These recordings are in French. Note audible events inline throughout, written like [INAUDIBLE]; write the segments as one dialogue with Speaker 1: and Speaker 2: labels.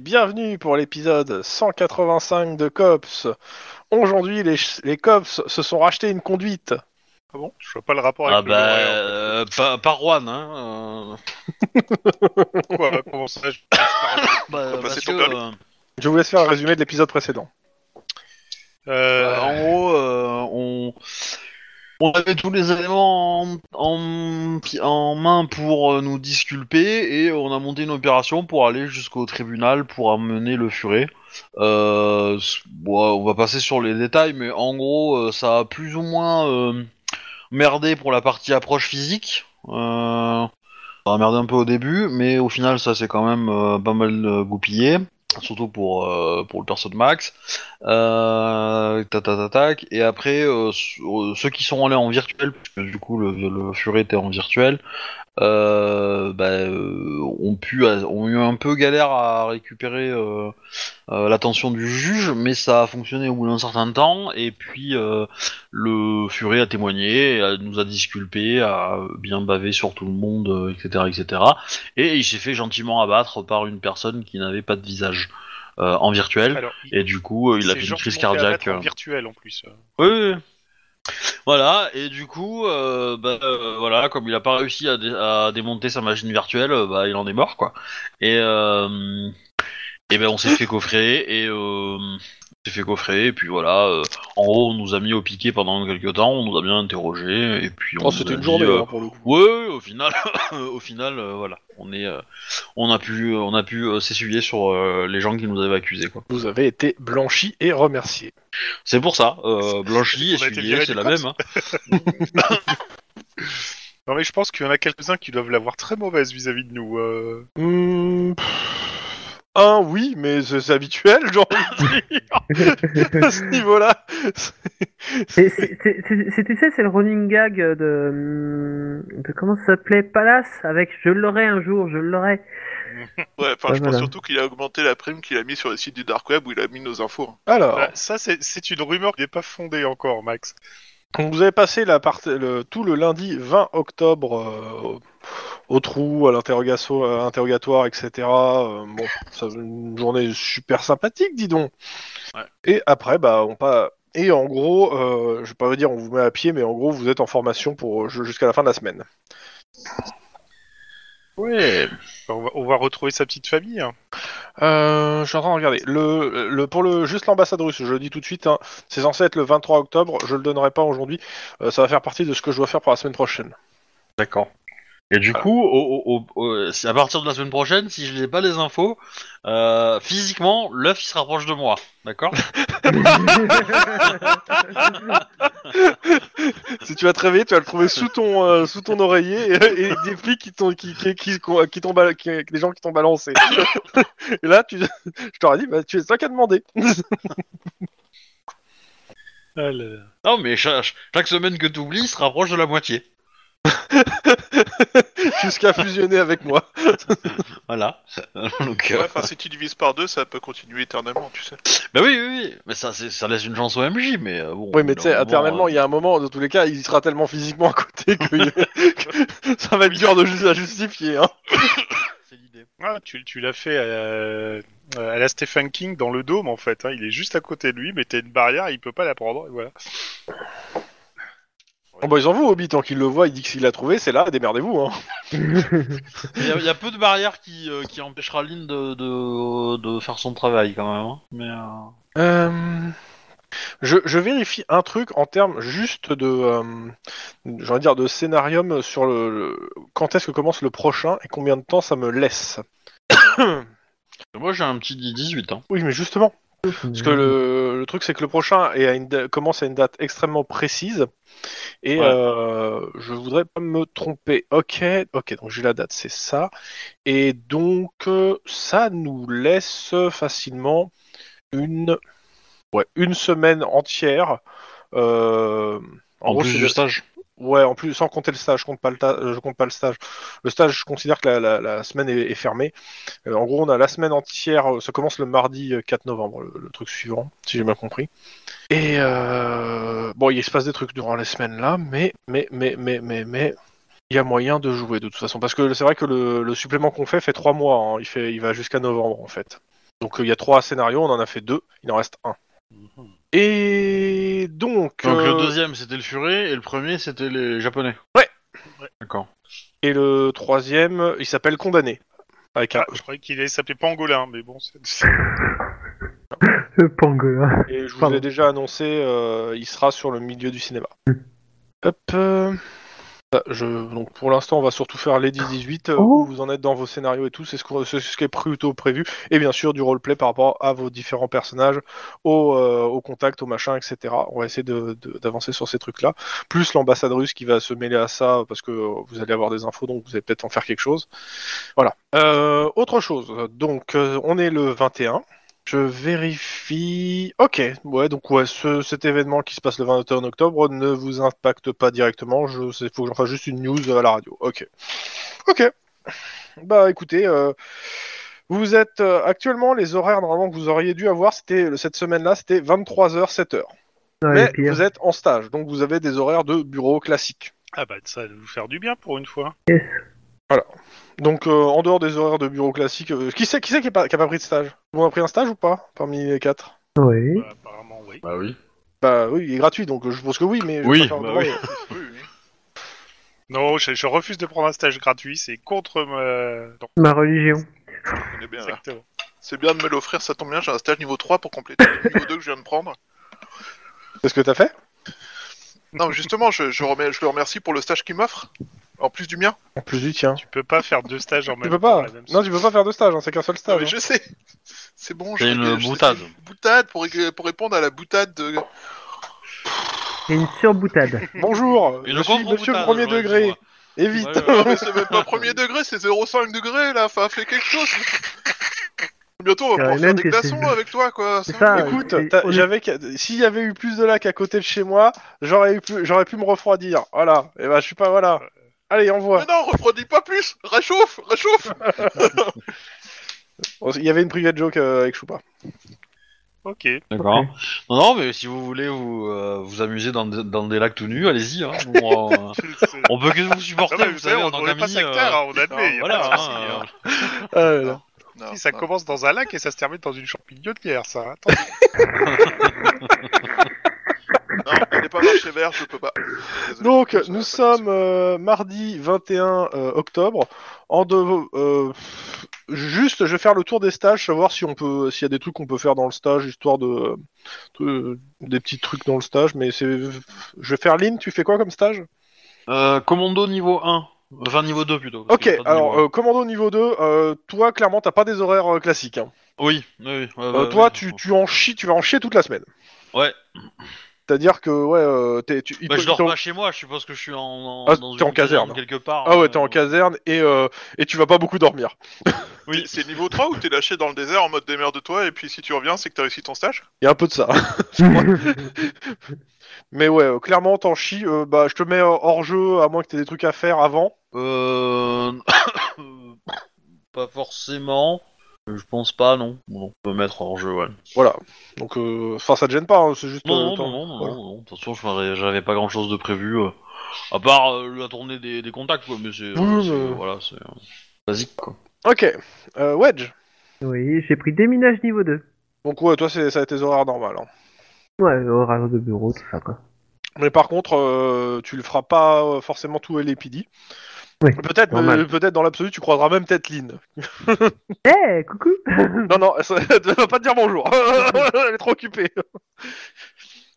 Speaker 1: bienvenue pour l'épisode 185 de Cops. Aujourd'hui, les, les Cops se sont rachetés une conduite.
Speaker 2: Ah bon Je vois pas le rapport
Speaker 3: Ah
Speaker 2: avec
Speaker 3: bah,
Speaker 2: le Lorrain,
Speaker 3: euh, par, par Juan, hein. euh,
Speaker 2: en fait.
Speaker 3: [LAUGHS]
Speaker 2: Quoi, comment ça je-
Speaker 3: bah,
Speaker 2: passer
Speaker 3: parce que,
Speaker 2: ton permis.
Speaker 3: euh,
Speaker 1: Je vous laisse faire un résumé de l'épisode précédent.
Speaker 2: Euh,
Speaker 3: [LAUGHS] euh, en gros, euh, on, on avait tous les éléments en, en, en main pour euh, nous disculper et on a monté une opération pour aller jusqu'au tribunal pour amener le furet. Euh, c- bon, on va passer sur les détails, mais en gros, euh, ça a plus ou moins euh, merdé pour la partie approche physique. Euh, ça a merdé un peu au début, mais au final, ça s'est quand même euh, pas mal euh, goupillé. Surtout pour, euh, pour le perso de Max. Euh, tac, tac, tac, tac. Et après, euh, s- euh, ceux qui sont allés en virtuel, parce que du coup le, le furet était en virtuel, euh, bah, euh, ont, pu, ont eu un peu galère à récupérer euh, euh, l'attention du juge, mais ça a fonctionné au bout d'un certain temps. Et puis euh, le furet a témoigné, a- nous a disculpé, a bien bavé sur tout le monde, euh, etc., etc. Et il s'est fait gentiment abattre par une personne qui n'avait pas de visage euh, en virtuel.
Speaker 2: alors,
Speaker 3: Et du coup, euh, il a
Speaker 2: ces
Speaker 3: fait
Speaker 2: gens
Speaker 3: une crise
Speaker 2: qui m'ont fait
Speaker 3: cardiaque. euh.
Speaker 2: abattre en virtuel en plus.
Speaker 3: Oui, oui, oui. Voilà, et du coup, euh, bah, euh, voilà, comme il a pas réussi à, dé- à démonter sa machine virtuelle, euh, bah, il en est mort, quoi. Et, euh, et ben, on s'est fait coffrer, et euh, on s'est fait coffrer, et puis voilà. euh, en haut, on nous a mis au piqué pendant quelques temps, on nous a bien interrogé, et puis on
Speaker 1: Oh,
Speaker 3: nous
Speaker 1: c'était
Speaker 3: a
Speaker 1: une
Speaker 3: dit,
Speaker 1: journée
Speaker 3: euh,
Speaker 1: hein, pour le coup.
Speaker 3: Ouais, ouais, au final, [LAUGHS] au final, euh, voilà, on est, euh, on a pu, on a pu euh, s'essuyer sur euh, les gens qui nous avaient accusés, quoi.
Speaker 1: Vous avez été blanchi et remercié.
Speaker 3: C'est pour ça, [LAUGHS] euh, Blanchely et
Speaker 2: On a été
Speaker 3: Suyer,
Speaker 2: viré
Speaker 3: c'est
Speaker 2: du
Speaker 3: la
Speaker 2: compte.
Speaker 3: même. hein.
Speaker 2: Non mais je pense qu'il y en a quelques-uns qui doivent l'avoir très mauvaise vis-à-vis de nous. euh.
Speaker 1: Hmm, pff, un, oui, mais c'est c'est habituel, j'ai envie
Speaker 4: [LAUGHS]
Speaker 1: de dire. [LAUGHS] à ce niveau-là.
Speaker 4: C'est- c'est- c'est- c'est- c'est- Tu sais, c'est le running gag de, de comment ça s'appelait Palace avec je l'aurai un jour, je l'aurai.
Speaker 5: Ouais, enfin,
Speaker 4: Ouais,
Speaker 5: je pense
Speaker 4: voilà.
Speaker 5: surtout qu'il a augmenté la prime qu'il a mis sur les sites du dark web où il a mis nos infos. hein.
Speaker 1: Alors,
Speaker 2: Bah, ça c'est- c'est une rumeur qui n'est pas fondée encore, Max.
Speaker 1: Donc, Vous avez passé la part- le- tout le lundi 20 octobre euh, au trou, à l'interrogato- à l'interrogatoire, etc. Euh, bon, ça faisait une journée super sympathique, dis donc.
Speaker 3: Ouais.
Speaker 1: Et après, bah, on pas. Et en gros, euh, je vais pas vous dire on vous met à pied, mais en gros, vous êtes en formation pour euh, ju- jusqu'à la fin de la semaine.
Speaker 3: Ouais.
Speaker 2: On va, on va retrouver sa petite famille. hein.
Speaker 1: Euh, je suis en train de regarder. Le, le- pour le juste l'ambassade russe, je le dis tout de suite, hein, c'est censé être le 23 octobre. Je le donnerai pas aujourd'hui. Euh, ça va faire partie de ce que je dois faire pour la semaine prochaine.
Speaker 3: D'accord. Et du coup, au- au- au- au- si à partir de la semaine prochaine, si je n'ai pas les infos, euh, physiquement, l'œuf il se rapproche de moi, d'accord
Speaker 1: Si tu vas te réveiller, tu vas le trouver sous ton, euh, sous ton oreiller et, et des flics qui t'ont, qui, qui, qui, qui t'ont bal- qui- des gens qui t'ont balancé. Et là, tu, je t'aurais dit, bah, tu es toi qui as demandé. [LAUGHS]
Speaker 2: Ah là là.
Speaker 3: Non, mais cha- chaque, semaine que tu oublies, il se rapproche de la moitié.
Speaker 1: Jusqu'à fusionner avec moi.
Speaker 3: Voilà. [LAUGHS] Donc,
Speaker 5: Ouais,
Speaker 3: euh,
Speaker 5: enfin, si tu divises par deux, ça peut continuer éternellement, tu sais.
Speaker 3: bah oui, oui, oui. Mais ça, c'est- ça laisse une chance au MJ, mais euh, bon. euh,
Speaker 1: Oui, mais tu sais, éternellement, il y a un moment, dans tous les cas, il sera tellement physiquement à côté que, [LAUGHS] que ça va être dur de ju- à justifier. Hein.
Speaker 3: C'est l'idée.
Speaker 2: Ah, tu tu l'as fait à, à la Stephen King dans le dôme en fait. hein. Il est juste à côté de lui, mais t'as une barrière, il peut pas la prendre. et Voilà.
Speaker 1: Bon, bah, ils en vont, Obi, tant qu'il le voit, il dit que s'il l'a trouvé, c'est là, démerdez-vous. Hein.
Speaker 3: Il y, a- il y a peu de barrières qui, euh, qui empêchera Lynn de, de, de faire son travail quand même. hein. Mais. euh,
Speaker 1: Euh, Je, je vérifie un truc en termes juste de, euh, j'ai envie de dire, de scénarium sur le, le- quand est-ce que commence le prochain et combien de temps ça me laisse. [COUGHS]
Speaker 3: Moi, j'ai un petit hein. 18 ans.
Speaker 1: Oui, mais justement, parce que le, le truc c'est que le prochain est à une da- commence à une date extrêmement précise et
Speaker 3: Ouais.
Speaker 1: euh, je voudrais pas me tromper. Ok, ok, donc j'ai la date, c'est ça. Et donc euh, ça nous laisse facilement une, ouais, une semaine entière. euh,
Speaker 3: En,
Speaker 1: gros,
Speaker 3: plus
Speaker 1: c'est-
Speaker 3: du stage.
Speaker 1: Ouais, en plus, sans compter le stage, je compte pas le, ta- euh, je compte pas le stage. Le stage, je considère que la, la- la semaine est, est fermée. Euh, en gros, on a la semaine entière, euh, ça commence le mardi euh, 4 novembre, le, le truc suivant, si j'ai bien compris. Et euh, bon, il se passe des trucs durant les semaines là, mais, mais, mais, mais, mais, mais, il y a moyen de jouer de toute façon. Parce que c'est vrai que le, le supplément qu'on fait fait 3 mois, hein. il, fait, il va jusqu'à novembre en fait. Donc euh, il y a trois scénarios, on en a fait deux, il en reste un. Et donc,
Speaker 3: Donc
Speaker 1: euh,
Speaker 3: le deuxième c'était le furet et le premier c'était les japonais.
Speaker 1: Ouais.
Speaker 3: D'accord.
Speaker 1: et le troisième, il s'appelle Condamné. Avec un E.
Speaker 2: Ah, je croyais qu'il allait s'appeler Pangolin, mais bon, c'est...
Speaker 4: Le pangolin.
Speaker 1: E. Et je vous
Speaker 4: Pardon. Mm.
Speaker 1: l'ai déjà annoncé, euh, il sera sur le milieu du cinéma. Hop. euh, ça, je... Donc pour l'instant, on va surtout faire les 10-18, euh,
Speaker 4: Oh.
Speaker 1: où vous en êtes dans vos scénarios et tout, c'est ce, qu'on- c'est ce qui est plutôt prévu. Et bien sûr, du roleplay par rapport à vos différents personnages, au, euh, au contact, au machin, etc. On va essayer de- de- d'avancer sur ces trucs-là. Plus l'ambassade russe qui va se mêler à ça, parce que euh, vous allez avoir des infos, donc vous allez peut-être en faire quelque chose. Voilà. Euh, autre chose, donc euh, on est le 21. Je vérifie. Ok, ouais, donc ouais, ce- cet événement qui se passe le 21 octobre ne vous impacte pas directement. Je sais, faut que j'en fasse juste une news à la radio. Ok. Ok. Bah écoutez, euh, vous êtes euh, actuellement les horaires normalement que vous auriez dû avoir, c'était cette semaine-là, c'était 23h, 7h.
Speaker 4: Non, il est
Speaker 1: Mais
Speaker 4: pire.
Speaker 1: vous êtes en stage, donc vous avez des horaires de bureau classiques.
Speaker 2: Ah bah ça va vous faire du bien pour une fois.
Speaker 1: Donc euh, en dehors des horaires de bureau classiques, euh, qui c'est qui, c'est qui, est pas- qui a pas pris de stage On a pris un stage ou pas parmi les quatre
Speaker 4: Oui.
Speaker 2: Bah, apparemment, oui.
Speaker 3: Bah oui.
Speaker 1: Bah oui, il est gratuit, donc je pense que oui, mais je
Speaker 3: Oui,
Speaker 1: préfère
Speaker 3: bah
Speaker 1: demander. [LAUGHS]
Speaker 5: Oui, oui.
Speaker 2: Non, je, je refuse de prendre un stage gratuit, c'est contre ma... Non,
Speaker 4: Ma religion.
Speaker 5: On est bien là.
Speaker 2: exactement.
Speaker 5: C'est bien de me l'offrir, ça tombe bien, j'ai un stage niveau 3 pour compléter le niveau 2 que je viens de prendre.
Speaker 1: C'est ce que t'as fait
Speaker 5: Non, mais justement, je, je, remets- je le remercie pour le stage qu'il m'offre, en plus du mien.
Speaker 1: En plus du tien.
Speaker 2: Tu peux pas faire deux stages en même
Speaker 1: Tu peux pas.
Speaker 2: temps. madame.
Speaker 1: Non, tu peux pas faire de stage, hein, c'est qu'un seul
Speaker 5: Non, mais
Speaker 1: stage. hein.
Speaker 5: je sais. C'est bon, je
Speaker 3: C'est une
Speaker 5: je-
Speaker 3: boutade.
Speaker 5: c'est une boutade pour, ré- pour répondre à la boutade de.
Speaker 4: C'est une surboutade.
Speaker 1: hein. Bonjour,
Speaker 3: Et
Speaker 1: je
Speaker 3: le
Speaker 1: suis
Speaker 3: grand
Speaker 1: monsieur
Speaker 3: boutade,
Speaker 1: premier
Speaker 3: j'aurais dit,
Speaker 1: degré.
Speaker 3: moi.
Speaker 1: Et vite.
Speaker 3: Ouais, ouais.
Speaker 5: Non, mais c'est même pas premier degré, c'est 0,5 degré là, enfin, fais quelque chose. Bientôt, on va
Speaker 4: Car
Speaker 5: pouvoir faire
Speaker 4: même
Speaker 5: des
Speaker 4: que
Speaker 5: glaçons
Speaker 4: c'est-
Speaker 5: avec toi, quoi.
Speaker 4: C'est ça,
Speaker 5: ça. Mais
Speaker 1: Écoute,
Speaker 4: Et-
Speaker 1: t'as-
Speaker 4: on est-
Speaker 1: j'avais qu'à- s'il y avait eu plus de lac à côté de chez moi, j'aurais eu pu, j'aurais pu me refroidir. Voilà. Et bah je suis pas voilà. Allez, envoie.
Speaker 5: Mais non, refroidis pas plus Réchauffe Réchauffe
Speaker 1: Bon, Il y avait une private joke euh, avec Choupa.
Speaker 2: Ok.
Speaker 3: D'accord. Non, non, mais si vous voulez vous euh, vous amuser dans, des- dans des lacs tout nus, allez-y. Hein. Bon, euh,
Speaker 2: C'est-
Speaker 3: on [LAUGHS] peut que vous supporter.
Speaker 2: Non, mais
Speaker 3: vous savez,
Speaker 2: on
Speaker 3: en tant
Speaker 2: on est pas
Speaker 3: qu'amis,
Speaker 2: sectaire,
Speaker 3: euh,
Speaker 2: hein, on admet. y a
Speaker 3: Voilà.
Speaker 2: pas de souci,
Speaker 3: hein. euh,
Speaker 2: hein.
Speaker 1: Ah
Speaker 5: non,
Speaker 2: Si, ça
Speaker 5: non.
Speaker 2: commence dans un lac et ça se termine dans une champignonnière, ça. hein. Attends,
Speaker 5: Non, elle n'est pas marché vert, je peux pas. Désolé.
Speaker 1: Donc,
Speaker 5: Ça va
Speaker 1: nous
Speaker 5: pas
Speaker 1: sommes euh, mardi 21 euh, octobre. En de, euh, juste, je vais faire le tour des stages, savoir si on peut, s'il y a des trucs qu'on peut faire dans le stage, histoire de, de- des petits trucs dans le stage. Mais c'est, je vais faire Lynn. Tu fais quoi comme stage
Speaker 3: Euh, commando niveau 1. Enfin niveau 2 plutôt. parce
Speaker 1: Ok.
Speaker 3: qu'il y a pas de
Speaker 1: Alors,
Speaker 3: niveau un.
Speaker 1: euh, commando niveau 2. euh, toi, clairement, t'as pas des horaires euh, classiques. hein.
Speaker 3: Oui. oui, oui, ouais,
Speaker 1: Euh,
Speaker 3: ouais,
Speaker 1: toi,
Speaker 3: ouais.
Speaker 1: tu, tu en chies, tu vas en chier toute la semaine.
Speaker 3: Ouais.
Speaker 1: C'est-à-dire que ouais, euh, t'es, tu, il
Speaker 3: Bah,
Speaker 1: peut-
Speaker 3: je dors
Speaker 1: il t'en-
Speaker 3: pas chez moi. Je suppose que je suis en. en
Speaker 1: Ah,
Speaker 3: dans
Speaker 1: t'es
Speaker 3: une
Speaker 1: en caserne.
Speaker 3: quelque part.
Speaker 1: Ah ouais,
Speaker 3: euh,
Speaker 1: t'es en caserne et euh, et tu vas pas beaucoup dormir.
Speaker 5: C'est- C'est niveau 3 ou t'es lâché dans le désert en mode démerde-toi et puis si tu reviens, c'est que t'as réussi ton stage
Speaker 1: Il y a un peu de ça. Mais ouais, euh, clairement, t'en chies. euh, bah, je te mets euh, hors jeu, à moins que t'aies des trucs à faire avant.
Speaker 3: Euh... [COUGHS] pas forcément. Je pense pas, non. Bon, on peut mettre hors jeu, ouais.
Speaker 1: Voilà. Donc, euh, enfin, ça te gêne pas, hein, c'est juste. euh,
Speaker 3: Non, non,
Speaker 1: t'en-
Speaker 3: non, non, non,
Speaker 1: voilà.
Speaker 3: non, De toute façon, je ferais- j'avais pas grand chose de prévu. euh, à part euh, la tournée des, des contacts, quoi. Mais c'est. euh,
Speaker 1: Oui,
Speaker 3: c'est-
Speaker 1: mais-
Speaker 3: Voilà, c'est. euh, basique, quoi.
Speaker 1: Ok. Euh, Wedge.
Speaker 4: [LAUGHS] oui, j'ai pris déminage niveau 2.
Speaker 1: Donc, ouais, toi, c'est- ça a été horaires normal. hein.
Speaker 4: Ouais, horaire de bureau, tout ça, quoi.
Speaker 1: Mais par contre, euh, tu le feras pas euh, forcément tout LAPD.
Speaker 4: Oui,
Speaker 1: Peut-être,
Speaker 4: normal.
Speaker 1: mais peut-être dans l'absolu, tu croiseras même peut-être Lynn.
Speaker 4: Eh, coucou
Speaker 1: non, [LAUGHS] non, ça elle va pas te dire bonjour. [LAUGHS] Elle est trop occupée.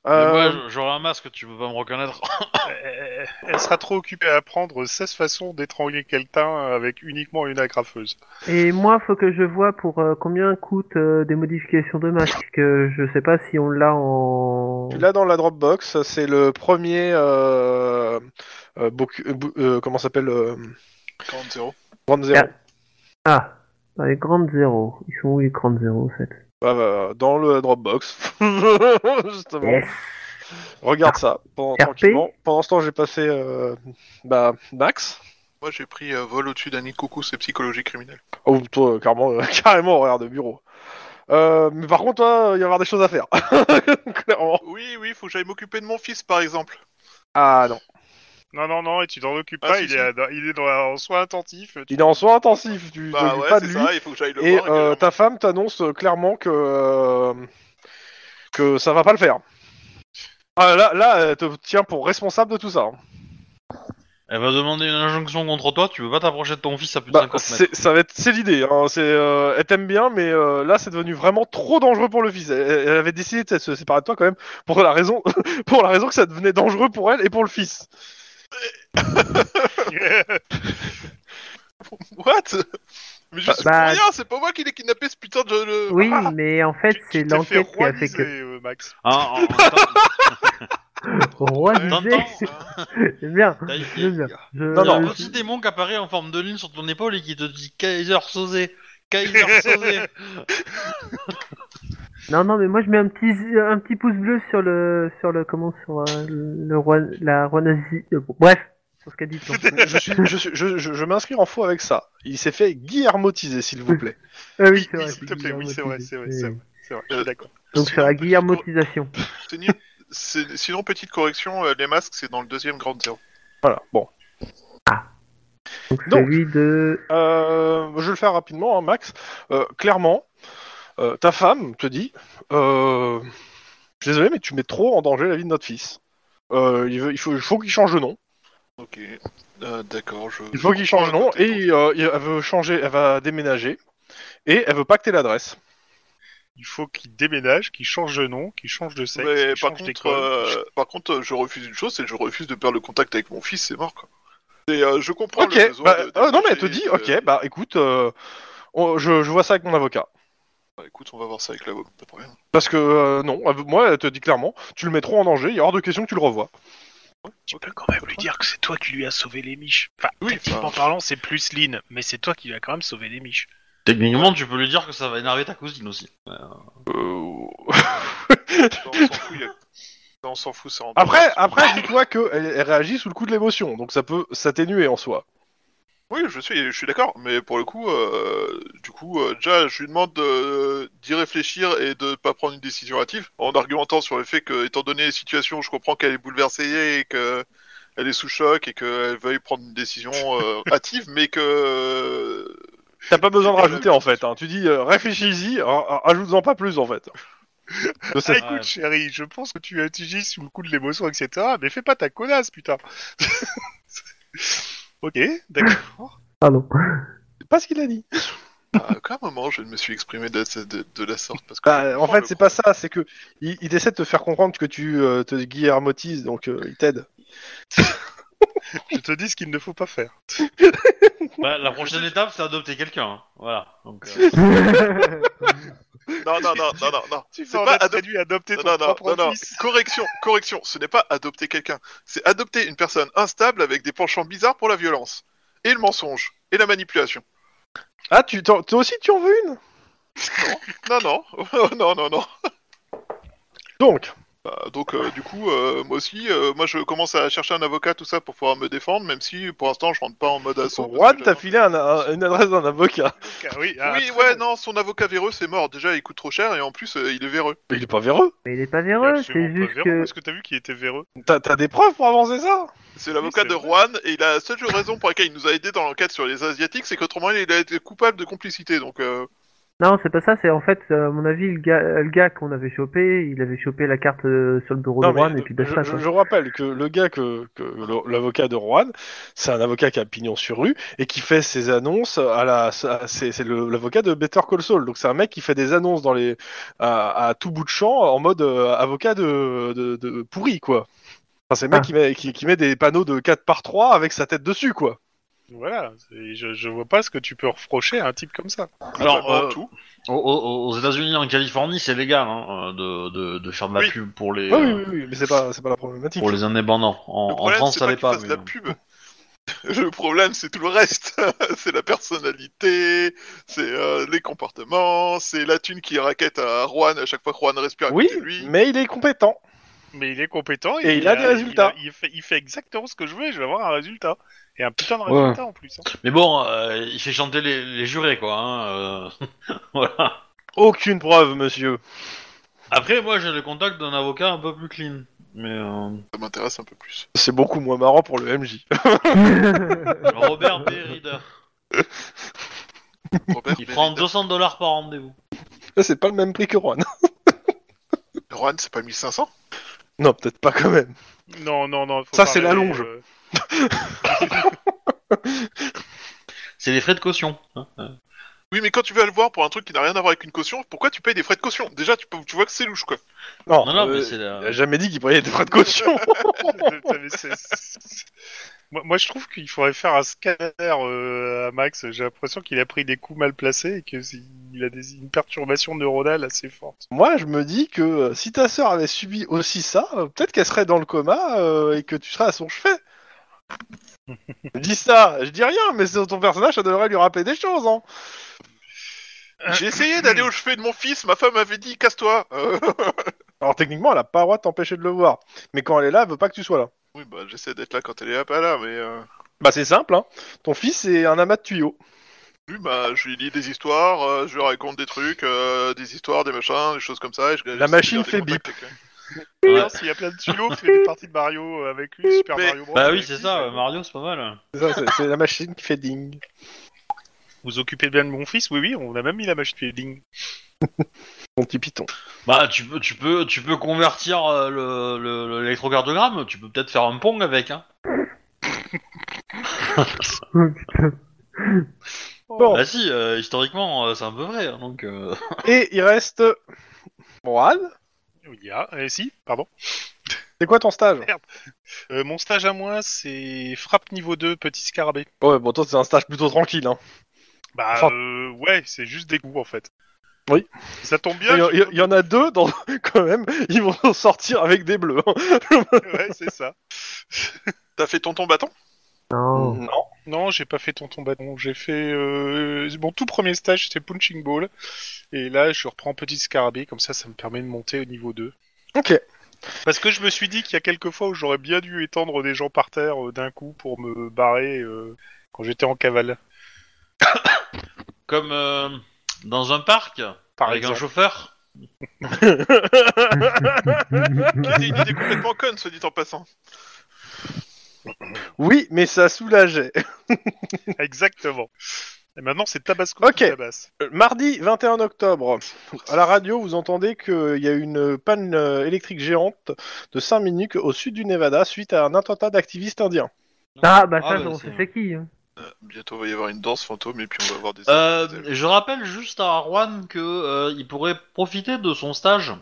Speaker 3: Mais
Speaker 1: Euh,
Speaker 3: ouais, j- j'aurais un masque, tu peux pas me reconnaître. [LAUGHS]
Speaker 2: euh, elle sera trop occupée à apprendre 16 façons d'étrangler quelqu'un avec uniquement une agrafeuse.
Speaker 4: Et moi, faut que je vois pour euh, combien coûtent euh, des modifications de masque. Que je sais pas si on l'a en.
Speaker 1: Tu l'as dans la Dropbox, c'est le premier. Euh, euh, boc- euh, bou- euh, comment ça s'appelle euh,
Speaker 5: 40-0.
Speaker 1: Ground Zero.
Speaker 4: Ah. Ah, dans les grandes zéros. Ils sont où les grandes zéros, en fait
Speaker 1: Bah, bah, dans le Dropbox. [LAUGHS] Justement.
Speaker 4: Yes
Speaker 1: Regarde ça pendant,
Speaker 4: RP.
Speaker 1: tranquillement. Pendant ce temps, j'ai passé euh, bah, Max.
Speaker 5: Moi j'ai pris euh, vol au-dessus d'un nid de coucou, c'est psychologie criminelle.
Speaker 1: Oh, toi, euh, carrément, euh, [LAUGHS] carrément horaire de bureau. Euh, mais par contre, toi, il va y avoir des choses à faire. [LAUGHS] Clairement.
Speaker 5: Oui, oui, faut que j'aille m'occuper de mon fils par exemple.
Speaker 1: Ah non.
Speaker 2: Non, non, non, et tu t'en occupes
Speaker 5: Ah,
Speaker 2: pas,
Speaker 5: si,
Speaker 2: il,
Speaker 5: si.
Speaker 2: Est, à- dans- il est dans la- en soins attentifs. tu-
Speaker 4: [LAUGHS]
Speaker 1: Il est en soins intensifs, tu
Speaker 5: Bah
Speaker 1: t'occupes
Speaker 5: ouais,
Speaker 1: pas de
Speaker 5: c'est
Speaker 1: lui.
Speaker 5: ça, il faut que j'aille le
Speaker 1: Et
Speaker 5: voir.
Speaker 1: euh,
Speaker 5: également.
Speaker 1: ta femme t'annonce clairement que euh, que ça va pas le faire. Ah, là, là, elle te tient pour responsable de tout ça. hein.
Speaker 3: Elle va demander une injonction contre toi, tu peux pas t'approcher de ton fils à plus de
Speaker 1: Bah,
Speaker 3: 50 [LAUGHS] mètres.
Speaker 1: c'est- ça va être, c'est l'idée. Hein. C'est, euh, elle t'aime bien, mais euh, là, c'est devenu vraiment trop dangereux pour le fils. Elle, elle avait décidé de se séparer de toi quand même pour la raison, [LAUGHS] pour la raison que ça devenait dangereux pour elle et pour le fils.
Speaker 5: What Mais je suis
Speaker 4: bah-
Speaker 5: pour rien, c'est pas moi qui l'ai kidnappé ce putain de.
Speaker 2: [LAUGHS]
Speaker 5: de-
Speaker 4: Oui,
Speaker 5: Ah
Speaker 4: mais en fait, c'est
Speaker 2: Tu t'es
Speaker 4: l'enquête qui a fait
Speaker 2: rouaniser,
Speaker 4: que.
Speaker 2: euh, Max.
Speaker 3: Hein, en- en- t'as-
Speaker 4: Roi [LAUGHS]
Speaker 3: T'entends,
Speaker 4: disait.
Speaker 2: hein.
Speaker 4: Bien.
Speaker 3: t'as été-
Speaker 4: Je viens. Je...
Speaker 1: Non, non.
Speaker 3: Un petit démon qui apparaît en forme de ligne sur ton épaule et qui te dit Kaiser Sosé Kaiser Sosé
Speaker 4: Non, non, mais moi je mets un petit, un petit pouce bleu sur le, sur le, comment, sur euh, le roi, la roi nazi. euh, bon, bref, sur ce qu'a
Speaker 2: [LAUGHS]
Speaker 4: dit. ton-
Speaker 1: je, suis, je, suis- je, je, je m'inscris en faux avec ça. Il s'est fait guillermotiser, s'il vous plaît.
Speaker 4: Ah
Speaker 2: Oui,
Speaker 4: oui, c'est
Speaker 2: oui,
Speaker 4: vrai.
Speaker 2: s'il te plaît, oui, c'est vrai, c'est vrai,
Speaker 4: Oui.
Speaker 2: c'est vrai. C'est vrai, je
Speaker 5: Euh.
Speaker 2: suis d'accord.
Speaker 4: Donc sur la
Speaker 5: Sinon, petite cor-
Speaker 4: guillermotisation.
Speaker 5: sinon- c'est- Sinon, petite correction, euh, les masques, c'est dans le deuxième grand zéro.
Speaker 1: Voilà. Bon.
Speaker 4: Donc
Speaker 1: Donc.
Speaker 4: celui de.
Speaker 1: Euh, je vais le faire rapidement, hein, Max. Euh, clairement, euh, ta femme te dit euh, Je suis désolé, mais tu mets trop en danger la vie de notre fils. Euh, il, veut- il faut, il faut qu'il change de nom.
Speaker 5: Ok. Euh, D'accord, je.
Speaker 1: Il faut qu'il change de nom et euh, il- elle veut changer, elle va déménager et elle veut pas que t'aies l'adresse.
Speaker 2: Il faut qu'il déménage, qu'il change de nom, qu'il change de sexe,
Speaker 5: Mais
Speaker 2: qu'il
Speaker 5: par
Speaker 2: change
Speaker 5: contre,
Speaker 2: d'école.
Speaker 5: euh, par contre, euh, je refuse une chose, c'est que je refuse de perdre le contact avec mon fils, c'est mort quoi. Et euh, je comprends
Speaker 1: Ok,
Speaker 5: le besoin
Speaker 1: bah,
Speaker 5: de- de
Speaker 1: euh, non, mais elle te
Speaker 5: protéger,
Speaker 1: dit
Speaker 5: euh,
Speaker 1: Ok, bah écoute, euh, on- je, je vois ça avec mon avocat.
Speaker 5: bah, écoute, on va voir ça avec l'avocat, pas de problème.
Speaker 1: Parce que euh, non, elle veut- moi elle te dit clairement Tu le mets trop en danger, il est hors de question que tu le revois.
Speaker 6: Tu peux quand même lui dire que c'est toi qui lui as sauvé les miches. Enfin,
Speaker 5: Oui,
Speaker 6: techniquement
Speaker 5: enfin-
Speaker 6: parlant, c'est plus Lynn, mais c'est toi qui lui as quand même sauvé les miches.
Speaker 3: [LAUGHS] Techniquement, tu peux lui dire que ça va énerver ta cousine aussi.
Speaker 5: Ça, on s'en fout, il y a- ça, on s'en fout, ça rentre
Speaker 1: Après,
Speaker 5: pas.
Speaker 1: après dis-toi qu'elle elle réagit sous le coup de l'émotion, donc ça peut s'atténuer en soi.
Speaker 5: Oui, je suis, je suis d'accord, mais pour le coup, euh, du coup, euh, déjà, je lui demande de- d'y réfléchir et de pas prendre une décision hâtive, en argumentant sur le fait que, étant donné les situations, je comprends qu'elle est bouleversée et que elle est sous choc et qu'elle veuille prendre une décision euh, hâtive, mais que euh,
Speaker 1: T'as pas besoin de
Speaker 5: C'est pas
Speaker 1: rajouter en fait, hein. tu dis euh, réfléchis-y, ra- ra- ajoute-en pas plus en fait. Je
Speaker 2: Ah,
Speaker 1: sais.
Speaker 2: écoute, chérie, je pense que tu as utilisé sous le coup de l'émotion, etc. Mais fais pas ta connasse, putain. [LAUGHS] ok, d'accord. [LAUGHS]
Speaker 4: Pardon.
Speaker 1: C'est pas ce qu'il a dit.
Speaker 5: à aucun bah, moment je ne me suis exprimé de, de- de la sorte parce que
Speaker 1: Bah, en fait, c'est pas ça, c'est que il, il essaie de te faire comprendre que tu euh, te guillermotises, donc euh, il t'aide.
Speaker 2: je te dis ce qu'il ne faut pas faire.
Speaker 3: Bah, la prochaine étape, c'est adopter quelqu'un. hein. Voilà. Donc, [LAUGHS] euh,
Speaker 5: non, non, non, non, non, non,
Speaker 2: Tu
Speaker 5: c'est
Speaker 2: vas en
Speaker 5: pas
Speaker 2: être
Speaker 5: adop-
Speaker 2: réduit à adopter
Speaker 5: Non,
Speaker 2: ton
Speaker 5: non, non,
Speaker 2: propre
Speaker 5: non, non.
Speaker 2: fils.
Speaker 5: Correction, correction, ce n'est pas adopter quelqu'un, c'est adopter une personne instable avec des penchants bizarres pour la violence, et le mensonge, et la manipulation.
Speaker 1: Ah, tu, t'en- toi aussi tu en veux une
Speaker 5: Non, non, [LAUGHS] Oh, non, non, non.
Speaker 1: Donc,
Speaker 5: Bah, donc, euh, du coup, euh, moi aussi, euh, moi je commence à chercher un avocat, tout ça, pour pouvoir me défendre, même si pour l'instant je rentre pas en mode assaut. parce
Speaker 1: Juan
Speaker 5: que
Speaker 1: t'a
Speaker 5: j'attends-
Speaker 1: filé un- un- une adresse d'un avocat.
Speaker 2: Ah oui, ah,
Speaker 5: Oui,
Speaker 2: très
Speaker 5: ouais,
Speaker 2: bon.
Speaker 5: non, son avocat véreux, c'est mort. Déjà, il coûte trop cher, et en plus, euh, il est véreux.
Speaker 1: Mais il est pas véreux.
Speaker 4: Mais il est pas
Speaker 2: Il est
Speaker 4: véreux,
Speaker 2: absolument
Speaker 4: c'est
Speaker 2: pas
Speaker 4: juste
Speaker 2: véreux,
Speaker 4: que.
Speaker 2: Parce que t'as vu qu'il était véreux.
Speaker 1: T'as t'as des preuves pour avancer ça
Speaker 5: C'est l'avocat
Speaker 2: Oui,
Speaker 5: de
Speaker 2: c'est
Speaker 5: Juan, et la seule raison pour laquelle il nous a aidés dans l'enquête sur les Asiatiques, c'est qu'autrement il a été coupable de complicité, donc... euh,
Speaker 4: Non, c'est pas ça, c'est en fait, euh, à mon avis, le gars, euh, le gars qu'on avait chopé, il avait chopé la carte euh, sur le bureau
Speaker 1: Non,
Speaker 4: de Juan
Speaker 1: mais
Speaker 4: et puis basta.
Speaker 1: je,
Speaker 4: quoi.
Speaker 1: je rappelle que le gars que, que le- l'avocat de Roanne, c'est un avocat qui a pignon sur rue et qui fait ses annonces à la. à- C'est c'est le- l'avocat de Better Call Saul. Donc c'est un mec qui fait des annonces dans les à, à tout bout de champ en mode euh, avocat de, de, de pourri quoi. Enfin, c'est le mec
Speaker 4: Ah.
Speaker 1: qui, met, qui, qui met des panneaux de 4 par 3 avec sa tête dessus quoi.
Speaker 2: Voilà, c'est- je, je vois pas ce que tu peux reprocher à un type comme ça.
Speaker 3: Alors, euh,
Speaker 5: globalement, tout.
Speaker 3: aux, aux- aux États-Unis, en Californie, c'est légal hein, euh, de, de, de faire de la
Speaker 5: Oui.
Speaker 3: pub pour les,
Speaker 1: Ah oui,
Speaker 3: euh,
Speaker 1: oui, oui, mais c'est pas, c'est pas la problématique.
Speaker 3: pour les indépendants. En,
Speaker 5: Le
Speaker 3: en
Speaker 5: problème,
Speaker 3: France,
Speaker 5: c'est
Speaker 3: ça
Speaker 5: pas
Speaker 3: l'est
Speaker 5: qu'il
Speaker 3: pas.
Speaker 5: fasse de
Speaker 3: mais,
Speaker 5: la pub. [LAUGHS] Le problème, c'est tout le reste. [LAUGHS] c'est la personnalité, c'est euh, les comportements, c'est la thune qui raquette à Juan à chaque fois que Juan respire à
Speaker 1: Oui,
Speaker 5: côté de lui.
Speaker 1: mais il est compétent.
Speaker 2: Mais il est compétent
Speaker 1: Et il a des résultats.
Speaker 2: Il, a- il fait, il fait exactement ce que je veux et je vais avoir un résultat. Et un putain de
Speaker 3: Ouais.
Speaker 2: résultat en plus. hein.
Speaker 3: euh, mais bon, euh, il fait chanter les, les jurés, quoi. hein, euh, [LAUGHS] voilà.
Speaker 1: Aucune preuve, monsieur.
Speaker 3: Après, moi, j'ai le contact d'un avocat un peu plus clean. Mais euh, [LAUGHS]
Speaker 5: Ça m'intéresse un peu
Speaker 1: [LAUGHS]
Speaker 5: plus.
Speaker 1: C'est beaucoup moins marrant pour le MJ.
Speaker 3: Robert B. Reader,
Speaker 5: Robert,
Speaker 3: il prend 200 dollars par rendez-vous.
Speaker 1: Là, [LAUGHS] c'est pas le même prix que Juan. [LAUGHS]
Speaker 5: Rohan, c'est pas 1500
Speaker 1: Non, peut-être pas quand même.
Speaker 2: Non, non, non. faut
Speaker 1: Ça,
Speaker 2: pas
Speaker 1: c'est la
Speaker 2: rêver,
Speaker 1: longe.
Speaker 2: euh.
Speaker 3: C'est les frais de caution. hein.
Speaker 5: Oui, mais quand tu vas le voir pour un truc qui n'a rien à voir avec une caution, pourquoi tu payes des frais de caution Déjà, tu, peux- tu vois que c'est louche, quoi.
Speaker 1: Non,
Speaker 3: Non, non,
Speaker 1: euh,
Speaker 3: mais c'est la...
Speaker 1: Il a jamais dit qu'il prenait des frais de caution. [LAUGHS]
Speaker 2: [LAUGHS] Putain, mais c'est- c'est- moi, moi, je trouve qu'il faudrait faire un scanner euh, à Max. J'ai l'impression qu'il a pris des coups mal placés et qu'il a des, une perturbation neuronale assez forte.
Speaker 1: Moi, je me dis que euh, si ta sœur avait subi aussi ça, euh, peut-être qu'elle serait dans le coma euh, et que tu serais à son
Speaker 3: [LAUGHS]
Speaker 1: chevet. je dis ça, je dis rien, mais c'est ton personnage, ça devrait lui rappeler des choses. Hein.
Speaker 5: J'ai essayé d'aller au chevet de mon fils, ma femme m'avait dit casse-toi Euh, [LAUGHS]
Speaker 1: Alors techniquement, elle a pas le droit de t'empêcher de le voir. Mais quand elle est là, elle veut pas que tu sois là.
Speaker 5: Oui, bah j'essaie d'être là quand elle est pas là, mais. euh,
Speaker 1: Bah c'est simple, hein. ton fils est un amas de tuyaux.
Speaker 5: Oui, bah je lui lis des histoires, euh, je lui raconte des trucs, euh, des histoires, des machins, des choses comme ça. et je- j'essaie de
Speaker 1: machine
Speaker 5: faire des
Speaker 1: fait
Speaker 5: contacts avec
Speaker 3: Ouais.
Speaker 2: Hein, S'il y a plein de tuyaux, fait des parties de Mario euh, avec lui, Super
Speaker 5: Mais-
Speaker 2: Mario Bros.
Speaker 3: Bah
Speaker 2: avec
Speaker 3: oui, c'est
Speaker 2: lui, euh,
Speaker 3: ça, ouais, Mario, c'est pas mal.
Speaker 1: C'est ça, c'est- C'est la machine qui fait ding.
Speaker 2: Vous occupez bien de mon fils Oui, oui, on a même mis la machine feeling.
Speaker 1: Mon petit python.
Speaker 3: Bah tu peux, tu peux, tu peux convertir euh, le- le- l'électrocardiogramme, tu peux peut-être faire un pong avec. Hein.
Speaker 1: Bon,
Speaker 3: Bah si, euh, historiquement, euh, c'est un peu vrai. hein, donc, euh.
Speaker 1: [LAUGHS] et il reste... Moral,
Speaker 2: Oui, ah, euh, si, pardon.
Speaker 1: c'est quoi ton stage
Speaker 2: Euh, mon stage à moi, c'est frappe niveau 2, petit scarabée.
Speaker 1: Ouais, bon toi c'est un stage plutôt tranquille. Hein.
Speaker 2: Bah
Speaker 1: Frappe.
Speaker 2: euh, ouais, c'est juste des coups en fait.
Speaker 1: Oui. euh,
Speaker 2: Ça tombe
Speaker 1: Il
Speaker 2: bien.
Speaker 1: y,
Speaker 2: j'ai-
Speaker 1: il y en a deux dans... [LAUGHS] quand même, ils vont sortir avec des bleus. hein.
Speaker 2: [LAUGHS] ouais, c'est ça.
Speaker 5: T'as fait tonton bâton
Speaker 4: [LAUGHS]
Speaker 1: [LAUGHS]
Speaker 4: Non.
Speaker 2: Non, j'ai pas fait tonton bâton. J'ai fait euh, mon tout premier stage, c'était punching ball. Et là, je reprends petit scarabée. Comme ça, ça me permet de monter au niveau 2.
Speaker 1: Ok.
Speaker 2: Parce que je me suis dit qu'il y a quelques fois où j'aurais bien dû étendre des gens par terre euh, d'un coup pour me barrer euh, quand j'étais en cavale.
Speaker 3: Comme euh, dans un parc,
Speaker 2: Par
Speaker 3: avec un
Speaker 2: exemple.
Speaker 3: chauffeur.
Speaker 5: C'est
Speaker 4: [LAUGHS]
Speaker 5: une idée complètement conne, se dit en passant.
Speaker 1: Oui, mais ça soulageait.
Speaker 2: [LAUGHS] Exactement. Et maintenant, c'est Tabasco
Speaker 1: Ok.
Speaker 2: qui tabasse.
Speaker 1: Euh, Mardi 21 octobre, à la radio, vous entendez qu'il y a une panne euh, électrique géante de 5 minutes au sud du Nevada suite à un attentat d'activistes indiens.
Speaker 4: Ah, bah
Speaker 3: Ah,
Speaker 4: ça,
Speaker 3: bah,
Speaker 4: on
Speaker 3: c'est-
Speaker 4: sait c'est qui. hein.
Speaker 5: Bientôt, va y avoir une danse fantôme et puis on va avoir des.
Speaker 3: Euh, je rappelle juste à Arwan que euh, il pourrait profiter de son stage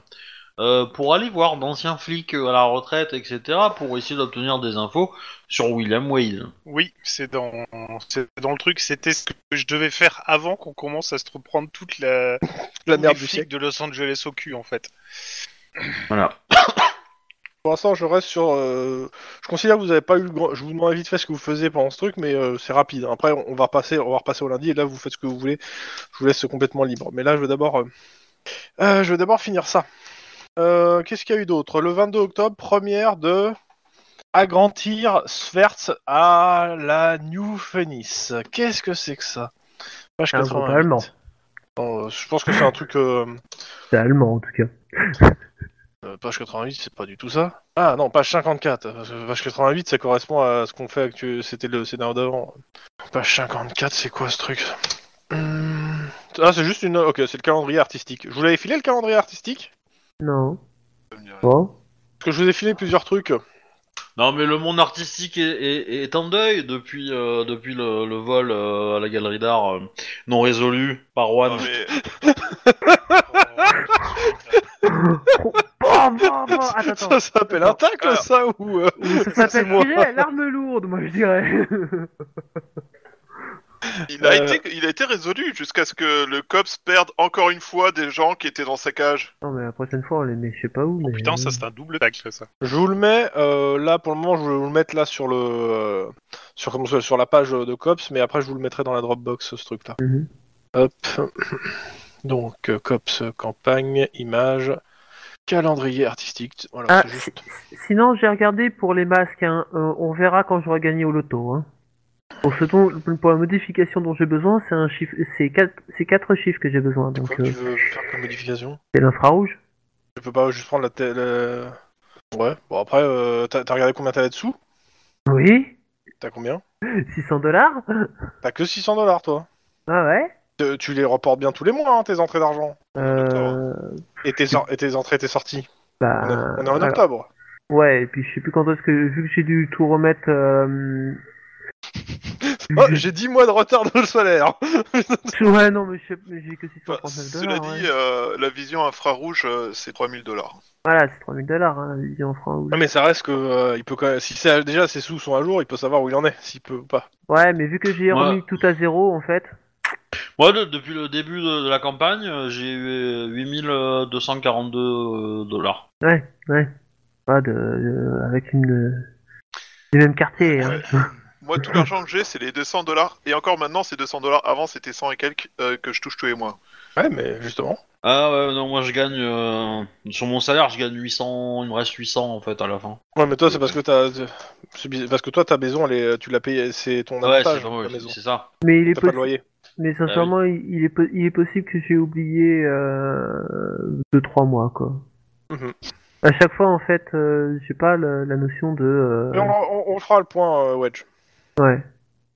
Speaker 3: euh, pour aller voir d'anciens flics euh, à la retraite, etc., pour essayer d'obtenir des infos sur William Wade.
Speaker 2: Oui, c'est dans, c'est dans le truc. C'était ce que je devais faire avant qu'on commence à se reprendre toute la,
Speaker 1: La
Speaker 2: tous
Speaker 1: merde
Speaker 2: les
Speaker 1: du
Speaker 2: flics
Speaker 1: siècle.
Speaker 2: de Los Angeles au cul, en fait.
Speaker 3: Voilà.
Speaker 1: Pour l'instant, je reste sur. euh, Je considère que vous n'avez pas eu le grand. Je vous demande vite fait ce que vous faisiez pendant ce truc, mais euh, c'est rapide. Après, on va repasser, on va repasser au lundi et là, vous faites ce que vous voulez. Je vous laisse complètement libre. Mais là, je veux d'abord. euh, euh, je veux d'abord finir ça. Euh, Qu'est-ce qu'il y a eu d'autre Le 22 octobre, première de Agrantir Sverts à la New Phoenix. Qu'est-ce que c'est que ça Page
Speaker 4: C'est un groupe
Speaker 1: 88.
Speaker 4: allemand.
Speaker 1: Euh, je pense que c'est un truc. euh,
Speaker 4: C'est allemand, en tout cas.
Speaker 1: euh, page 88, c'est pas du tout ça. Ah non, page 54. euh, Page 88, ça correspond à ce qu'on fait actuellement. C'était le scénario d'avant. Page 54, c'est quoi ce truc Hum, Ah, c'est juste une. Ok, c'est le calendrier artistique. Je vous l'avais filé le calendrier artistique
Speaker 4: Non.
Speaker 5: Ça me dit rien.
Speaker 4: Bon.
Speaker 1: Parce que je vous ai filé plusieurs trucs.
Speaker 4: Oh,
Speaker 3: Non, mais le monde artistique est, est- est en deuil depuis, euh, depuis le, le vol euh, à la galerie d'art euh, non résolu par Juan.
Speaker 5: Non, mais
Speaker 4: Bon,
Speaker 1: [LAUGHS]
Speaker 4: bon, bon. Attends, attends.
Speaker 1: Ça s'appelle un tacle,
Speaker 5: Alors.
Speaker 1: ça Ou. euh,
Speaker 4: Ça
Speaker 1: c'est
Speaker 4: s'appelle
Speaker 1: moi.
Speaker 4: filer à l'arme lourde, moi, je dirais. [LAUGHS]
Speaker 5: il, a
Speaker 1: Euh.
Speaker 5: été, il a été résolu jusqu'à ce que le COPS perde encore une fois des gens qui étaient dans sa cage.
Speaker 4: non, mais la prochaine fois, on les met je sais pas
Speaker 1: Oh,
Speaker 4: où. Mais...
Speaker 2: Putain, ça c'est un double tacle ça.
Speaker 1: Je vous le mets euh, là pour le moment, je vais vous le mettre là sur le euh, sur comment ça- sur la page euh, de cops, mais après je vous le mettrai dans la Dropbox ce truc là.
Speaker 4: Mhm.
Speaker 1: Hop. [CLEARS THROAT] Donc euh, cops euh, campagne images calendrier artistique. Voilà,
Speaker 4: Ah,
Speaker 1: c'est juste.
Speaker 4: si- Sinon, j'ai regardé pour les masques. hein. Euh, on verra quand j'aurai gagné au loto. Hein. Pour, ce dont- pour la modification dont j'ai besoin, c'est un chiffre, c'est quatre, c'est quatre chiffres que j'ai besoin.
Speaker 1: C'est
Speaker 4: Donc
Speaker 1: quoi que
Speaker 4: euh,
Speaker 1: tu veux faire comme modification
Speaker 4: c'est l'infrarouge.
Speaker 1: Je peux pas juste prendre la, télé- la- Ouais. Bon, après, euh, t'as t'as regardé combien t'avais de sous
Speaker 4: Oui
Speaker 1: T'as combien
Speaker 4: 600 dollars
Speaker 1: T'as que 600 dollars, toi.
Speaker 4: Ah ouais
Speaker 1: Te- tu les reportes bien tous les mois, hein, tes entrées d'argent.
Speaker 4: euh,
Speaker 1: Et tes, en- et tes entrées et tes sorties.
Speaker 4: bah,
Speaker 1: On est- on est en
Speaker 4: voilà.
Speaker 1: octobre.
Speaker 4: Ouais, et puis je sais plus quand est-ce que, vu que j'ai dû tout remettre, euh, [LAUGHS]
Speaker 1: Oh, j'ai 10 mois de retard de solaire.
Speaker 4: ouais, non, mais je sais- mais j'ai que
Speaker 5: Enfin,
Speaker 4: 639
Speaker 5: Bah, cela
Speaker 4: dollars.
Speaker 5: dit,
Speaker 4: ouais.
Speaker 5: euh, la vision infrarouge, euh, c'est 3000 dollars.
Speaker 4: Voilà, c'est 3000 dollars, hein, la vision en francs. oui.
Speaker 1: Ouais, mais ça reste que euh, il peut quand même- si c'est- déjà ses sous sont à jour, il peut savoir où il en est, s'il peut ou pas.
Speaker 4: Ouais, mais vu que j'ai
Speaker 3: Moi-
Speaker 4: remis tout à zéro, en fait,
Speaker 3: Moi, de- depuis le début de, de la campagne, euh, j'ai eu euh, 8242 euh, dollars.
Speaker 4: ouais, ouais. Pas de, de- avec une, euh, du même quartier, hein.
Speaker 5: Moi, tout l'argent que j'ai, c'est les 200 dollars. Et encore maintenant, c'est 200 dollars. Avant, c'était 100 et quelques euh, que je touche tous les mois.
Speaker 1: Ouais, mais justement.
Speaker 3: Ah ouais, non, moi je gagne... euh, sur mon salaire, je gagne 800... Il me reste 800 en fait à la fin.
Speaker 1: Ouais, mais toi c'est parce que t'as c'est bizarre- parce que toi ta maison, elle est- tu l'as payée, c'est ton
Speaker 3: Ouais,
Speaker 1: avantage.
Speaker 3: c'est ça, ouais,
Speaker 1: ta maison.
Speaker 3: c'est ça.
Speaker 4: Mais il est
Speaker 1: T'as pas de
Speaker 4: possible.
Speaker 1: loyer.
Speaker 4: Mais sincèrement, il, il est, po- il est possible que j'ai oublié euh, deux trois mois quoi.
Speaker 1: Mhm.
Speaker 4: À chaque fois, en fait, euh, j'ai pas le- la notion de. euh,
Speaker 1: Mais on, on- on fera le point euh, Wedge.
Speaker 4: Ouais.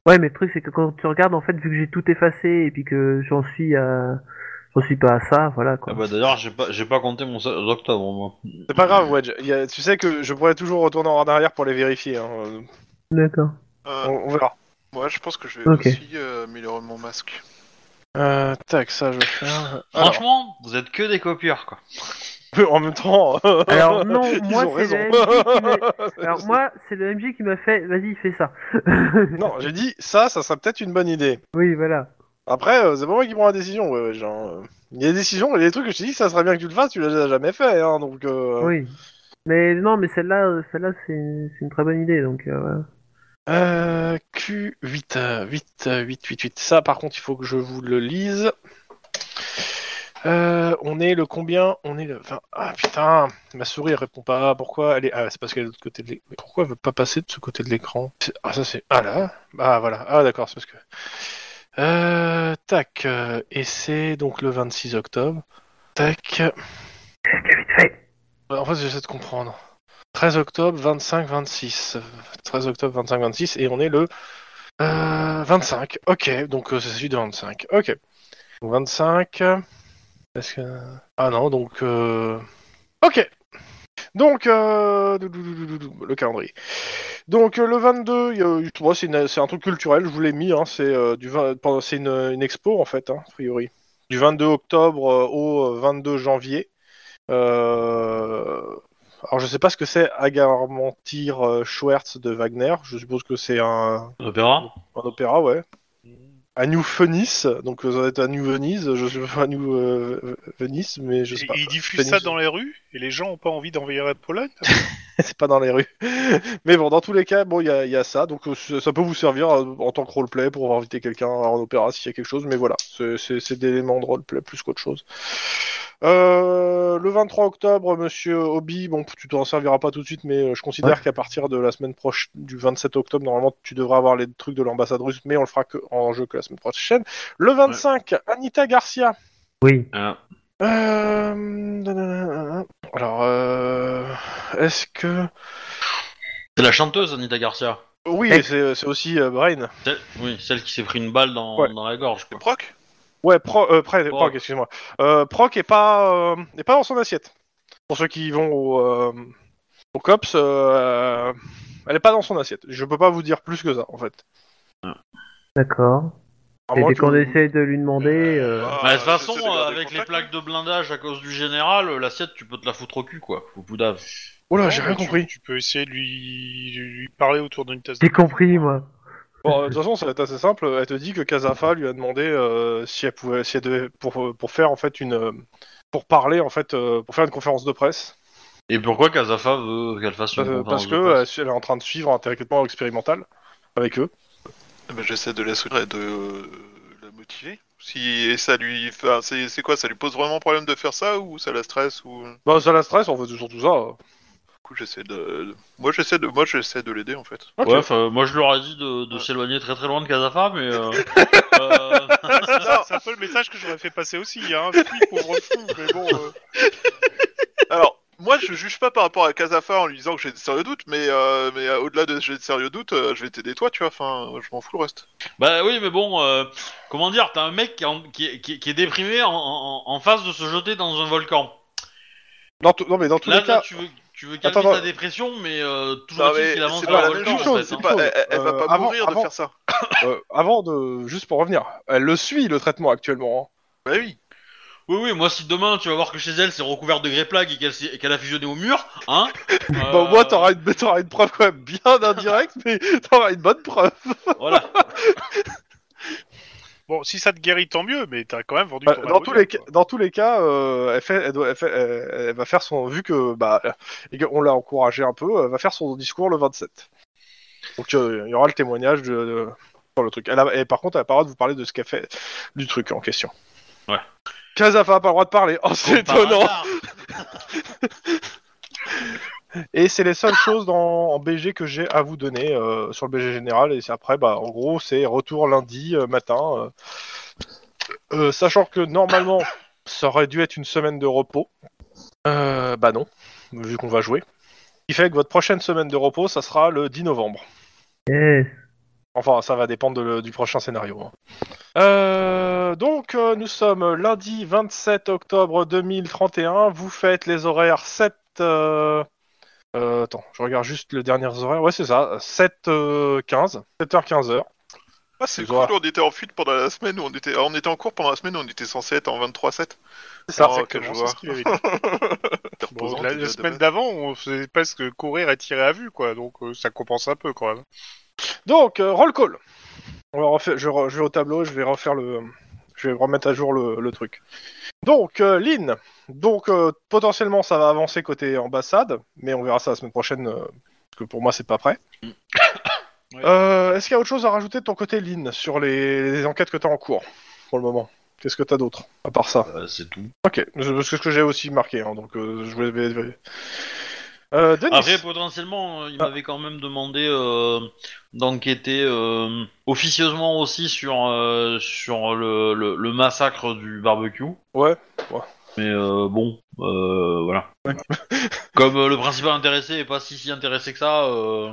Speaker 4: Ouais, mais le truc c'est que quand tu regardes, en fait, vu que j'ai tout effacé et puis que j'en suis à, j'en suis pas à ça, voilà quoi.
Speaker 3: Ah bah d'ailleurs, j'ai pas, j'ai pas compté mon salaire d'octobre, moi.
Speaker 1: C'est pas grave Wedge. Il y a- tu sais que je pourrais toujours retourner en arrière pour les vérifier. hein, euh,
Speaker 4: D'accord.
Speaker 5: Euh,
Speaker 1: On, on verra.
Speaker 5: Moi, je pense que je vais
Speaker 4: Ok.
Speaker 5: aussi euh, améliorer mon masque.
Speaker 1: Euh, tac, ça je vais faire. Alors,
Speaker 3: Franchement, vous êtes que des copieurs, quoi.
Speaker 1: en même temps.
Speaker 4: Alors non,
Speaker 1: [LAUGHS] Ils
Speaker 4: moi
Speaker 1: ont
Speaker 4: c'est
Speaker 1: raison.
Speaker 4: le MJ qui m'a- Alors moi c'est le MJ qui m'a fait, vas-y fais ça.
Speaker 1: [LAUGHS] non, j'ai dit ça, ça serait peut-être une bonne idée.
Speaker 4: Oui voilà.
Speaker 1: Après, euh, c'est pas moi qui prends la décision, ouais, ouais, genre, euh, Il y a des décisions, il y a des trucs que je te dis, ça serait bien que tu le fasses, tu l'as jamais fait, hein, donc... euh,
Speaker 4: Oui. Mais non, mais celle-là, euh, celle-là c'est c'est une très bonne idée donc. euh, voilà.
Speaker 1: Euh, Q8, euh, 8, euh, 8, 8, 8, ça par contre, il faut que je vous le lise. Euh, on est le combien On est le... Enfin, ah putain, ma souris elle répond pas, pourquoi elle est... Ah, c'est parce qu'elle est de l'autre côté de l'écran. Pourquoi elle veut pas passer de ce côté de l'écran C'est- Ah, ça c'est... Ah là Ah voilà, ah d'accord, c'est parce que... Euh, tac, euh, et c'est donc le 26 octobre. Tac,
Speaker 4: Que vite fait.
Speaker 1: Ouais, Euh, En fait, j'essaie de comprendre. 13 octobre, 25, 26. Euh, 13 octobre, 25, 26, et on est le euh, 25. Ok, donc euh, c'est celui de 25. Ok. Donc, 25. euh, Est-ce que. Ah non, donc. euh, Ok. Donc, euh, dou- dou- dou- dou- dou- le calendrier. Donc, euh, le 22, il y a- tu vois, c'est une- c'est un truc culturel, je vous l'ai mis. hein, c'est euh, du vingt- pendant- c'est une, une expo, en fait, hein, a priori. Du 22 octobre euh, au euh, 22 janvier. Euh, Alors, je sais pas ce que c'est Agarmentir euh, Schwertz de Wagner. Je suppose que c'est un...
Speaker 3: L'opéra
Speaker 1: un opéra, ouais. À New Phoenix, donc euh, ça va être à New Venise, je sais pas à New euh, Venice, mais je sais pas.
Speaker 2: Ils diffusent ça
Speaker 1: Venise.
Speaker 2: dans les rues et les gens ont pas envie d'envahir la Pologne.
Speaker 1: Ah, [LAUGHS] c'est pas dans les rues. Mais bon, dans tous les cas, bon, il y, a- il y a ça, donc euh, ça ça peut vous servir euh, en tant que roleplay pour inviter quelqu'un en opéra s'il y a quelque chose, mais voilà, c'est- c'est c'est des éléments de roleplay plus qu'autre chose. Euh, le 23 octobre, monsieur Hobby, bon, tu t'en serviras pas tout de suite, mais euh, je considère qu'à partir de la semaine proche du 27 octobre, normalement, tu devras avoir les trucs de l'ambassade russe, mais on le fera que, en jeu que la semaine prochaine. Le 25, Anita Garcia.
Speaker 4: Oui.
Speaker 3: Euh,
Speaker 1: Euh... nanana. Alors, euh... est-ce que...
Speaker 3: C'est la chanteuse, Anita Garcia.
Speaker 1: Oui,
Speaker 4: Eh.
Speaker 1: et c'est c'est aussi euh, Brain.
Speaker 3: Celle- Oui, celle qui s'est pris une balle dans,
Speaker 1: Ouais.
Speaker 3: dans la gorge, quoi.
Speaker 5: Proc
Speaker 1: Ouais, Pro, euh, Pre-
Speaker 3: Proc.
Speaker 1: Proc, excuse-moi. Euh, Proc est pas, euh, est pas dans son assiette. Pour ceux qui vont au, euh, au COPS, euh, elle est pas dans son assiette. Je peux pas vous dire plus que ça, en fait.
Speaker 4: D'accord.
Speaker 1: À
Speaker 4: Et
Speaker 1: moins
Speaker 4: dès
Speaker 1: que-
Speaker 4: qu'on essaie de lui demander, euh,
Speaker 5: Ah,
Speaker 3: Bah, de toute façon,
Speaker 5: j'essaie de
Speaker 3: euh,
Speaker 5: garder
Speaker 3: avec les
Speaker 5: contact, hein.
Speaker 3: plaques de blindage à cause du général, euh, l'assiette, tu peux te la foutre au cul, quoi, au bout d'un.
Speaker 1: Oh là, j'ai
Speaker 2: Non,
Speaker 1: rien
Speaker 2: tu-
Speaker 1: compris.
Speaker 2: Tu peux essayer de lui, lui parler autour d'une tasse de
Speaker 4: j'ai compris moi.
Speaker 1: Bon, euh, de toute façon, ça va être assez simple. Elle te dit que Kazafa lui a demandé euh, si elle pouvait, si elle devait, pour, pour faire en fait une, euh, pour parler en fait, euh, pour faire une conférence de presse.
Speaker 3: Et pourquoi Kazafa veut qu'elle fasse une
Speaker 1: Euh,
Speaker 3: conférence
Speaker 1: parce
Speaker 3: de
Speaker 1: que
Speaker 3: presse
Speaker 1: euh, elle est en train de suivre un traitement expérimental avec eux.
Speaker 5: Eh ben, J'essaie de la soutenir et de euh, la motiver. Si et ça lui, enfin, c'est c'est quoi Ça lui pose vraiment problème de faire ça ou ça la stresse ou
Speaker 1: Bah ça la stresse, on fait toujours tout ça.
Speaker 5: Du coup, j'essaie de. Moi, j'essaie de. Moi, j'essaie de l'aider en fait.
Speaker 1: Ok.
Speaker 3: Ouais, enfin, moi je leur ai dit de, de s'éloigner très très loin de Kazafa, mais.
Speaker 1: [LAUGHS]
Speaker 3: euh, euh,
Speaker 2: ça, C'est un peu le
Speaker 1: [LAUGHS]
Speaker 2: message que j'aurais fait passer aussi. Hein. Fuis, pauvre fou, mais bon. euh,
Speaker 5: [LAUGHS] Alors, moi, je juge pas par rapport à Casafa en lui disant que j'ai des sérieux doutes, mais, euh, mais euh, au-delà de j'ai des sérieux doutes, euh, je vais t'aider toi, tu vois. Enfin, je m'en fous le reste.
Speaker 3: Bah oui, mais bon, euh, comment dire, t'as un mec qui, est en- qui est- qui est- qui est déprimé en, en- en face de se jeter dans un volcan.
Speaker 1: Dans tout- non, mais dans tous
Speaker 3: Là,
Speaker 1: les cas,
Speaker 3: toi, tu veux, tu veux calmer
Speaker 1: Attends,
Speaker 3: ta
Speaker 1: non.
Speaker 3: dépression, mais euh, toujours
Speaker 5: Non,
Speaker 3: est-il
Speaker 5: mais
Speaker 3: qu'il avance
Speaker 5: c'est
Speaker 3: dans
Speaker 5: pas
Speaker 3: un
Speaker 5: la
Speaker 1: même
Speaker 3: volcan.
Speaker 1: chose,
Speaker 3: en fait,
Speaker 1: c'est
Speaker 3: hein.
Speaker 1: pas-
Speaker 5: elle, elle- elle va
Speaker 1: Euh,
Speaker 5: pas
Speaker 1: avant-
Speaker 5: mourir
Speaker 1: avant-
Speaker 5: de faire ça.
Speaker 1: euh, avant de. Juste pour revenir, elle le suit le traitement actuellement. hein.
Speaker 5: Bah oui.
Speaker 3: Oui, oui, moi, si demain tu vas voir que chez elle c'est recouvert de grès plague et qu'elle s'est- et qu'elle a fusionné au mur, hein euh,
Speaker 1: [LAUGHS] Bah, au moins, t'auras une, [LAUGHS] t'auras une preuve quand même bien indirecte, mais [LAUGHS] t'auras une bonne preuve.
Speaker 3: Voilà.
Speaker 2: Bon, si ça te guérit, tant mieux, mais t'as quand même vendu
Speaker 1: Bah,
Speaker 2: ton
Speaker 1: dans, tous les,
Speaker 2: cas.
Speaker 1: ca- dans tous les cas, euh, elle, fait, elle, doit- elle fait- elle- elle va faire son. Vu que bah, et qu'on l'a encouragé un peu, elle va faire son discours le 27. Donc euh, il y aura le témoignage de, de- sur le truc. Elle a- et par contre, elle a pas le droit de vous parler de ce qu'elle fait du truc en question.
Speaker 3: Ouais.
Speaker 1: Kazafa a pas le droit de parler. Oh, [LAUGHS] c'est
Speaker 3: Comme par
Speaker 1: étonnant.
Speaker 3: hasard.
Speaker 1: Et c'est les seules choses dans, en BG que j'ai à vous donner euh, sur le BG général. Et c'est après, bah, en gros, c'est retour lundi euh, matin. euh. Euh, sachant que normalement, ça aurait dû être une semaine de repos. Euh, bah non, vu qu'on va jouer. Ce qui fait que votre prochaine semaine de repos, ça sera le 10 novembre.
Speaker 4: Eh,
Speaker 1: Enfin, ça va dépendre de le- du prochain scénario. hein. Euh, donc, euh, nous sommes lundi 27 octobre 2031. Vous faites les horaires 7. euh, euh, attends, je regarde juste les derniers horaires. Ouais, c'est ça. 7 euh, 15 7h15h.
Speaker 5: Ah, c'est
Speaker 1: Tu
Speaker 5: cool,
Speaker 1: vois.
Speaker 5: on était en fuite pendant la semaine, où on était, on était en cours pendant la semaine, où on était censé être en 23-7.
Speaker 1: C'est ça.
Speaker 5: Oh,
Speaker 1: c'est-
Speaker 5: que je
Speaker 2: Exactement,
Speaker 5: vois.
Speaker 2: c'est ce qu'il avait dit.
Speaker 1: [LAUGHS]
Speaker 5: T'es
Speaker 2: Bon,
Speaker 5: reposant,
Speaker 2: la,
Speaker 5: t'es
Speaker 2: la
Speaker 5: déjà de
Speaker 2: semaine
Speaker 5: base.
Speaker 2: d'avant, on faisait presque courir et tirer à vue, quoi. Donc euh, ça compense un peu, quand même.
Speaker 1: Donc, euh, roll call. On va refaire- je, re- je vais au tableau, je vais refaire le. Je vais remettre à jour le, le truc. Donc, euh, Lynn. Donc, euh, potentiellement, ça va avancer côté ambassade, mais on verra ça la semaine prochaine, euh, parce que pour moi, c'est pas prêt.
Speaker 5: Mm.
Speaker 1: Euh, Est-ce qu'il y a autre chose à rajouter de ton côté, Lynn, sur les, les enquêtes que t'as en cours, pour le moment Qu'est-ce que t'as d'autre, à part ça
Speaker 3: Euh, c'est tout.
Speaker 1: Ok, je- parce que ce que j'ai aussi marqué, hein, donc euh, je vais... vais- vais- Euh, Denis
Speaker 3: Après, potentiellement, euh,
Speaker 1: Ah.
Speaker 3: il m'avait quand même demandé euh, d'enquêter euh, officieusement aussi sur, euh, sur le, le- le massacre du barbecue.
Speaker 1: Ouais.
Speaker 3: Mais euh, bon, euh,
Speaker 1: [LAUGHS]
Speaker 3: voilà. Comme euh, le principal intéressé est pas si si intéressé que ça, euh,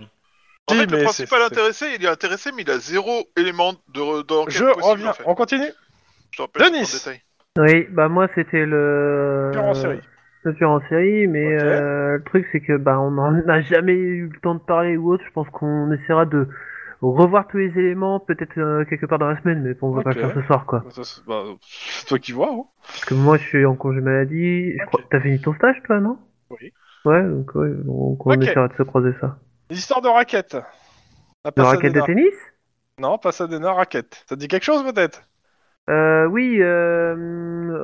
Speaker 5: En
Speaker 1: Si,
Speaker 5: fait,
Speaker 1: mais
Speaker 5: le principal
Speaker 1: c'est-
Speaker 5: intéressé, il est intéressé, mais il a zéro élément de re- d'enquête
Speaker 1: Je
Speaker 5: possible,
Speaker 1: reviens,
Speaker 5: en fait.
Speaker 1: on continue
Speaker 5: Je te rappelle, je
Speaker 1: Denis
Speaker 5: prends le détail.
Speaker 4: oui, bah moi c'était le...
Speaker 1: Tueur en série.
Speaker 4: Le tueur en série, mais
Speaker 1: Ok.
Speaker 4: euh, le truc c'est que bah on n'en a jamais eu le temps de parler ou autre. Je pense qu'on essaiera de revoir tous les éléments, peut-être euh, quelque part dans la semaine, mais on va pas
Speaker 1: Ok.
Speaker 4: le faire ce soir quoi.
Speaker 1: Ça, c'est- bah, c'est toi qui vois, hein.
Speaker 4: Parce que moi je suis en congé maladie. Je crois... T'as fini ton stage toi, non
Speaker 1: Oui.
Speaker 4: Ouais, donc, ouais, donc on
Speaker 1: Ok.
Speaker 4: essaiera de se croiser ça.
Speaker 1: Les histoires de raquettes. La
Speaker 4: Le
Speaker 1: Pasadena.
Speaker 4: racket de tennis
Speaker 1: Non, Pasadena raquette. Ça te dit quelque chose peut-être
Speaker 4: Euh, oui, euh,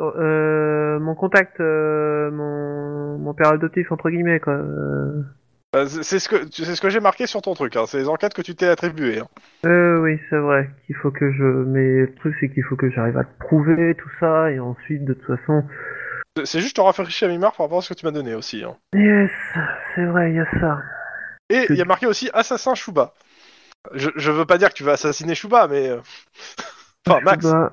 Speaker 4: euh, mon contact, euh, mon, mon père adoptif, entre guillemets, quoi. Euh,
Speaker 1: Euh, c'est- C'est ce que tu- c'est ce que j'ai marqué sur ton truc. Hein. C'est les enquêtes que tu t'es attribuées. hein.
Speaker 4: euh, oui, c'est vrai, qu'il faut que je... Mais le truc, c'est qu'il faut que j'arrive à le prouver, tout ça, et ensuite, de toute façon...
Speaker 1: C'est- C'est juste en rafraîchir à mi-marque par rapport à ce que tu m'as donné aussi. hein.
Speaker 4: Yes, c'est vrai, il y a ça.
Speaker 1: Et il y a marqué aussi assassin Shuba. Je, je veux pas dire que tu vas assassiner Shuba, mais euh, [LAUGHS] enfin Max.
Speaker 4: Bah-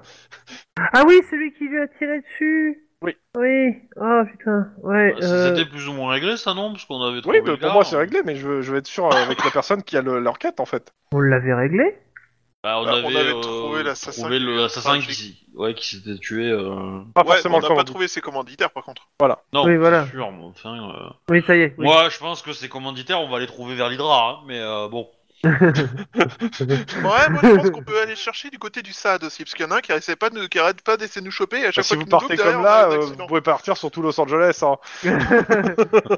Speaker 4: Ah oui, celui qui lui a tiré dessus
Speaker 1: Oui. Ah,
Speaker 4: Oui, oh putain, ouais. euh,
Speaker 3: bah, c'était plus ou moins réglé ça, non Parce qu'on avait trouvé
Speaker 1: Oui, mais
Speaker 3: le
Speaker 1: pour
Speaker 3: gars, euh,
Speaker 1: moi c'est
Speaker 3: on-
Speaker 1: réglé, mais je veux, je veux être sûr euh, avec la personne qui a le- l'enquête en fait.
Speaker 4: On l'avait réglé
Speaker 3: Bah, on,
Speaker 5: Bah,
Speaker 3: avait,
Speaker 5: on avait
Speaker 3: euh,
Speaker 5: trouvé l'assassin
Speaker 3: trouvé
Speaker 5: qui-
Speaker 3: le- l'assassin qui,
Speaker 5: tragique.
Speaker 3: s'y- ouais, qui s'était tué. euh,
Speaker 1: Pas
Speaker 5: Ouais,
Speaker 1: forcément
Speaker 5: on
Speaker 1: le
Speaker 5: n'a pas
Speaker 1: commandant.
Speaker 5: trouvé ses commanditaires, par contre.
Speaker 3: Non,
Speaker 4: Oui, voilà.
Speaker 3: c'est sûr, mais enfin, euh,
Speaker 4: Oui, ça y est. oui.
Speaker 3: Moi, je pense que ces commanditaires, on va les trouver vers l'Hydra, hein, mais euh, bon.
Speaker 5: Ouais, moi je pense qu'on
Speaker 2: [LAUGHS]
Speaker 5: peut aller chercher du côté du SAD aussi, parce qu'il y en a un qui arrête pas de nous- qui arrête pas d'essayer de nous choper, et à
Speaker 1: Bah,
Speaker 5: chaque
Speaker 1: si
Speaker 5: fois
Speaker 1: vous
Speaker 5: qu'il nous loupe,
Speaker 1: partez
Speaker 5: derrière,
Speaker 1: comme
Speaker 5: on a
Speaker 1: là,
Speaker 5: un
Speaker 1: euh, vous
Speaker 5: accident.
Speaker 1: pouvez partir sur tout Los Angeles. hein.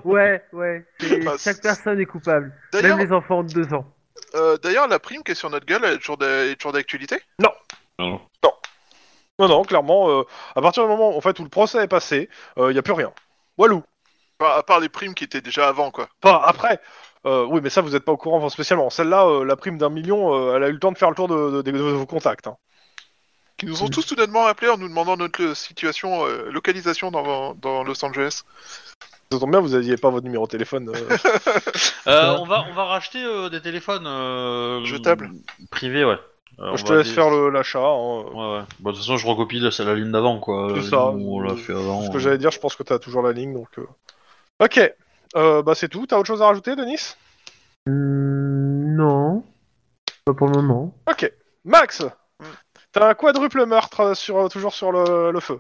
Speaker 4: ouais,
Speaker 1: [LAUGHS]
Speaker 4: ouais. c'est-
Speaker 5: Bah, c'est-
Speaker 4: Chaque personne est coupable.
Speaker 5: D'ailleurs,
Speaker 4: Même les enfants de deux ans.
Speaker 5: euh, d'ailleurs, la prime qui est sur notre gueule, elle est toujours d'a- elle est toujours d'actualité.
Speaker 1: Non, non, clairement, euh, à partir du moment en fait où le procès est passé, il n'y a plus rien. Walou.
Speaker 5: Enfin, à part les primes qui étaient déjà avant, quoi.
Speaker 1: Enfin, après, euh, oui, mais ça, vous n'êtes pas au courant enfin, spécialement. Celle-là, euh, la prime d'un million, euh, elle a eu le temps de faire le tour de, de- de- de vos contacts. hein.
Speaker 5: Qui nous ont tous soudainement appelés en nous demandant notre euh, situation, euh, localisation dans, dans Los Angeles.
Speaker 1: Ça tombe bien, vous n'aviez pas votre numéro de téléphone. euh.
Speaker 3: Euh, on, va, on va racheter euh, des téléphones. euh,
Speaker 5: Jetables.
Speaker 3: Privés, ouais. Euh,
Speaker 1: je
Speaker 3: on
Speaker 1: te
Speaker 3: va
Speaker 1: laisse
Speaker 3: des-
Speaker 1: faire le- l'achat. hein.
Speaker 3: Ouais, ouais. Bah, de toute façon, je recopie la, la ligne d'avant, quoi.
Speaker 1: C'est
Speaker 3: La
Speaker 1: ça.
Speaker 3: ligne où On l'a fait avant.
Speaker 1: Ce que
Speaker 3: euh.
Speaker 1: j'allais dire, je pense que tu as toujours la ligne. donc. euh. Ok. Euh, bah, c'est tout. T'as autre chose à rajouter, Denis
Speaker 4: Hmm, non. Pas pour le moment. [LAUGHS]
Speaker 1: Ok. Max
Speaker 2: Mm.
Speaker 1: T'as un quadruple meurtre sur, euh, toujours sur le, le feu.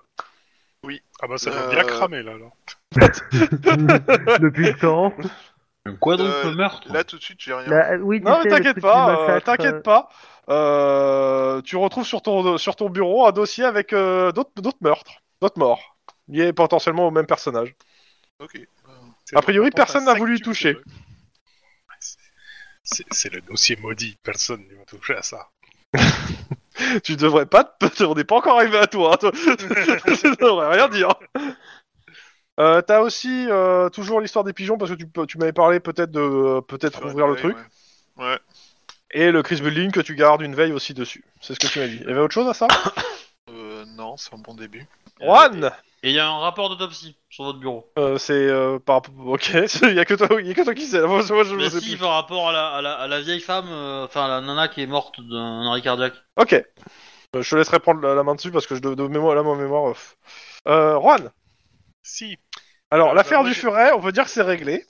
Speaker 2: Ah bah ça doit
Speaker 5: Euh,
Speaker 2: bien cramer là. alors.
Speaker 4: Depuis le temps.
Speaker 3: Un quadruple
Speaker 5: Euh,
Speaker 3: meurtre.
Speaker 5: Là, tout de suite, j'ai rien.
Speaker 4: Bah, [LAUGHS] oui, tu
Speaker 1: Non,
Speaker 4: sais,
Speaker 1: mais
Speaker 4: le
Speaker 1: t'inquiète
Speaker 4: truc
Speaker 1: pas,
Speaker 4: du
Speaker 1: euh,
Speaker 4: massacre,
Speaker 1: t'inquiète pas. Euh, tu retrouves sur ton, sur ton bureau un dossier avec euh, d'autres d'autres meurtres, d'autres morts, liés potentiellement au même personnage.
Speaker 5: Ok.
Speaker 2: C'est
Speaker 1: A priori,
Speaker 2: le-
Speaker 1: personne
Speaker 2: un
Speaker 1: n'a
Speaker 2: sac
Speaker 1: voulu
Speaker 2: du feu,
Speaker 1: toucher.
Speaker 2: ouais. C'est c'est le dossier maudit, personne ne va toucher à ça.
Speaker 1: [LAUGHS] Tu devrais pas te... On n'est pas encore arrivé à toi. hein,
Speaker 5: [LAUGHS]
Speaker 1: toi. tu devrais rien dire. Euh, T'as aussi euh, toujours l'histoire des pigeons parce que tu, peux- tu m'avais parlé peut-être de euh, peut-être
Speaker 5: Ouais,
Speaker 1: ouvrir le
Speaker 5: ouais,
Speaker 1: truc
Speaker 5: ouais.
Speaker 1: et le Chris Building que tu gardes une veille aussi dessus. C'est ce que tu m'as dit. Il y avait autre chose à ça
Speaker 5: Euh, non, c'est un bon début.
Speaker 1: Juan,
Speaker 3: Et il y a un rapport d'autopsie sur votre bureau.
Speaker 1: Euh, c'est euh, par [LAUGHS] ok. Il y a que toi, il y a que toi qui sais. Moi, je- moi, je
Speaker 3: Mais
Speaker 1: sais
Speaker 3: si,
Speaker 1: plus.
Speaker 3: par rapport à la, à la, à la vieille femme, euh, enfin la nana qui est morte d'un arrêt cardiaque.
Speaker 1: Ok. Euh, je te laisserai prendre la, la main dessus parce que je de, de mémoire, là, ma mémoire. euh, pff. Euh, Juan.
Speaker 2: Si,
Speaker 1: Alors,
Speaker 2: Ah,
Speaker 1: l'affaire
Speaker 2: bah, moi,
Speaker 1: du
Speaker 2: j'ai-
Speaker 1: furet, on peut dire que c'est réglé.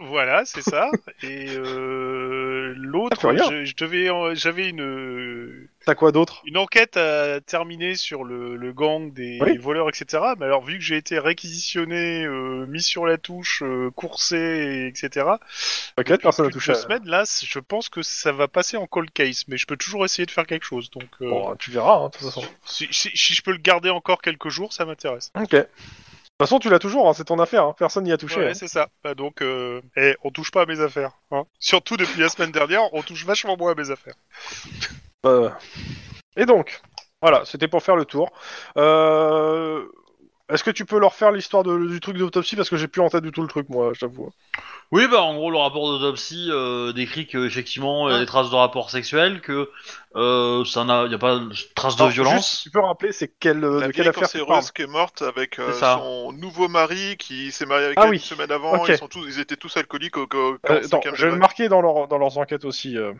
Speaker 2: voilà, c'est ça. [LAUGHS] Et euh, l'autre,
Speaker 1: Ah, tu regardes.
Speaker 2: je, je devais, en- j'avais une,
Speaker 1: T'as quoi d'autre
Speaker 2: une enquête à terminer sur le, le gang des
Speaker 1: Oui.
Speaker 2: voleurs, etc. Mais alors, vu que j'ai été réquisitionné, euh, mis sur la touche, euh, coursé, etc.
Speaker 1: T'inquiète, personne n'a
Speaker 2: plus de
Speaker 1: touché.
Speaker 2: deux
Speaker 1: à-
Speaker 2: semaines, là, c- je pense que ça va passer en cold case, mais je peux toujours essayer de faire quelque chose. Donc, euh,
Speaker 1: Bon, tu verras, hein, de toute façon.
Speaker 2: si, si- si je peux le garder encore quelques jours, ça m'intéresse.
Speaker 1: Ok. De toute façon, tu l'as toujours, hein, c'est ton affaire, hein, personne n'y a touché.
Speaker 2: Ouais,
Speaker 1: hein.
Speaker 2: c'est ça. Bah, donc, euh, eh, on touche pas à mes affaires. hein. Surtout depuis la semaine dernière, on touche vachement moins à mes affaires.
Speaker 1: Euh, Et donc, voilà, c'était pour faire le tour. Euh, Est-ce que tu peux leur faire l'histoire de- du truc d'autopsie Parce que j'ai plus en tête du tout le truc, moi, je t'avoue.
Speaker 3: Oui, bah en gros, le rapport d'autopsie euh, décrit qu'effectivement, il y a des traces de rapport sexuel, que euh, ça n'a, il n'y a pas de traces de
Speaker 1: Alors, juste,
Speaker 3: violence.
Speaker 1: tu peux rappeler c'est quelle, euh,
Speaker 5: la
Speaker 1: de
Speaker 5: vieille
Speaker 1: quelle affaire tu parles
Speaker 5: cancéreuse qui est morte avec euh,
Speaker 3: C'est ça.
Speaker 5: son nouveau mari qui s'est marié avec
Speaker 1: Ah
Speaker 5: elle
Speaker 1: oui.
Speaker 5: une semaine avant.
Speaker 1: Ok.
Speaker 5: Ils, sont tous, ils étaient tous alcooliques au, au, au-
Speaker 1: Euh, attends,
Speaker 5: cinquième
Speaker 1: je vais le
Speaker 5: degré.
Speaker 1: marquer dans, leur- dans leurs enquêtes aussi. euh.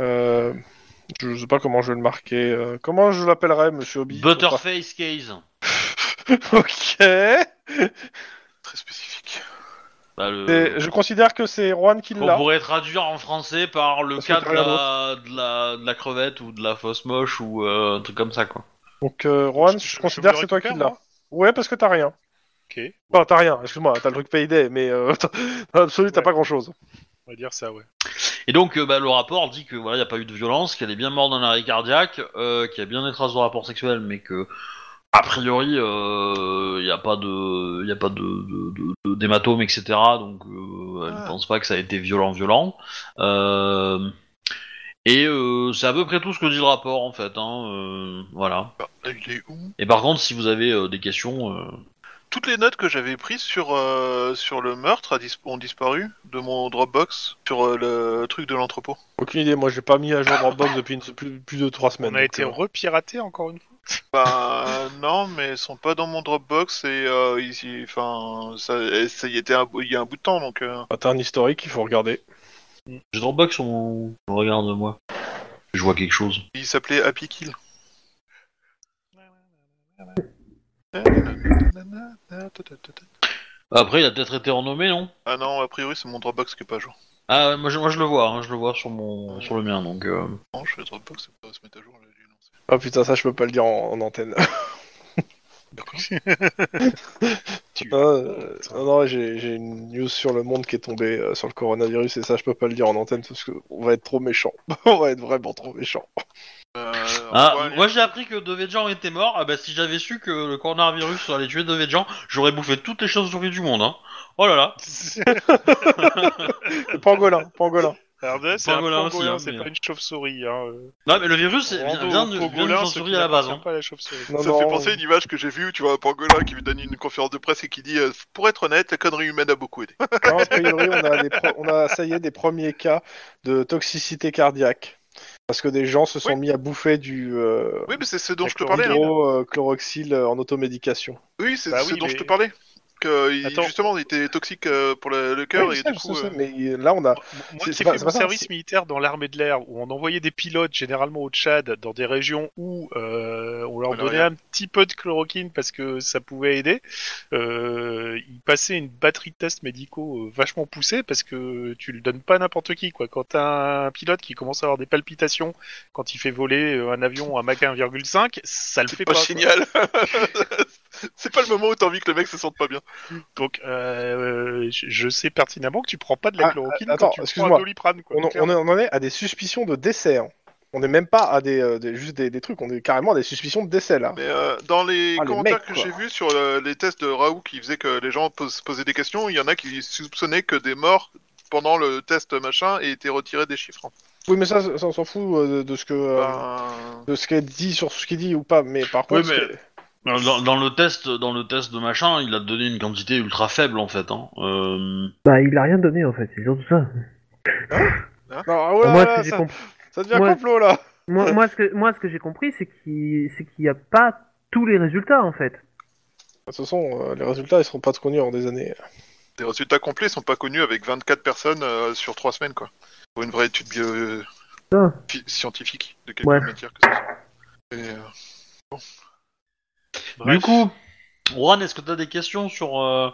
Speaker 1: Euh, Je sais pas comment je vais le marquer. euh, Comment je l'appellerais, monsieur Obi
Speaker 3: Butterface case.
Speaker 1: [LAUGHS] Ok.
Speaker 5: Très spécifique.
Speaker 3: Bah, le-
Speaker 1: Et je considère que c'est Juan qui
Speaker 3: Qu'on
Speaker 1: l'a.
Speaker 3: pourrait traduire en français par le
Speaker 1: Parce que
Speaker 3: cas
Speaker 1: t'as
Speaker 3: de
Speaker 1: rien
Speaker 3: la, de, la, de la crevette ou de la fausse moche ou euh, un truc comme ça, quoi.
Speaker 1: Donc, euh, Juan,
Speaker 2: Je-
Speaker 1: je,
Speaker 2: je- je
Speaker 1: considère
Speaker 2: me
Speaker 1: que c'est toi qui
Speaker 2: récupère,
Speaker 1: l'as.
Speaker 2: moi
Speaker 1: Ouais, parce que t'as rien.
Speaker 2: Ok,
Speaker 1: Enfin, t'as rien, excuse-moi, t'as le truc Payday, mais euh, [LAUGHS] t'as- t'as absolu, t'as
Speaker 2: Ouais.
Speaker 1: pas grand-chose.
Speaker 2: on va dire ça, ouais.
Speaker 3: Et donc, euh, bah, le rapport dit que voilà, il n'y a pas eu de violence, qu'elle est bien morte d'un arrêt cardiaque, euh, qu'il y a bien des traces de rapport sexuel, mais que a priori, euh, il n'y a pas de, il a pas de, de, de- de- d'hématomes, etc. Donc, euh, elle ne pense pas que ça a été violent, violent. Euh, et euh, c'est à peu près tout ce que dit le rapport, en fait. Hein, euh, voilà.
Speaker 5: Bah, il est où
Speaker 3: Et par contre, si vous avez euh, des questions. euh,
Speaker 5: Toutes les notes que j'avais prises sur, euh, sur le meurtre a dis- ont disparu de mon Dropbox sur euh, le truc de l'entrepôt.
Speaker 1: Aucune idée, moi j'ai pas mis à jour Dropbox depuis une- plus, plus de 3 semaines.
Speaker 2: On a
Speaker 1: donc,
Speaker 2: été
Speaker 1: euh,
Speaker 2: repiraté encore une fois.
Speaker 5: Bah [LAUGHS] euh, non, mais ils sont pas dans mon Dropbox et euh, ici, enfin, ça, ça y était un, il y a un bout de temps donc. euh,
Speaker 1: bah, T'as un historique, il faut regarder.
Speaker 3: J'ai Dropbox on Regarde, moi. Je vois quelque chose.
Speaker 5: il s'appelait Happy Kill.
Speaker 3: Après, il a peut-être été renommé, non
Speaker 5: Ah non, a priori c'est mon Dropbox qui est pas à jour.
Speaker 3: Ah, ouais, moi je, moi, je le vois, hein, je le vois sur mon sur le mien, donc... euh.
Speaker 5: Non, je fais Dropbox, ça peut pas se mettre à jour. là, j'ai lancé.
Speaker 1: Oh putain, ça je peux pas le dire en, en antenne. [LAUGHS]
Speaker 2: Tu-
Speaker 1: Euh, non, non, j'ai j'ai une news sur le monde qui est tombée euh, sur le coronavirus et ça je peux pas le dire en antenne parce qu'on va être trop méchant. [LAUGHS] on va être vraiment trop méchant.
Speaker 5: Euh,
Speaker 3: Ah,
Speaker 5: on voit
Speaker 3: moi j'ai appris que deux gens étaient morts, ah bah si j'avais su que le coronavirus allait tuer deux gens, j'aurais bouffé toutes les chauves-souris du monde, hein. Oh là là
Speaker 1: [LAUGHS]
Speaker 2: [LAUGHS]
Speaker 5: Euh,
Speaker 1: Pangolin, pangolin.
Speaker 2: Alors, là, c'est un
Speaker 3: Pangolin aussi,
Speaker 2: pangolin,
Speaker 3: hein,
Speaker 2: c'est
Speaker 3: mais-
Speaker 2: pas une chauve-souris. Hein.
Speaker 3: Non mais le virus vient,
Speaker 2: Rando
Speaker 3: vient
Speaker 2: au
Speaker 3: de, vient
Speaker 2: pangolin,
Speaker 3: d'une
Speaker 2: ce
Speaker 3: chauve-souris
Speaker 2: qui
Speaker 3: à la base, hein.
Speaker 2: n'appartient pas à la chauve-souris.
Speaker 1: Non,
Speaker 5: ça
Speaker 1: non,
Speaker 5: fait penser à une image que j'ai vue où tu vois un pangolin qui donne une conférence de presse et qui dit euh, Pour être honnête, la connerie humaine a beaucoup aidé.
Speaker 1: non, [LAUGHS] a priori, on a, des pro- on a, ça y est, des premiers cas de toxicité cardiaque. Parce que des gens se sont
Speaker 5: Oui.
Speaker 1: mis à bouffer du, euh,
Speaker 5: Oui, mais c'est ce dont
Speaker 2: La
Speaker 5: je te parlais.
Speaker 2: chlorhydro-
Speaker 5: hein.
Speaker 1: Hydro, euh, chloroxyle euh, en automédication.
Speaker 5: Oui, c'est
Speaker 2: Bah
Speaker 5: ce
Speaker 2: oui,
Speaker 5: dont
Speaker 2: mais-
Speaker 5: je te parlais. que il-
Speaker 2: Attends.
Speaker 5: justement, il était toxique euh, pour le, le cœur
Speaker 1: Oui, je
Speaker 5: et
Speaker 1: sais,
Speaker 5: du
Speaker 1: je
Speaker 5: coup.
Speaker 1: sais, [LAUGHS]
Speaker 5: euh,
Speaker 1: mais là, on a.
Speaker 2: Moi,
Speaker 1: C'est- c'est
Speaker 2: j'ai fait
Speaker 1: pas-
Speaker 2: mon
Speaker 1: c'est pas ça,
Speaker 2: service
Speaker 1: c'est-
Speaker 2: militaire dans l'armée de l'air, où on envoyait des pilotes généralement au Tchad, dans des régions où euh, on leur
Speaker 5: Voilà,
Speaker 2: donnait un petit peu de chloroquine parce que ça pouvait aider. Euh, ils passaient une batterie de tests médicaux euh, vachement poussée parce que tu le donnes pas à n'importe qui. Quoi. Quand t'as un pilote qui commence à avoir des palpitations quand il fait voler euh, un avion à Mach 1,5, ça le fait
Speaker 5: C'est
Speaker 2: pas.
Speaker 5: pas
Speaker 2: quoi.
Speaker 5: génial. [LAUGHS] C'est pas le moment où t'as envie que le mec se sente pas bien.
Speaker 2: Donc euh, euh, je je sais pertinemment que tu prends pas de
Speaker 1: Ah,
Speaker 2: la chloroquine
Speaker 1: ah,
Speaker 2: quand
Speaker 1: attends,
Speaker 2: tu prends
Speaker 1: excuse-moi.
Speaker 2: un doliprane. Quoi,
Speaker 1: On, en- on en est à des suspicions de décès. hein. On n'est même pas à des, euh, des- juste des, des trucs, on est carrément à des suspicions de décès là.
Speaker 5: Mais euh, dans les
Speaker 1: Ah, les
Speaker 5: commentaires
Speaker 1: mecs,
Speaker 5: que
Speaker 1: quoi.
Speaker 5: j'ai vus sur euh, les tests de Raoult qui faisaient que les gens pos- se posaient des questions, il y en a qui soupçonnaient que des morts pendant le test machin et étaient retirés des chiffres.
Speaker 1: Oui, mais ça, ça, on s'en fout euh, de, de ce que euh,
Speaker 5: Ben,
Speaker 1: de ce qui est dit sur ce qui est dit ou pas. Mais par
Speaker 3: Bah. Oui,
Speaker 1: contre,
Speaker 3: mais- Dans, dans- dans le test, dans le test de machin, il a donné une quantité ultra faible en fait. Hein. Euh,
Speaker 4: Bah, il a rien donné en fait, c'est surtout ça.
Speaker 1: Non, ah ouais,
Speaker 4: moi,
Speaker 1: là,
Speaker 4: ce que j'ai
Speaker 1: ça,
Speaker 4: compris.
Speaker 1: ça devient
Speaker 4: Ouais.
Speaker 1: complot là.
Speaker 4: Moi, moi, ce que, moi, ce que j'ai compris, c'est qu'il c'est qu'il n'y a pas tous les résultats, en fait.
Speaker 1: De toute façon, euh, les résultats ils seront pas connus en des années.
Speaker 5: des résultats complets sont pas connus avec 24 personnes euh, sur 3 semaines quoi. Pour une vraie étude bio- euh,
Speaker 4: Putain.
Speaker 5: fi- scientifique de quelque
Speaker 4: Ouais.
Speaker 5: matière que ce soit. Et, euh,
Speaker 3: Du coup, Juan, est-ce que t'as des questions sur euh,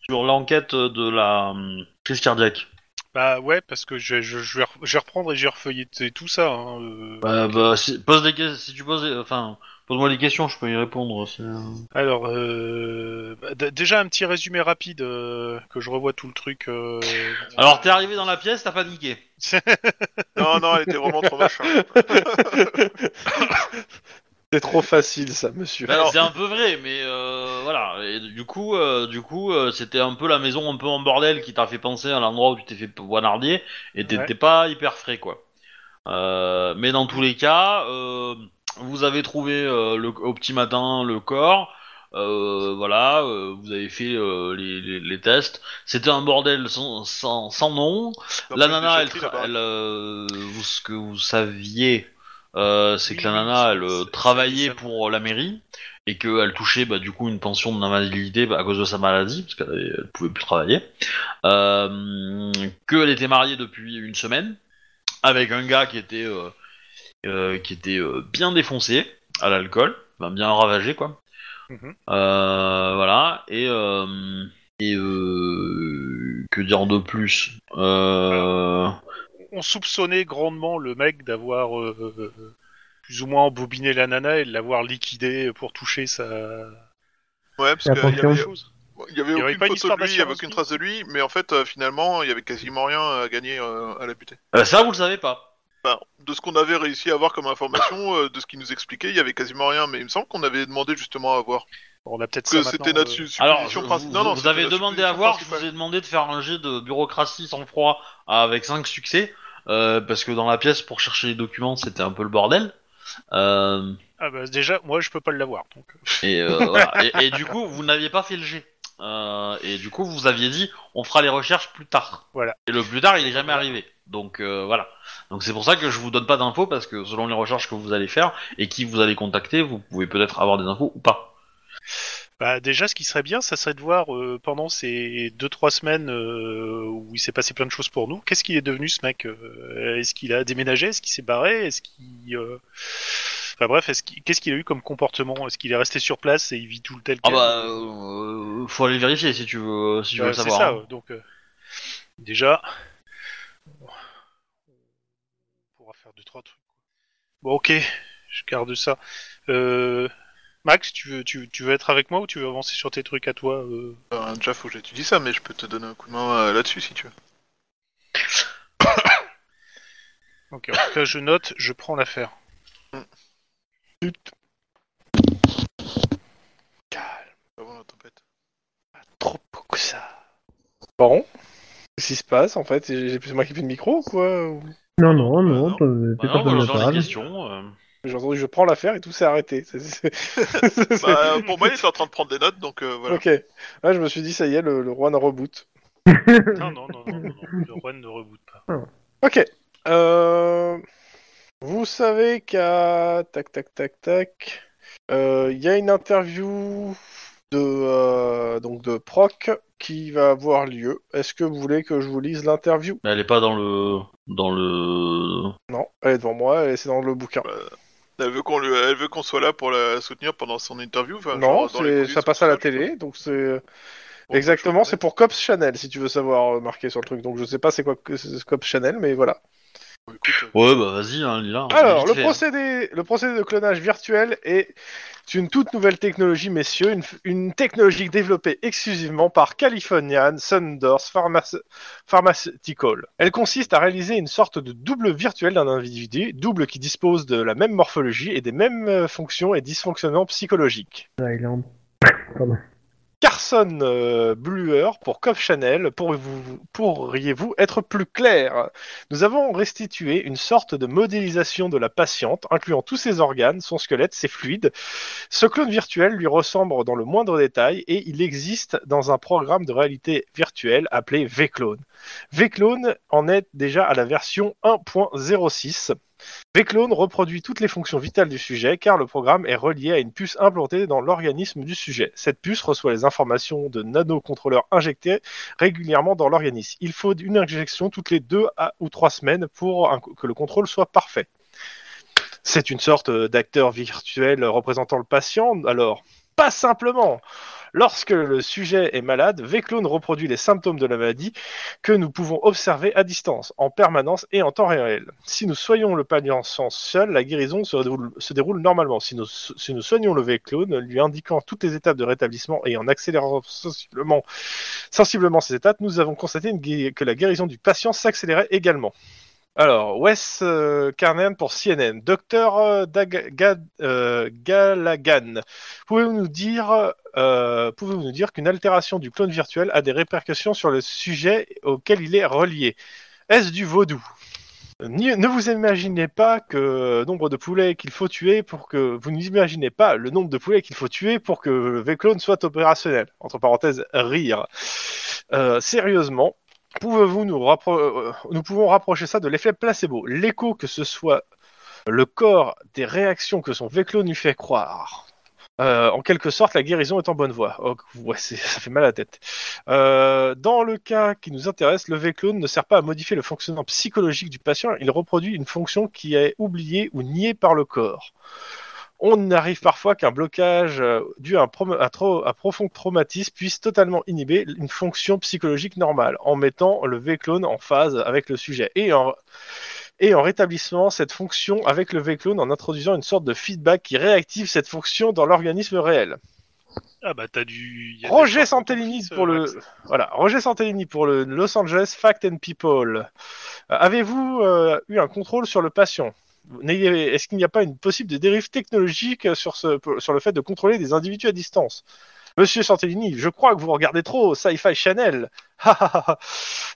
Speaker 3: sur l'enquête de la euh, crise cardiaque
Speaker 2: Bah ouais, parce que je, je, je, vais, re- je vais reprendre et j'ai refeuilleté tout ça. Hein, euh.
Speaker 3: bah, bah, si, pose des que- si tu poses, des- enfin, pose-moi des questions, je peux y répondre. c'est, euh,
Speaker 2: Alors, euh, bah, d- déjà un petit résumé rapide euh, que je revois tout le truc. euh.
Speaker 3: Alors, t'es arrivé dans la pièce, t'as paniqué.
Speaker 5: Non, non, elle était vraiment trop moche.
Speaker 3: [LAUGHS]
Speaker 5: hein.
Speaker 1: C'est trop facile ça, monsieur.
Speaker 3: Bah, C'est un peu vrai, mais euh, voilà. Et du coup, euh, du coup, euh, c'était un peu la maison un peu en bordel qui t'a fait penser à l'endroit où tu t'es fait poignarder et t'étais
Speaker 2: Ouais.
Speaker 3: pas hyper frais, quoi. Euh, mais dans tous les cas, euh, vous avez trouvé euh, le, au petit matin le corps. euh, voilà, euh, vous avez fait euh, les, les- les tests. C'était un bordel sans, sans, sans nom.
Speaker 5: Dans
Speaker 3: La
Speaker 5: plus,
Speaker 3: nana,
Speaker 5: j'ai
Speaker 3: elle,
Speaker 5: pris
Speaker 3: tra-
Speaker 5: là-bas.
Speaker 3: elle, euh, vous, ce que vous saviez, euh, c'est que la
Speaker 2: Oui, oui,
Speaker 3: nana,
Speaker 2: c'est-
Speaker 3: elle euh,
Speaker 2: c'est- c'est-
Speaker 3: travaillait
Speaker 2: c'est-
Speaker 3: pour euh, la mairie et qu'elle touchait bah, du coup une pension d'invalidité bah, à cause de sa maladie, parce qu'elle avait- elle pouvait plus travailler, euh, qu'elle était mariée depuis une semaine avec un gars qui était, euh, euh, qui était euh, bien défoncé à l'alcool, enfin, bien ravagé quoi.
Speaker 2: Mhm.
Speaker 3: Euh, voilà, et, euh, et euh, que dire de plus euh,
Speaker 2: On soupçonnait grandement le mec d'avoir euh, euh, plus ou moins embobiné la nana et de l'avoir liquidé pour toucher sa.
Speaker 5: Ouais, parce
Speaker 4: La
Speaker 5: qu'il y
Speaker 4: pension.
Speaker 5: avait,
Speaker 2: chose.
Speaker 5: il y avait
Speaker 2: Il y avait
Speaker 5: aucune
Speaker 2: pas une
Speaker 5: photo
Speaker 2: histoire
Speaker 5: de lui, il y avait
Speaker 2: d'assurance
Speaker 5: aucune
Speaker 2: vie.
Speaker 5: trace de lui, mais en fait, euh, finalement, il y avait quasiment rien à gagner euh, à la butée.
Speaker 3: euh, ça, vous le savez pas.
Speaker 5: Enfin, de ce qu'on avait réussi à avoir comme information, euh, de ce qu'il nous expliquait, il y avait quasiment rien, mais il me semble qu'on avait demandé justement à voir.
Speaker 2: On a peut-être
Speaker 5: Parce que
Speaker 2: ça
Speaker 5: c'était
Speaker 2: maintenant,
Speaker 5: notre
Speaker 2: euh.
Speaker 5: su-
Speaker 3: Alors,
Speaker 5: supposition
Speaker 3: je-
Speaker 5: princi-
Speaker 3: vous,
Speaker 5: Non, non,
Speaker 3: vous
Speaker 5: c'était
Speaker 3: avez
Speaker 5: notre
Speaker 3: demandé
Speaker 5: supposition
Speaker 3: à voir, je
Speaker 5: principale.
Speaker 3: vous ai demandé de faire un jet de bureaucratie sans froid avec 5 succès, euh, parce que dans la pièce, pour chercher les documents, c'était un peu le bordel. Euh,
Speaker 2: Ah bah déjà, moi je peux pas l'avoir. Donc.
Speaker 3: et, euh, [LAUGHS] voilà. Et- et du coup, vous n'aviez pas fait le jet. Euh, et du coup, vous aviez dit, on fera les recherches plus tard.
Speaker 2: Voilà.
Speaker 3: Et le plus tard, il est jamais arrivé. Donc euh, voilà. Donc c'est pour ça que je vous donne pas d'infos parce que selon les recherches que vous allez faire et qui vous allez contacter, vous pouvez peut-être avoir des infos ou pas.
Speaker 2: Bah déjà, ce qui serait bien, ça serait de voir euh, pendant ces deux trois semaines euh, où il s'est passé plein de choses pour nous. Qu'est-ce qu'il est devenu ce mec Euh, Est-ce qu'il a déménagé Est-ce qu'il s'est barré Est-ce qu'il euh, Enfin bref, est-ce qu'il- qu'est-ce qu'il a eu comme comportement Est-ce qu'il est resté sur place et il vit tout le tel
Speaker 3: Ah
Speaker 2: quel
Speaker 3: bah euh, faut aller vérifier si tu veux si tu veux
Speaker 2: Euh,
Speaker 3: le
Speaker 2: C'est
Speaker 3: savoir.
Speaker 2: ça.
Speaker 3: hein.
Speaker 2: euh, Donc euh, déjà, on pourra faire deux trois trucs. Bon ok, je garde ça. Euh, Max, tu veux tu, tu veux être avec moi ou tu veux avancer sur tes trucs à toi euh
Speaker 5: Ben, déjà, faut que j'étudie ça, mais je peux te donner un coup de main euh, là-dessus si tu veux.
Speaker 2: Ok, en tout cas, je note, je prends l'affaire.
Speaker 5: Avant la
Speaker 3: [LAUGHS]
Speaker 5: tempête.
Speaker 1: Trop beaucoup ça. Bon, qu'est-ce qui se passe en fait J'ai- j'ai- C'est moi qui fais le micro ou quoi Ou-
Speaker 4: Non, non, non,
Speaker 5: non.
Speaker 4: t'as- t'es
Speaker 3: Bah
Speaker 4: pas
Speaker 3: non,
Speaker 4: dans
Speaker 3: moi,
Speaker 4: la
Speaker 3: j'entends des
Speaker 4: parade.
Speaker 3: questions, euh.
Speaker 1: J'ai entendu, je prends l'affaire et tout s'est arrêté. C'est- c'est-
Speaker 3: [LAUGHS]
Speaker 1: c'est-
Speaker 5: Bah, pour moi, il était en train de prendre des notes, donc euh, voilà.
Speaker 1: Ok. Là, je me suis dit, ça y est, le, le Juan reboot.
Speaker 2: [LAUGHS] Non, non, non, non, non, non, le Juan ne reboot pas.
Speaker 1: Ok. Euh, Vous savez qu'à. Tac, tac, tac, tac. euh, Il y a une interview de, euh, donc de proc qui va avoir lieu. Est-ce que vous voulez que je vous lise l'interview
Speaker 3: Mais elle est pas dans le. Dans le.
Speaker 1: Non, elle est devant moi et c'est dans le bouquin.
Speaker 5: Elle veut qu'on le- elle veut qu'on soit là pour la soutenir pendant son interview. enfin,
Speaker 1: non,
Speaker 5: Bah, genre, dans
Speaker 1: c'est-
Speaker 5: les
Speaker 1: ça
Speaker 5: coulisses,
Speaker 1: passe à la
Speaker 5: tout ça, je sais
Speaker 1: télé, donc c'est...
Speaker 5: pas.
Speaker 1: Exactement,
Speaker 5: Bon,
Speaker 1: c'est pour Cops Chanel, si tu veux savoir euh, marquer sur le truc. Donc je sais pas c'est quoi que- c'est Cops Chanel, mais voilà.
Speaker 5: bon, écoute, euh,
Speaker 3: Ouais, bah vas-y, hein, lis-la.
Speaker 1: Alors, le
Speaker 3: Vite fait, hein.
Speaker 1: procédé, le procédé de clonage virtuel est une toute nouvelle technologie, messieurs, une, une technologie développée exclusivement par Californian Sunders Pharmace- Pharmaceutical. Elle consiste à réaliser une sorte de double virtuel d'un individu, double qui dispose de la même morphologie et des mêmes euh, fonctions et dysfonctionnements psychologiques.
Speaker 4: Island.
Speaker 1: Carson euh, Bluer pour Cove Chanel, pour vous- pourriez-vous être plus clair Nous avons restitué une sorte de modélisation de la patiente, incluant tous ses organes, son squelette, ses fluides. Ce clone virtuel lui ressemble dans le moindre détail et il existe dans un programme de réalité virtuelle appelé V-Clone. V-Clone en est déjà à la version 1.06. V-Clone reproduit toutes les fonctions vitales du sujet car le programme est relié à une puce implantée dans l'organisme du sujet. Cette puce reçoit les informations de nanocontrôleurs injectés régulièrement dans l'organisme. Il faut une injection toutes les deux à- ou trois semaines pour un- que le contrôle soit parfait. C'est une sorte d'acteur virtuel représentant le patient. Alors, pas simplement. Lorsque le sujet est malade, V-Clone reproduit les symptômes de la maladie que nous pouvons observer à distance, en permanence et en temps réel. Si nous soignons le patient sans seul, la guérison se déroule, se déroule normalement. Si nous, so- si nous soignons le vieil clone, lui indiquant toutes les étapes de rétablissement et en accélérant sensiblement, sensiblement ces étapes, nous avons constaté une gué- que la guérison du patient s'accélérait également. Alors, Wes euh, Carnan pour CNN. Docteur euh, Dag- Gad- euh, Galagan, pouvez-vous nous dire euh, pouvez-vous nous dire qu'une altération du clone virtuel a des répercussions sur le sujet auquel il est relié Est-ce du vaudou Ni- ne vous imaginez pas que euh, nombre de poulets qu'il faut tuer pour que vous n'imaginez pas le nombre de poulets qu'il faut tuer pour que le V-clone soit opérationnel. Entre parenthèses, rire. Euh, sérieusement, pouvez-vous nous rappro- euh, nous pouvons rapprocher ça de l'effet placebo, l'écho que ce soit le corps des réactions que son V-clone lui fait croire. Euh, en quelque sorte, la guérison est en bonne voie. Oh, ouais, c'est- ça fait mal à la tête. Euh, dans le cas qui nous intéresse, le V-clone ne sert pas à modifier le fonctionnement psychologique du patient, il reproduit une fonction qui est oubliée ou niée par le corps. On arrive parfois qu'un blocage euh, dû à un, prom- à trop- à profond traumatisme puisse totalement inhiber une fonction psychologique normale, en mettant le V-clone en phase avec le sujet. Et en, et en rétablissement cette fonction avec le V-clone en introduisant une sorte de feedback qui réactive cette fonction dans l'organisme réel.
Speaker 2: Ah bah t'as du. y a des
Speaker 1: Roger
Speaker 2: chances qu'on
Speaker 1: Santellini
Speaker 2: puisse, euh,
Speaker 1: pour le
Speaker 2: Max.
Speaker 1: voilà Roger Santellini pour le Los Angeles Fact and People. Euh, Avez-vous euh, eu un contrôle sur le patient N'ayez- Est-ce qu'il n'y a pas une possible dérive technologique sur ce sur le fait de contrôler des individus à distance Monsieur Santellini, je crois que vous regardez trop Sci-Fi Channel. Ha, ha, ha, ha.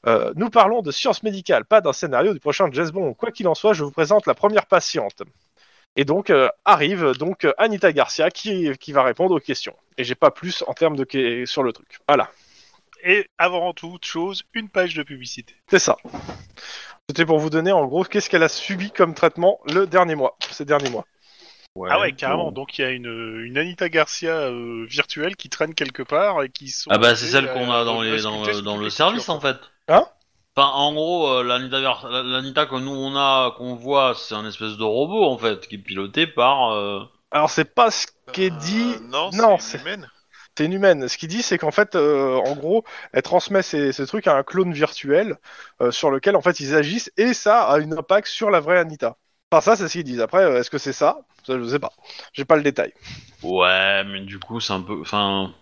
Speaker 1: Euh, nous parlons de science médicale, pas d'un scénario du prochain James Bond. Quoi qu'il en soit, je vous présente la première patiente. Et donc euh, arrive euh, donc euh, Anita Garcia qui, qui va répondre aux questions. Et j'ai pas plus en termes de que- sur le truc. Voilà,
Speaker 2: Et avant toute chose, une page de publicité.
Speaker 1: c'est ça. C'était pour vous donner en gros qu'est-ce qu'elle a subi comme traitement le dernier mois, ces derniers mois.
Speaker 2: ah ouais, carrément.
Speaker 3: bon.
Speaker 2: Donc il y a une, une Anita Garcia euh, virtuelle qui traîne quelque part et qui sont.
Speaker 3: Ah bah c'est celle
Speaker 2: euh,
Speaker 3: qu'on a dans, les,
Speaker 2: euh,
Speaker 3: dans,
Speaker 2: sculptées
Speaker 3: le-
Speaker 2: sous
Speaker 3: dans
Speaker 2: toutes
Speaker 3: le
Speaker 2: les
Speaker 3: service en
Speaker 2: coutures,
Speaker 3: fait.
Speaker 1: Hein
Speaker 3: Enfin, en gros, euh, l'Anita vers- l'Anita que nous on a, qu'on voit, c'est un espèce de robot en fait, qui est piloté par. euh,
Speaker 1: Alors c'est pas ce qui est
Speaker 5: euh,
Speaker 1: dit,
Speaker 5: Non,
Speaker 1: non,
Speaker 5: c'est
Speaker 1: c'est-
Speaker 5: humaine.
Speaker 1: c'est une humaine. Ce qu'il dit c'est qu'en fait, euh, en gros, elle transmet ces, ces trucs à un clone virtuel euh, sur lequel en fait ils agissent et ça a un impact sur la vraie Anita. Enfin ça c'est ce qu'ils disent. Après, euh, est-ce que c'est ça Ça je sais pas. J'ai pas le détail.
Speaker 3: Ouais, mais du coup c'est un peu, enfin,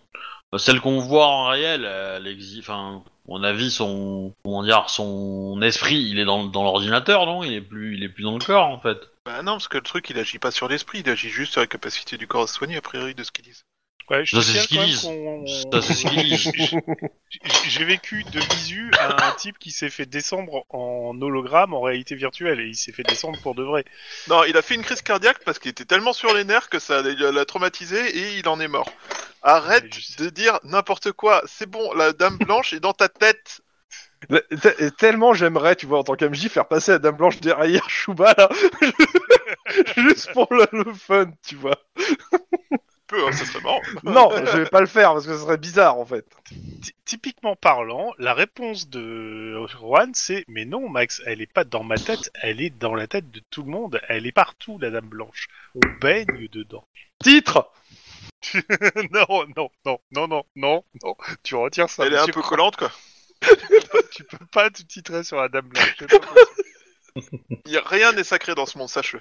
Speaker 3: euh, celle qu'on voit en réel, euh, elle existe. Enfin, à mon avis, son, comment dire, son esprit, il est dans, dans l'ordinateur, non Il est plus, il est plus dans le corps en fait.
Speaker 5: Bah non, parce que le truc, il agit pas sur l'esprit, il agit juste sur la capacité du corps à se soigner, a priori, de ce qu'ils disent.
Speaker 2: quoi. Ouais, je
Speaker 3: Ça,
Speaker 2: te
Speaker 3: c'est
Speaker 2: signale
Speaker 3: ce qu'ils
Speaker 2: quand même
Speaker 3: disent.
Speaker 2: qu'on-
Speaker 3: Ça, c'est ce qu'ils
Speaker 2: [LAUGHS]
Speaker 3: disent.
Speaker 2: J'ai- J'ai vécu de visu à un type qui s'est fait descendre en hologramme en réalité virtuelle et il s'est fait descendre pour de vrai.
Speaker 5: Non, il a fait une crise cardiaque parce qu'il était tellement sur les nerfs que ça l'a traumatisé et il en est mort. Arrête
Speaker 2: Mais je sais.
Speaker 5: de dire n'importe quoi. C'est bon, la dame blanche est dans ta tête.
Speaker 1: Le- te- Tellement j'aimerais, tu vois, en tant qu'MJ, faire passer la Dame Blanche derrière [LAUGHS] Chouba, là, juste pour le, le fun, tu vois.
Speaker 5: Peu- peux, hein, ça serait marrant.
Speaker 1: Non, je vais pas le faire parce que ce serait bizarre en fait.
Speaker 2: Ty- typiquement parlant, la réponse de Juan, c'est Mais non, Max, elle est pas dans ma tête, elle est dans la tête de tout le monde, elle est partout, la Dame Blanche. On baigne dedans.
Speaker 1: Titre
Speaker 2: [LAUGHS] non, non, non, non, non, non, non, tu retires ça.
Speaker 5: Elle est un
Speaker 2: monsieur.
Speaker 5: peu collante, quoi.
Speaker 2: Tu peux pas te titrer sur la Dame
Speaker 5: [LAUGHS]
Speaker 2: Blanche. c'est pas [LAUGHS]
Speaker 5: Y a rien n'est sacré dans ce monde, sache-le.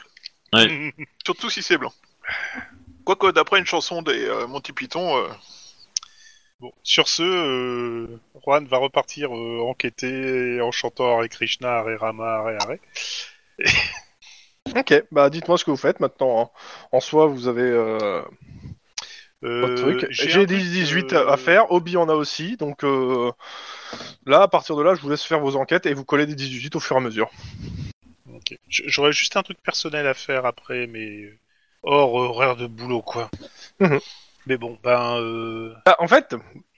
Speaker 3: Ouais.
Speaker 5: Surtout si c'est blanc. Quoique, d'après une chanson des euh, Monty Python, euh,
Speaker 2: Bon, sur ce, euh, Juan va repartir euh, enquêter en chantant Hare Krishna, Hare Rama, Hare Hare.
Speaker 1: Ok, bah dites-moi ce que vous faites maintenant. hein. En soi, vous avez euh,
Speaker 2: Euh,
Speaker 1: votre truc.
Speaker 2: un
Speaker 1: J'ai des
Speaker 2: truc,
Speaker 1: 18
Speaker 2: euh,
Speaker 1: à faire, Obi en a aussi, donc euh, là, à partir de là, je vous laisse faire vos enquêtes et vous collez des 18 au fur et à mesure.
Speaker 2: ok. J- J'aurais juste un truc personnel à faire après, mais euh, hors horaire de boulot, quoi.
Speaker 1: Mhm.
Speaker 2: [LAUGHS] mais bon, ben, euh,
Speaker 1: Ah, en fait,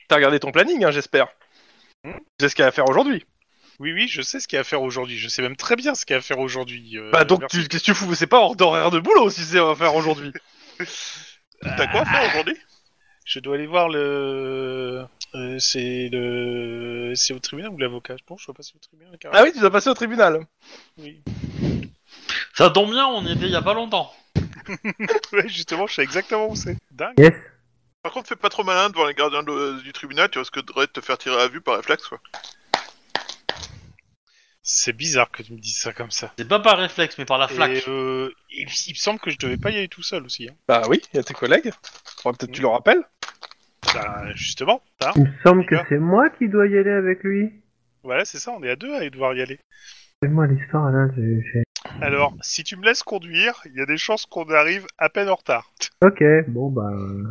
Speaker 1: t'as regardé ton planning, hein, j'espère.
Speaker 2: Hmm.
Speaker 1: C'est ce qu'il y a à faire aujourd'hui.
Speaker 2: oui, oui, je sais ce qu'il y a à faire aujourd'hui. Je sais même très bien ce qu'il y a à faire aujourd'hui. euh,
Speaker 1: bah donc,
Speaker 2: merci.
Speaker 1: tu- qu'est-ce que tu fous C'est pas hors d'horaire de boulot si c'est
Speaker 2: [LAUGHS]
Speaker 1: à faire aujourd'hui.
Speaker 5: t'as quoi à faire aujourd'hui
Speaker 2: Je dois aller voir le. euh, c'est le. C'est au tribunal ou l'avocat Je pense, je dois passer au tribunal. carrément.
Speaker 1: ah oui, tu dois passer au tribunal.
Speaker 2: oui.
Speaker 3: Ça tombe bien, on y était il y a pas longtemps.
Speaker 2: [LAUGHS] Ouais, justement, je sais exactement où c'est. Dingue.
Speaker 4: Yes.
Speaker 5: Par contre, fais pas trop malin devant les gardiens de- euh, du tribunal, tu risques de te faire tirer à vue par réflexe, quoi.
Speaker 2: C'est bizarre que tu me dises ça comme ça.
Speaker 3: C'est pas par réflexe, mais par la
Speaker 2: Et,
Speaker 3: flaque.
Speaker 2: euh, il, il me semble que je devais pas y aller tout seul aussi. hein.
Speaker 1: Bah oui, il y a tes collègues. Faudrait
Speaker 2: Hmm.
Speaker 1: peut-être que tu le rappelles.
Speaker 2: Bah, justement, hein.
Speaker 4: Il me semble que
Speaker 2: D'accord.
Speaker 4: c'est moi qui dois y aller avec lui.
Speaker 2: voilà, c'est ça, on est à deux à devoir y aller.
Speaker 4: C'est moi l'histoire là. j'ai- j'ai-
Speaker 2: Alors, si tu me laisses conduire, il y a des chances qu'on arrive à peine en retard.
Speaker 4: Ok, bon bah. euh,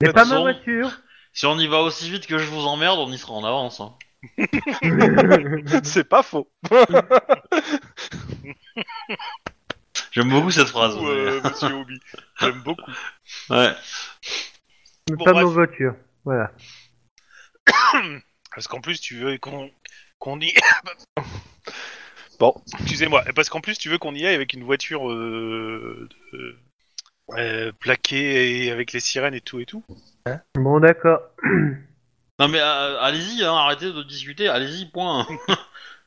Speaker 4: J'ai
Speaker 3: toute
Speaker 4: pas ma
Speaker 3: façon-
Speaker 4: voiture. [LAUGHS]
Speaker 3: Si on y va aussi vite que je vous emmerde, on y sera en avance. hein.
Speaker 1: c'est pas faux.
Speaker 3: J'aime beaucoup cette
Speaker 5: Ah,
Speaker 3: phrase.
Speaker 2: Ou,
Speaker 3: mais-
Speaker 2: euh, monsieur Obi. J'aime beaucoup.
Speaker 3: Ouais.
Speaker 4: Mais
Speaker 2: Bon,
Speaker 4: pas
Speaker 2: bref.
Speaker 4: ma voiture. Voilà.
Speaker 2: Parce qu'en plus, tu veux qu'on qu'on y.
Speaker 1: [LAUGHS] Bon.
Speaker 2: Excusez-moi, parce qu'en plus, tu veux qu'on y aille avec une voiture euh, de- euh, plaquée et avec les sirènes et tout et tout.
Speaker 4: Bon d'accord.
Speaker 3: Non mais euh, allez-y, hein, arrêtez de discuter,
Speaker 2: [LAUGHS]
Speaker 3: allez-y, point.
Speaker 2: Ah,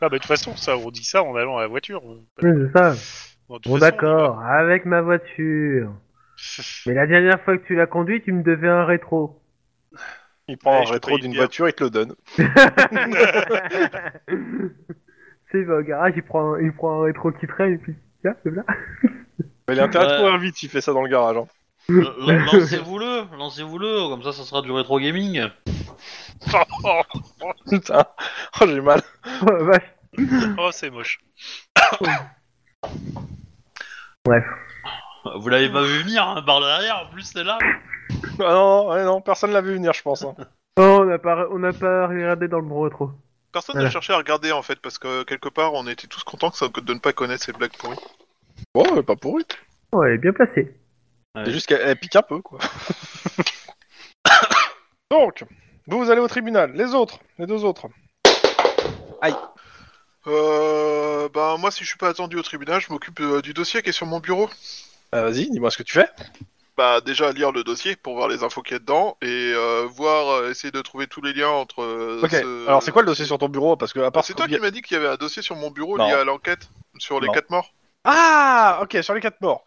Speaker 2: bah, de toute façon, ça, on dit ça en allant à la voiture.
Speaker 4: Oui, c'est ça.
Speaker 2: Bon, de toute façon, on
Speaker 4: Bon
Speaker 2: y va.
Speaker 4: d'accord. Avec ma voiture. Mais la dernière fois que tu l'as conduite, tu me devais un rétro.
Speaker 1: Il prend
Speaker 2: Ouais,
Speaker 1: un
Speaker 2: je te
Speaker 1: rétro
Speaker 2: paye
Speaker 1: d'une
Speaker 2: bien.
Speaker 1: voiture, il te le donne.
Speaker 4: [LAUGHS] Tu sais, il va au garage, Ah, il prend, un- il prend un rétro qui traîne et puis tiens, c'est là. [LAUGHS]
Speaker 1: Mais il a intérêt de
Speaker 3: Ouais.
Speaker 1: courir vite, il fait ça dans le garage. hein. [LAUGHS]
Speaker 3: Euh, lan- lancez-vous-le, lancez-vous-le, comme ça, ça sera du rétro gaming.
Speaker 1: Putain, oh, j'ai mal.
Speaker 4: Oh, la vache.
Speaker 2: Oh, c'est moche.
Speaker 3: Vous l'avez pas vu venir hein, par derrière, en plus c'est là.
Speaker 1: Ah non, ouais, non, personne l'a vu venir, je pense. hein.
Speaker 4: Oh, on n'a pas, on n'a pas regardé dans le bon rétro.
Speaker 5: [LAUGHS] Personne
Speaker 4: Voilà.
Speaker 5: n'a cherché à regarder, en fait, parce que quelque part, on était tous contents que ça, de ne pas connaître ces blagues pourries.
Speaker 1: Bon, elle est pas pourri.
Speaker 4: Oh, elle est bien placée.
Speaker 1: C'est juste qu'elle elle pique un peu, quoi. [LAUGHS] Donc, vous, vous allez au tribunal. Les autres, les deux autres.
Speaker 5: Euh, bah, moi, si je suis pas attendu au tribunal, je m'occupe euh, du dossier qui est sur mon bureau.
Speaker 1: Euh, Vas-y, dis-moi ce que tu fais.
Speaker 5: Bah, déjà, lire le dossier pour voir les infos qu'il y a dedans et euh, voir, euh, essayer de trouver tous les liens entre. euh,
Speaker 1: Ok,
Speaker 5: ce-
Speaker 1: alors c'est quoi le dossier sur ton bureau Parce que à
Speaker 5: Bah,
Speaker 1: part
Speaker 5: C'est
Speaker 1: ce
Speaker 5: toi
Speaker 1: qu'il y
Speaker 5: qui
Speaker 1: a-
Speaker 5: m'as dit qu'il y avait un dossier sur mon bureau
Speaker 1: Non.
Speaker 5: lié à l'enquête sur les
Speaker 1: Non.
Speaker 5: quatre morts.
Speaker 1: Ah, ok, sur les quatre morts.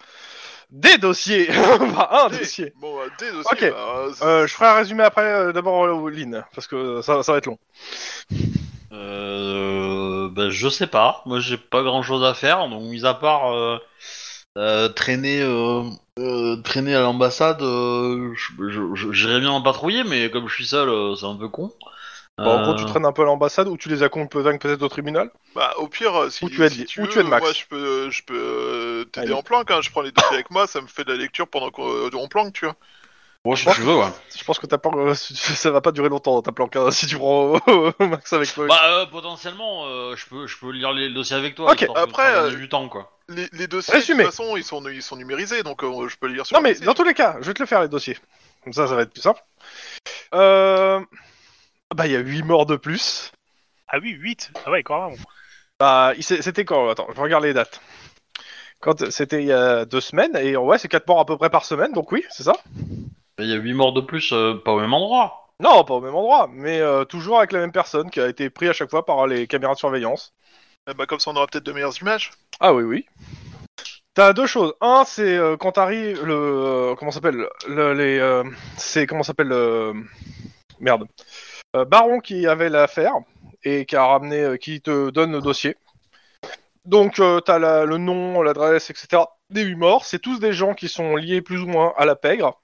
Speaker 1: Des dossiers [LAUGHS] Bah, un
Speaker 5: Des-
Speaker 1: dossier
Speaker 5: Bon, euh, des dossiers.
Speaker 1: Ok.
Speaker 5: bah, euh, c'est-
Speaker 1: Euh, je ferai un résumé après, euh, d'abord euh, Lynn, parce que euh, ça, ça va être long.
Speaker 3: Euh, bah, je sais pas, moi j'ai pas grand chose à faire, donc mis à part euh, euh, traîner, euh, euh, traîner à l'ambassade, euh, je- je- je- j'irais bien en patrouiller, mais comme je suis seul, euh, c'est un peu con.
Speaker 1: Bah, en gros,
Speaker 3: Euh,
Speaker 1: tu traînes un peu à l'ambassade ou tu les accompagnes peut-être au tribunal
Speaker 5: Bah, au pire, euh, si,
Speaker 1: Ou tu aides-
Speaker 5: si
Speaker 1: ou tu aides
Speaker 5: veux,
Speaker 1: Max.
Speaker 5: moi je peux, je peux euh, t'aider
Speaker 1: Allez.
Speaker 5: en planque. Hein. Je prends les dossiers avec moi, ça me fait de la lecture pendant qu'on euh, on planque, tu vois.
Speaker 3: ouais, si tu veux, ouais.
Speaker 1: Je pense que t'as pas, euh, [LAUGHS] ça va pas durer longtemps ta planque hein, [LAUGHS] si tu prends euh, Max avec toi.
Speaker 3: Bah, euh, potentiellement, euh, je peux, je peux lire les dossiers avec toi.
Speaker 1: Ok,
Speaker 3: histoire de-
Speaker 5: après,
Speaker 3: de gagner
Speaker 5: euh,
Speaker 3: du temps, quoi.
Speaker 5: Les, les dossiers,
Speaker 1: Résumé.
Speaker 5: de toute façon, ils sont, ils sont numérisés, donc euh, je peux les lire sur
Speaker 1: non mais
Speaker 5: le
Speaker 1: dans tous les cas, je vais te le faire les dossiers. Comme ça, ça va être plus simple. Euh... Bah il y a 8 morts de plus.
Speaker 2: Ah oui, 8 Ah ouais, quand même.
Speaker 1: Bah il s'est- c'était quand Attends, je regarde les dates. Quand c'était il y a deux semaines et ouais c'est quatre morts à peu près par semaine donc oui c'est ça.
Speaker 3: Mais il y a 8 morts de plus, euh, pas au même endroit.
Speaker 1: Non, pas au même endroit, mais euh, toujours avec la même personne qui a été pris à chaque fois par les caméras de surveillance.
Speaker 5: Eh ben, comme ça, on aura peut-être de meilleures images.
Speaker 1: Ah oui, oui. T'as deux choses. Un, c'est euh, quand t'arrives le euh, comment ça s'appelle le, les euh, c'est comment ça s'appelle euh, merde Euh, Baron qui avait l'affaire et qui a ramené euh, qui te donne le dossier. Donc euh, t'as la- le nom, l'adresse, etc. Des huit morts, c'est tous des gens qui sont liés plus ou moins à la pègre.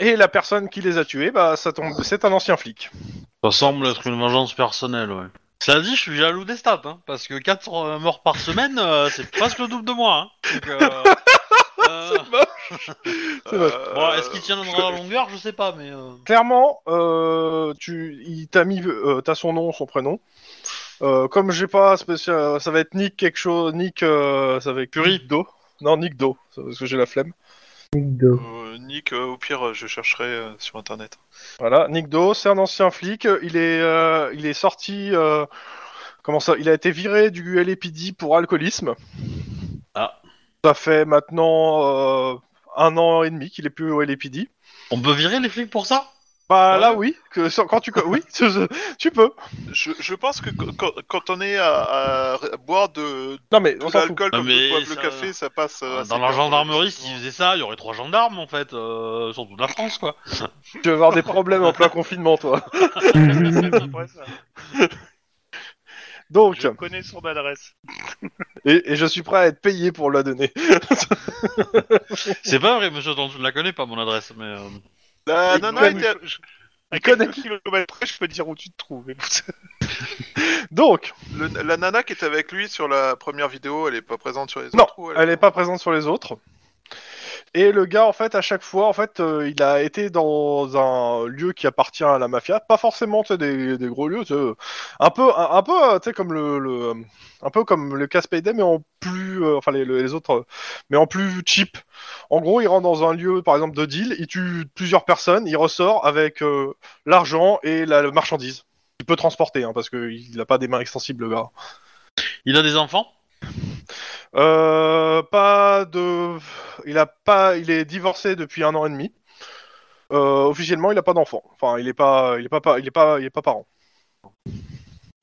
Speaker 1: Et la personne qui les a tués, bah ça tombe, c'est un ancien flic.
Speaker 3: Ça semble être une vengeance personnelle, ouais. Cela dit, je suis jaloux des stats, hein, parce que 4 morts par semaine, euh, c'est presque le double de moi. Hein. Donc,
Speaker 5: [LAUGHS]
Speaker 3: euh, euh,
Speaker 1: C'est vrai.
Speaker 5: Euh,
Speaker 3: bon, est-ce qu'il tiendra la longueur Je sais pas, mais... euh,
Speaker 1: clairement, euh, tu, il t'a mis, euh, t'as son nom, son prénom. Euh, comme j'ai pas spécial, ça va être Nick quelque chose, Nick, euh, ça va être Curie Do. Non, Nick Do, ça- parce que j'ai la flemme.
Speaker 4: Nick
Speaker 5: [LAUGHS]
Speaker 4: Do.
Speaker 5: euh, Nick, euh, au pire, euh, je chercherai euh, sur internet.
Speaker 1: Voilà, Nick Do, c'est un ancien flic. Il est, euh, il est sorti. euh, comment ça Il a été viré du LAPD pour alcoolisme.
Speaker 3: Ah.
Speaker 1: Ça fait maintenant euh, un an et demi qu'il est plus au LAPD.
Speaker 3: On peut virer les flics pour ça
Speaker 1: Bah
Speaker 5: Ouais.
Speaker 1: là, oui. Que, quand tu, oui, [LAUGHS] tu peux.
Speaker 5: Je, je pense que qu- quand, quand on est à, à boire de,
Speaker 1: Non mais
Speaker 5: de
Speaker 1: on s'en fout.
Speaker 5: l'alcool
Speaker 3: Ah,
Speaker 5: comme
Speaker 3: mais
Speaker 5: de boire le
Speaker 3: ça-
Speaker 5: café, ça passe. euh, assez
Speaker 3: Dans la
Speaker 5: bien.
Speaker 3: gendarmerie, s'ils faisaient ça, il y aurait trois gendarmes, en fait, euh, sur [LAUGHS] toute la France,
Speaker 4: [LAUGHS]
Speaker 3: quoi.
Speaker 1: Tu vas avoir des problèmes en plein confinement, toi.
Speaker 2: C'est à peu près ça.
Speaker 1: Donc,
Speaker 2: Je connais son adresse.
Speaker 1: et, et je suis prêt à être payé pour la donner.
Speaker 3: C'est pas vrai, monsieur Tantou ne la connaît pas, mon adresse, mais... euh,
Speaker 5: La
Speaker 2: Non, non,
Speaker 5: nana était-
Speaker 2: à
Speaker 1: connaît.
Speaker 2: quelques kilomètres près, je peux dire où tu te trouves.
Speaker 1: Donc,
Speaker 5: le- la nana qui était avec lui sur la première vidéo, elle est pas présente sur les
Speaker 1: Non,
Speaker 5: autres. ou
Speaker 1: elle est pas présente sur les autres. Et le gars, en fait, à chaque fois, en fait, euh, il a été dans un lieu qui appartient à la mafia. Pas forcément tu sais, des, des gros lieux, tu sais, euh, un peu, un, un peu, euh, tu sais, comme le, le, euh, un peu comme le casse payday mais en plus, euh, enfin les, le- les autres, euh, mais en plus cheap. En gros, il rentre dans un lieu, par exemple, de deal, il tue plusieurs personnes, il ressort avec euh, l'argent et la, la marchandise. Il peut transporter, hein, parce qu'il n'a pas des mains extensibles, le gars.
Speaker 3: Il a des enfants
Speaker 1: Euh, pas de. Il a pas. Il est divorcé depuis un an et demi. Euh, officiellement, il n'a pas d'enfant. Enfin, il est pas. Il est pas. pa- Il est pas. Il est pas parent.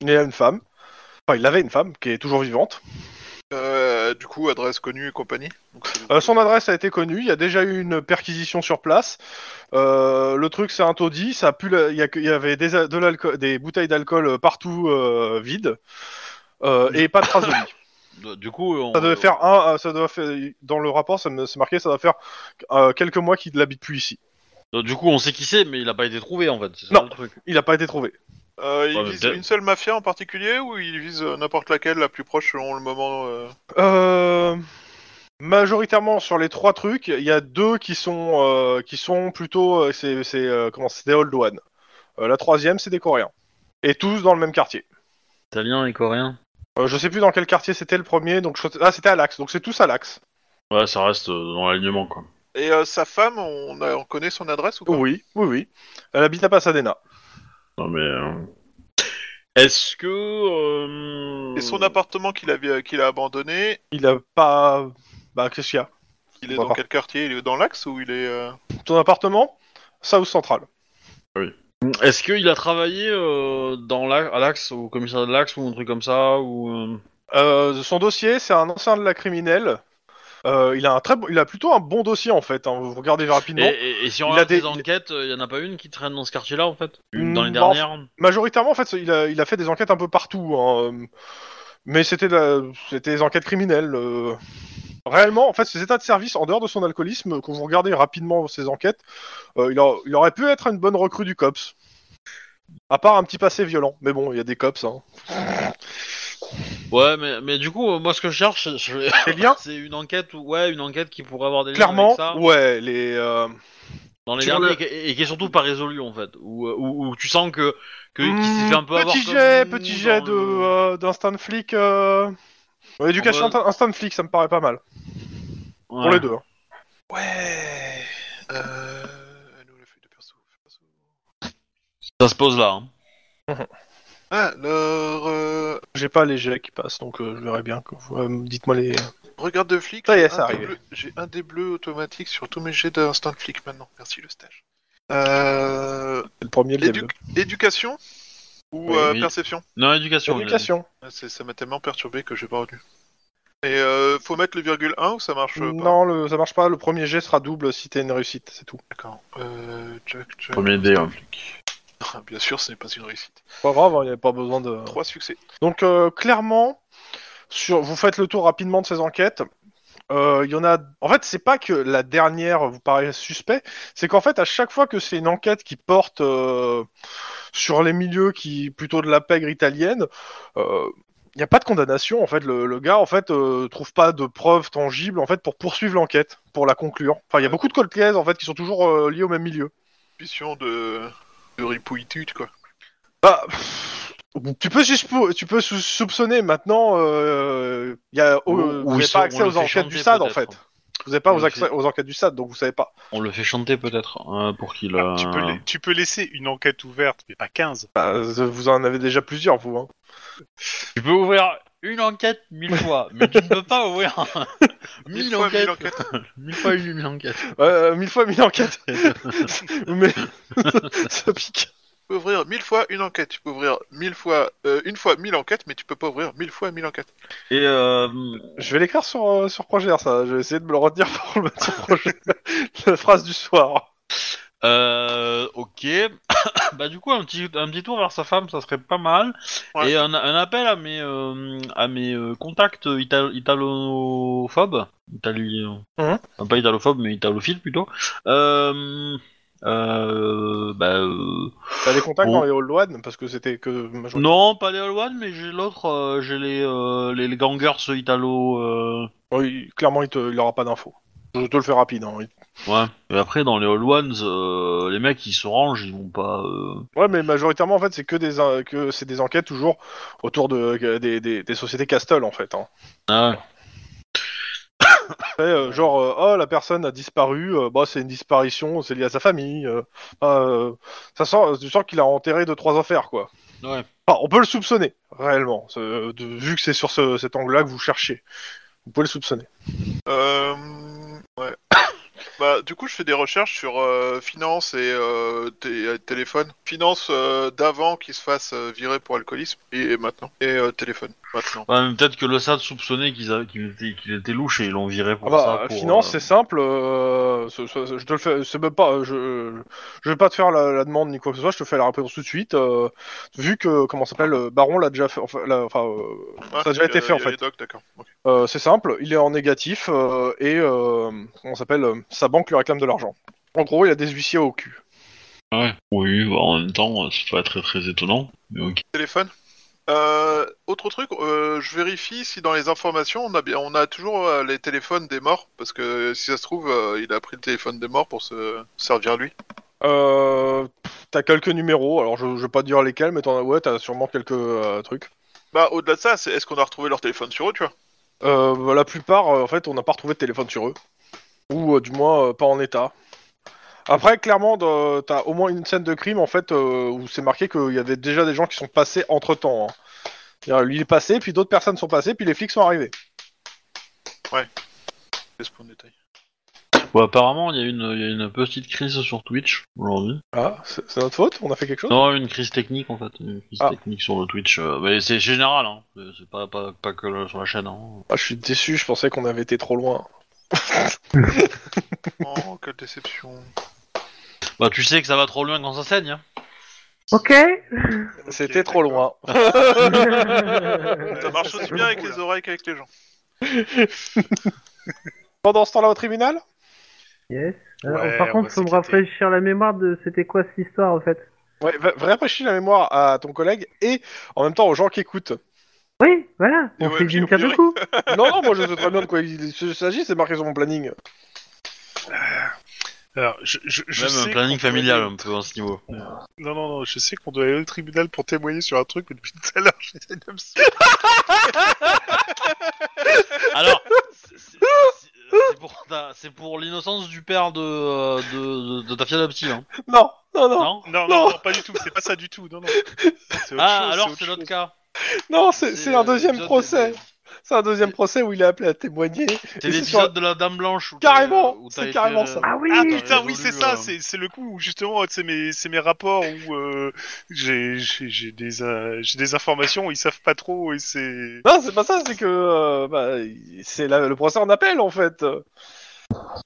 Speaker 1: Il a une femme. Enfin, il avait une femme qui est toujours vivante.
Speaker 5: Euh, du coup, adresse connue et compagnie. Donc, c'est-
Speaker 1: Euh, son adresse a été connue. Il y a déjà eu une perquisition sur place. Euh, le truc, c'est un taudis. Ça pue. la- Il y, a que- il y avait des, a- de l'alcool- des bouteilles d'alcool euh, partout euh, vides. Euh, et pas de traces de lui.
Speaker 3: De- Euh, Du coup, on...
Speaker 1: Ça devait faire un, euh, ça doit faire dans le rapport, ça me- c'est marqué, ça doit faire euh, quelques mois qu'il l'habite plus ici.
Speaker 3: Euh, Du coup, on sait qui c'est, mais il a pas été trouvé, en fait, c'est ça
Speaker 1: Non.
Speaker 3: le truc.
Speaker 1: Il n'a pas été trouvé.
Speaker 5: Euh, il
Speaker 3: Ouais, mais
Speaker 5: vise
Speaker 3: peut-être-
Speaker 5: une seule mafia en particulier ou il vise euh, n'importe laquelle, la plus proche selon le moment euh,
Speaker 1: Euh, majoritairement sur les trois trucs, il y a deux qui sont euh, qui sont plutôt euh, c'est c'est euh, comment c'est des old one. Euh, la troisième c'est des Coréens et tous dans le même quartier.
Speaker 3: Italien et coréen
Speaker 1: Euh, je sais plus dans quel quartier c'était le premier, donc je... ah c'était à l'axe, donc c'est tous à l'axe.
Speaker 3: Ouais, ça reste euh, dans l'alignement, quoi.
Speaker 5: Et euh, sa femme, on, a- on connaît son adresse ou pas
Speaker 1: Oui, oui, oui. Elle habite à Pasadena.
Speaker 3: Non, mais... euh, Est-ce que... euh,
Speaker 5: Et son appartement qu'il avait, qu'il a abandonné,
Speaker 1: Il a pas bah qu'est-ce qu'il y a
Speaker 5: il est
Speaker 1: Bon,
Speaker 5: dans
Speaker 1: Bah, par-
Speaker 5: quel quartier Il est dans l'axe ou il est euh,
Speaker 1: Ton appartement South Central.
Speaker 3: Est-ce qu'il a travaillé euh, dans la- à l'axe, au commissariat de l'axe, ou un truc comme ça, ou... euh,
Speaker 1: Euh, son dossier, c'est un ancien de la criminelle. Euh, il a un très, bon- il a plutôt un bon dossier en fait. hein. Vous regardez
Speaker 3: Et,
Speaker 1: rapidement.
Speaker 3: et- et si on
Speaker 1: Il a
Speaker 3: regarde
Speaker 1: des-
Speaker 3: des enquêtes, il y en a pas une qui traîne dans ce quartier-là, en fait Une
Speaker 1: Mm,
Speaker 3: dans les
Speaker 1: non.
Speaker 3: dernières
Speaker 1: Majoritairement, en fait, il a, il a fait des enquêtes un peu partout. hein, euh, Mais c'était, de la- c'était des enquêtes criminelles. euh. Réellement, en fait, ses états de service, en dehors de son alcoolisme, quand vous regardez rapidement ses enquêtes, euh, il, a- il aurait pu être une bonne recrue du cops. À part un petit passé violent. Mais bon, il y a des cops. Hein.
Speaker 3: Ouais, mais, mais du coup, euh, moi, ce que je cherche, je-
Speaker 1: Les liens,
Speaker 3: [LAUGHS] c'est une enquête, où- ouais, une enquête qui pourrait avoir des liens
Speaker 1: clairement,
Speaker 3: avec ça,
Speaker 1: ouais, les. euh,
Speaker 3: dans les
Speaker 1: sur
Speaker 3: derniers, et qui- et, qui est surtout pas résolue, en fait, où, euh, où, où tu sens que, que qu'il s'est
Speaker 1: Hmm,
Speaker 3: fait un peu avoir
Speaker 1: petit
Speaker 3: comme
Speaker 1: jet,
Speaker 3: nous
Speaker 1: petit
Speaker 3: dans
Speaker 1: jet de,
Speaker 3: le-
Speaker 1: euh, d'instant de flic. euh, ouais, Éducation
Speaker 3: En mode-
Speaker 1: instant de flic, ça me paraît pas mal.
Speaker 3: Ouais.
Speaker 1: Pour les deux. hein.
Speaker 5: Ouais. Euh... elle est où, la feuille de perso Perso.
Speaker 3: Ça se pose là. hein.
Speaker 5: Alors, euh,
Speaker 1: J'ai pas les jets qui passent, donc euh, je verrai bien. que vous- euh, Dites-moi les.
Speaker 5: regarde de flic.
Speaker 1: Ça y est,
Speaker 5: j'ai
Speaker 1: ça
Speaker 5: un des
Speaker 1: arrive.
Speaker 5: bleus- J'ai un des bleus automatiques sur tous mes jets d'instant flic maintenant. Merci le stage. Euh,
Speaker 1: Le premier, le
Speaker 5: édu-
Speaker 1: diable.
Speaker 5: Éducation ou
Speaker 3: Oui,
Speaker 5: euh,
Speaker 3: oui.
Speaker 5: perception
Speaker 3: Non, éducation.
Speaker 1: Éducation.
Speaker 5: Ah, c'est- Ça m'a tellement perturbé que j'ai pas retenu. Et euh, faut mettre le virgule 1 ou ça marche euh, pas
Speaker 1: Non, le- ça marche pas. Le premier jet sera double si t'as une réussite, c'est tout.
Speaker 5: D'accord. Euh, Jack, Jack.
Speaker 3: Premier dé, hein.
Speaker 5: [LAUGHS] Ah, Bien sûr, ce n'est pas une réussite.
Speaker 1: Pas grave, il n'y a pas besoin de.
Speaker 5: Trois succès.
Speaker 1: Donc euh, clairement, sur, vous faites le tour rapidement de ces enquêtes. Euh, Il y en a. En fait, c'est pas que la dernière vous paraît suspect, c'est qu'en fait à chaque fois que c'est une enquête qui porte euh, sur les milieux qui plutôt de la pègre italienne, euh, il n'y a pas de condamnation. En fait, le, le gars en fait euh, trouve pas de preuves tangibles en fait pour poursuivre l'enquête, pour la conclure. Enfin, il y a beaucoup de cold cases en fait qui sont toujours euh, liés au même milieu.
Speaker 5: Ambition de, de ripouitude, quoi.
Speaker 1: Bah, pff, tu peux, suspo- tu peux sou- soupçonner maintenant. Euh, y a,
Speaker 3: Ou-
Speaker 1: euh,
Speaker 3: ou
Speaker 1: vous n'avez
Speaker 3: ça,
Speaker 1: pas
Speaker 3: on
Speaker 1: accès
Speaker 3: le
Speaker 1: aux
Speaker 3: fait
Speaker 1: enquêtes
Speaker 3: chanter,
Speaker 1: du SAD en fait.
Speaker 3: peut-être.
Speaker 1: Vous n'avez pas
Speaker 3: On
Speaker 1: aux,
Speaker 3: le
Speaker 1: accès-
Speaker 3: fait-
Speaker 1: aux enquêtes du SAD, donc vous savez pas.
Speaker 3: On le fait chanter peut-être hein, pour qu'il.
Speaker 2: Ah, tu,
Speaker 3: euh,
Speaker 2: peux, la- tu peux laisser une enquête ouverte, mais pas 15.
Speaker 1: Bah, euh, vous en avez déjà plusieurs, vous. Hein.
Speaker 3: Tu peux ouvrir une enquête mille fois, mais tu ne peux pas ouvrir [LAUGHS] mille,
Speaker 5: Mille fois, mille
Speaker 3: enquêtes. mille fois une mille enquêtes.
Speaker 1: Euh, mille fois mille
Speaker 3: [LAUGHS]
Speaker 1: enquêtes. Mais [LAUGHS] ça pique.
Speaker 5: Tu peux ouvrir mille fois une enquête. Tu peux ouvrir mille fois euh, une fois mille enquêtes, mais tu peux pas ouvrir mille fois mille enquêtes.
Speaker 3: Et euh,
Speaker 1: Je vais l'écrire sur, euh, sur Projet, ça. Je vais essayer de me le retenir [LAUGHS] pour le mettre sur Projet. La phrase du soir.
Speaker 3: euh, ok, [COUGHS] bah du coup un petit un petit tour vers sa femme, ça serait pas mal.
Speaker 5: Ouais.
Speaker 3: Et un, un appel à mes euh, à mes euh, contacts ital- italophobes, itali,
Speaker 1: Mhm.
Speaker 3: enfin, pas italophobes mais italophiles plutôt. Euh, euh, bah, euh,
Speaker 1: T'as des contacts
Speaker 3: Bon.
Speaker 1: dans les Old One parce que c'était que. majoritairement-
Speaker 3: Non, pas les All One, mais j'ai l'autre, euh, j'ai les, euh, les, les gangers italo. euh,
Speaker 1: Oui, clairement, il n'aura pas d'infos. Je te le fais rapide. Hein.
Speaker 3: Ouais. Et après, dans les All Ones, euh, les mecs ils se rangent, ils vont pas. euh,
Speaker 1: Ouais, mais majoritairement, en fait, c'est que des en- que c'est des enquêtes toujours autour de que des, des, des sociétés Castle, en fait. Hein.
Speaker 3: ah ouais.
Speaker 1: Et, euh, genre, euh, oh, la personne a disparu, euh, bah, c'est une disparition, c'est lié à sa famille. euh, ah, euh, ça sent, tu sens qu'il a enterré deux trois affaires, quoi.
Speaker 3: Ouais.
Speaker 1: Enfin, on peut le soupçonner réellement, c'est- euh, de- vu que c'est sur ce- cet angle-là que vous cherchez. Vous pouvez le soupçonner.
Speaker 5: Euh, ouais. [COUGHS] bah, du coup, je fais des recherches sur euh, finance et euh, té- euh, téléphone. Finance euh, d'avant qui se fasse euh, virer pour alcoolisme et, et maintenant. Et euh, téléphone maintenant.
Speaker 3: Ouais, mais peut-être que le SAD soupçonnait qu'ils avaient- qu'il était, qu'il était louche et ils l'ont viré pour
Speaker 1: Ah bah,
Speaker 3: ça. Pour,
Speaker 1: finance,
Speaker 3: euh,
Speaker 1: c'est simple. euh, ce- ce- je te le fais, c'est même pas. Je, je vais pas te faire la, la demande ni quoi que ce soit. Je te fais la réponse tout de suite. euh, vu que comment ça s'appelle, euh, Baron l'a déjà fait. Enfin, l'a- enfin, euh,
Speaker 5: Ah,
Speaker 1: ça a déjà
Speaker 5: il y
Speaker 1: été fait, en
Speaker 5: il y a
Speaker 1: fait.
Speaker 5: les docs, d'accord. Ok.
Speaker 1: euh, c'est simple. Il est en négatif euh, et euh, comment ça s'appelle, euh, sa banque lui réclame de l'argent. En gros, il a des huissiers au cul.
Speaker 3: ouais. Oui, bah, en même temps, euh, c'est pas très très étonnant. Mais ok.
Speaker 5: Téléphone. Euh, autre truc, euh, je vérifie si dans les informations on a bien, on a toujours euh, les téléphones des morts parce que si ça se trouve, euh, il a pris le téléphone des morts pour se servir lui.
Speaker 1: Euh, pff, t'as quelques numéros. Alors, je, je vais pas te dire lesquels, mais t'en as. Ouais, t'as sûrement quelques euh, trucs.
Speaker 5: Bah, au-delà de ça, c'est est-ce qu'on a retrouvé leur téléphone sur eux, tu vois
Speaker 1: Euh, bah, la plupart, euh, en fait, on n'a pas retrouvé de téléphone sur eux. Ou euh, du moins, euh, pas en état. Après, clairement, de- t'as au moins une scène de crime, en fait, euh, où c'est marqué qu'il y avait déjà des gens qui sont passés entre-temps. hein. C'est-à-dire, Lui, il est passé, puis d'autres personnes sont passées, puis les flics sont arrivés.
Speaker 5: Qu'est-ce qu'on détaille
Speaker 3: Bon, apparemment, il y, a une- il y a une petite crise sur Twitch aujourd'hui.
Speaker 1: Ah, c'est c'est notre faute On a fait quelque chose
Speaker 3: Non, une crise technique en fait. Une crise
Speaker 1: Ah.
Speaker 3: technique sur le Twitch. euh, mais c'est général, hein. C'est- C'est pas, pas, pas que le- sur la chaîne. Hein.
Speaker 1: ah, Je suis déçu, je pensais qu'on avait été trop loin.
Speaker 5: Oh, quelle déception.
Speaker 3: Bah, tu sais que ça va trop loin quand ça saigne. Hein.
Speaker 4: Ok.
Speaker 1: C'était trop loin.
Speaker 5: Ça marche aussi bien avec les oreilles qu'avec les gens.
Speaker 1: Pendant ce temps-là, au tribunal
Speaker 4: Yes. Alors,
Speaker 2: Ouais,
Speaker 4: par
Speaker 2: on
Speaker 4: contre,
Speaker 2: va
Speaker 4: faut me
Speaker 2: s'éclater.
Speaker 4: rafraîchir la mémoire de c'était quoi cette histoire en fait.
Speaker 1: Ouais, va- va rafraîchis la mémoire à ton collègue et en même temps aux gens qui écoutent.
Speaker 4: Oui, voilà.
Speaker 5: Et
Speaker 4: On
Speaker 5: ouais,
Speaker 4: fait
Speaker 5: j'ai
Speaker 4: d'une pierre deux
Speaker 5: oublié.
Speaker 4: coups.
Speaker 1: [LAUGHS] non, non, moi je sais très bien de quoi il il s'agit, c'est marqué sur mon planning.
Speaker 2: Alors, je, je, je
Speaker 3: Même
Speaker 2: sais
Speaker 3: un planning
Speaker 2: qu'on doit
Speaker 3: familial
Speaker 2: aller-
Speaker 3: un peu à ce
Speaker 2: [LAUGHS]
Speaker 3: niveau.
Speaker 2: Non, non, non, je sais qu'on doit aller au tribunal pour témoigner sur un truc, mais depuis tout à l'heure, j'essaie de me [LAUGHS]
Speaker 3: Alors, c'est- c'est c'est pour, ta- c'est pour l'innocence du père de, euh, de, de- de ta fille adoptive. Hein.
Speaker 1: Non, non, non,
Speaker 2: Ah,
Speaker 3: Non
Speaker 2: [LAUGHS] Non, non,
Speaker 1: Non.
Speaker 2: non, pas du tout, c'est pas ça du tout, non, non. C'est autre
Speaker 3: Ah,
Speaker 2: chose,
Speaker 3: alors
Speaker 2: autre
Speaker 3: c'est notre
Speaker 2: chose.
Speaker 3: cas.
Speaker 1: non, c'est c'est
Speaker 3: euh,
Speaker 1: un deuxième
Speaker 3: l'épisode
Speaker 1: procès.
Speaker 3: des-
Speaker 1: C'est un deuxième procès où il est appelé à témoigner.
Speaker 3: C'est
Speaker 1: Et c'est
Speaker 3: l'épisode
Speaker 1: sur-
Speaker 3: de la Dame Blanche. où
Speaker 1: Carrément,
Speaker 3: t'as- où
Speaker 1: c'est
Speaker 3: t'as été,
Speaker 1: carrément
Speaker 3: euh,
Speaker 1: ça.
Speaker 4: Ah oui
Speaker 2: Ah
Speaker 3: t'as
Speaker 2: putain, oui,
Speaker 3: résolu,
Speaker 2: c'est ça,
Speaker 3: euh,
Speaker 2: c'est c'est le coup où justement, c'est mes, c'est mes rapports où euh, j'ai j'ai- j'ai des, euh, j'ai des informations où ils savent pas trop et c'est.
Speaker 1: Non, c'est pas ça, c'est que euh, bah, il- c'est la- le procès en appel en fait.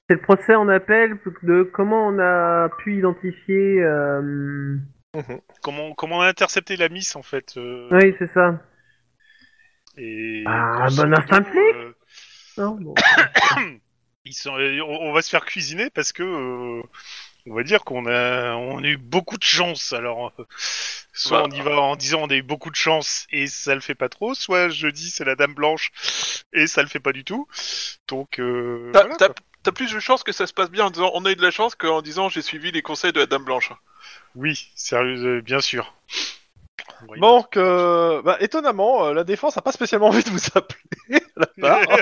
Speaker 4: C'est le procès en appel de comment on a pu identifier. euh,
Speaker 2: Comment, comment on a intercepté la miss en fait euh,
Speaker 4: Oui, c'est ça.
Speaker 2: et,
Speaker 4: Ah, bon instinct de flic
Speaker 2: Euh,
Speaker 4: Non, bon.
Speaker 2: ils sont, euh, on, on va se faire cuisiner parce que euh, on va dire qu'on a, on a eu beaucoup de chance. Alors, euh,
Speaker 5: Bah,
Speaker 2: soit on y va en disant on a eu beaucoup de chance et ça le fait pas trop, soit je dis c'est la dame blanche et ça le fait pas du tout. Donc, euh,
Speaker 5: T'as
Speaker 2: voilà,
Speaker 5: t'as-
Speaker 2: quoi.
Speaker 5: t'as plus de chance que ça se passe bien en disant on a eu de la chance qu'en disant j'ai suivi les conseils de la Dame Blanche.
Speaker 2: oui, sérieux, euh, bien sûr. Oui.
Speaker 1: Bon, que bah, étonnamment, euh, la défense a pas spécialement envie de vous appeler. [LAUGHS] à la barre.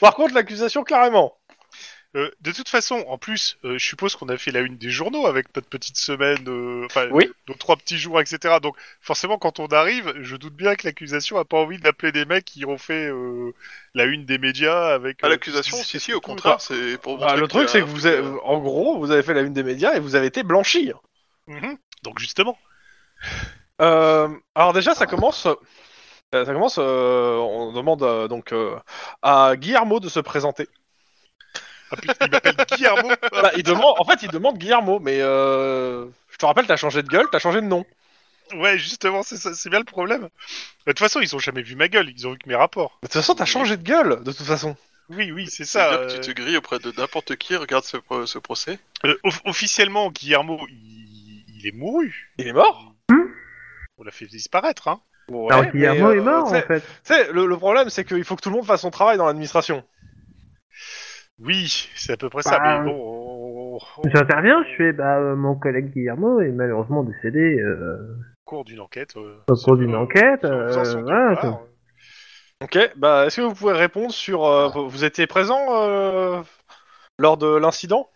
Speaker 1: Par contre, l'accusation carrément.
Speaker 2: Euh, de toute façon, en plus, euh, je suppose qu'on a fait la une des journaux avec notre petite semaine, euh, enfin,
Speaker 1: Oui.
Speaker 2: nos trois petits jours, etc. Donc, forcément, quand on arrive, je doute bien que l'accusation a pas envie d'appeler des mecs qui ont fait euh, la une des médias avec.
Speaker 5: À
Speaker 2: euh,
Speaker 5: Ah, l'accusation,
Speaker 2: tout ce qui
Speaker 5: si,
Speaker 2: se
Speaker 5: si,
Speaker 2: passe
Speaker 5: au
Speaker 2: tout,
Speaker 5: contraire, c'est pour
Speaker 1: Bah,
Speaker 5: montrer
Speaker 1: le truc, c'est
Speaker 5: qu'il y a
Speaker 1: que
Speaker 5: un
Speaker 1: vous,
Speaker 5: truc,
Speaker 1: avez-
Speaker 5: euh,
Speaker 1: en gros, vous avez fait la une des médias et vous avez été blanchi.
Speaker 2: quoi. Mhm. Donc, justement.
Speaker 1: Euh, alors déjà, ça commence. euh, Ça commence. euh, on demande euh, donc euh, à Guillermo de se présenter.
Speaker 2: Ah, putain, il
Speaker 5: [LAUGHS]
Speaker 2: m'appelle Guillermo.
Speaker 1: Bah, il demande. En fait, il demande Guillermo, mais euh, je te rappelle, t'as changé de gueule, t'as changé de nom.
Speaker 2: Ouais, justement, c'est ça, c'est bien le problème. Bah, De toute façon, ils ont jamais vu ma gueule, ils ont vu que mes rapports.
Speaker 1: De toute façon, t'as changé de gueule, de toute façon.
Speaker 2: Oui, oui, c'est
Speaker 5: c'est
Speaker 2: ça.
Speaker 5: bien que tu
Speaker 2: euh,
Speaker 5: te grilles auprès de n'importe qui, regarde ce, pro- ce procès.
Speaker 2: euh, off- officiellement, Guillermo, il, il est mouru.
Speaker 1: Il est mort.
Speaker 2: On l'a fait disparaître, hein.
Speaker 1: Bon,
Speaker 4: Alors
Speaker 1: ouais,
Speaker 4: Guillermo
Speaker 1: mais,
Speaker 4: est
Speaker 1: euh,
Speaker 4: mort hein.
Speaker 1: t'sais-
Speaker 4: en fait.
Speaker 1: t'sais, le, le problème, c'est qu'il faut que tout le monde fasse son travail dans l'administration.
Speaker 2: Oui, c'est à peu près ça,
Speaker 4: Bah,
Speaker 2: mais bon, on- on-
Speaker 4: J'interviens, je fais bah euh, mon collègue Guillermo est malheureusement décédé euh,
Speaker 2: au cours d'une enquête. euh,
Speaker 4: au cours
Speaker 2: c'est-
Speaker 4: d'une
Speaker 2: euh,
Speaker 4: enquête.
Speaker 2: en faisant
Speaker 4: euh,
Speaker 2: son
Speaker 4: voilà,
Speaker 2: devoir, euh.
Speaker 1: Ok. Bah, est-ce que vous pouvez répondre sur euh,
Speaker 4: Ah.
Speaker 1: vous étiez présent euh, lors de l'incident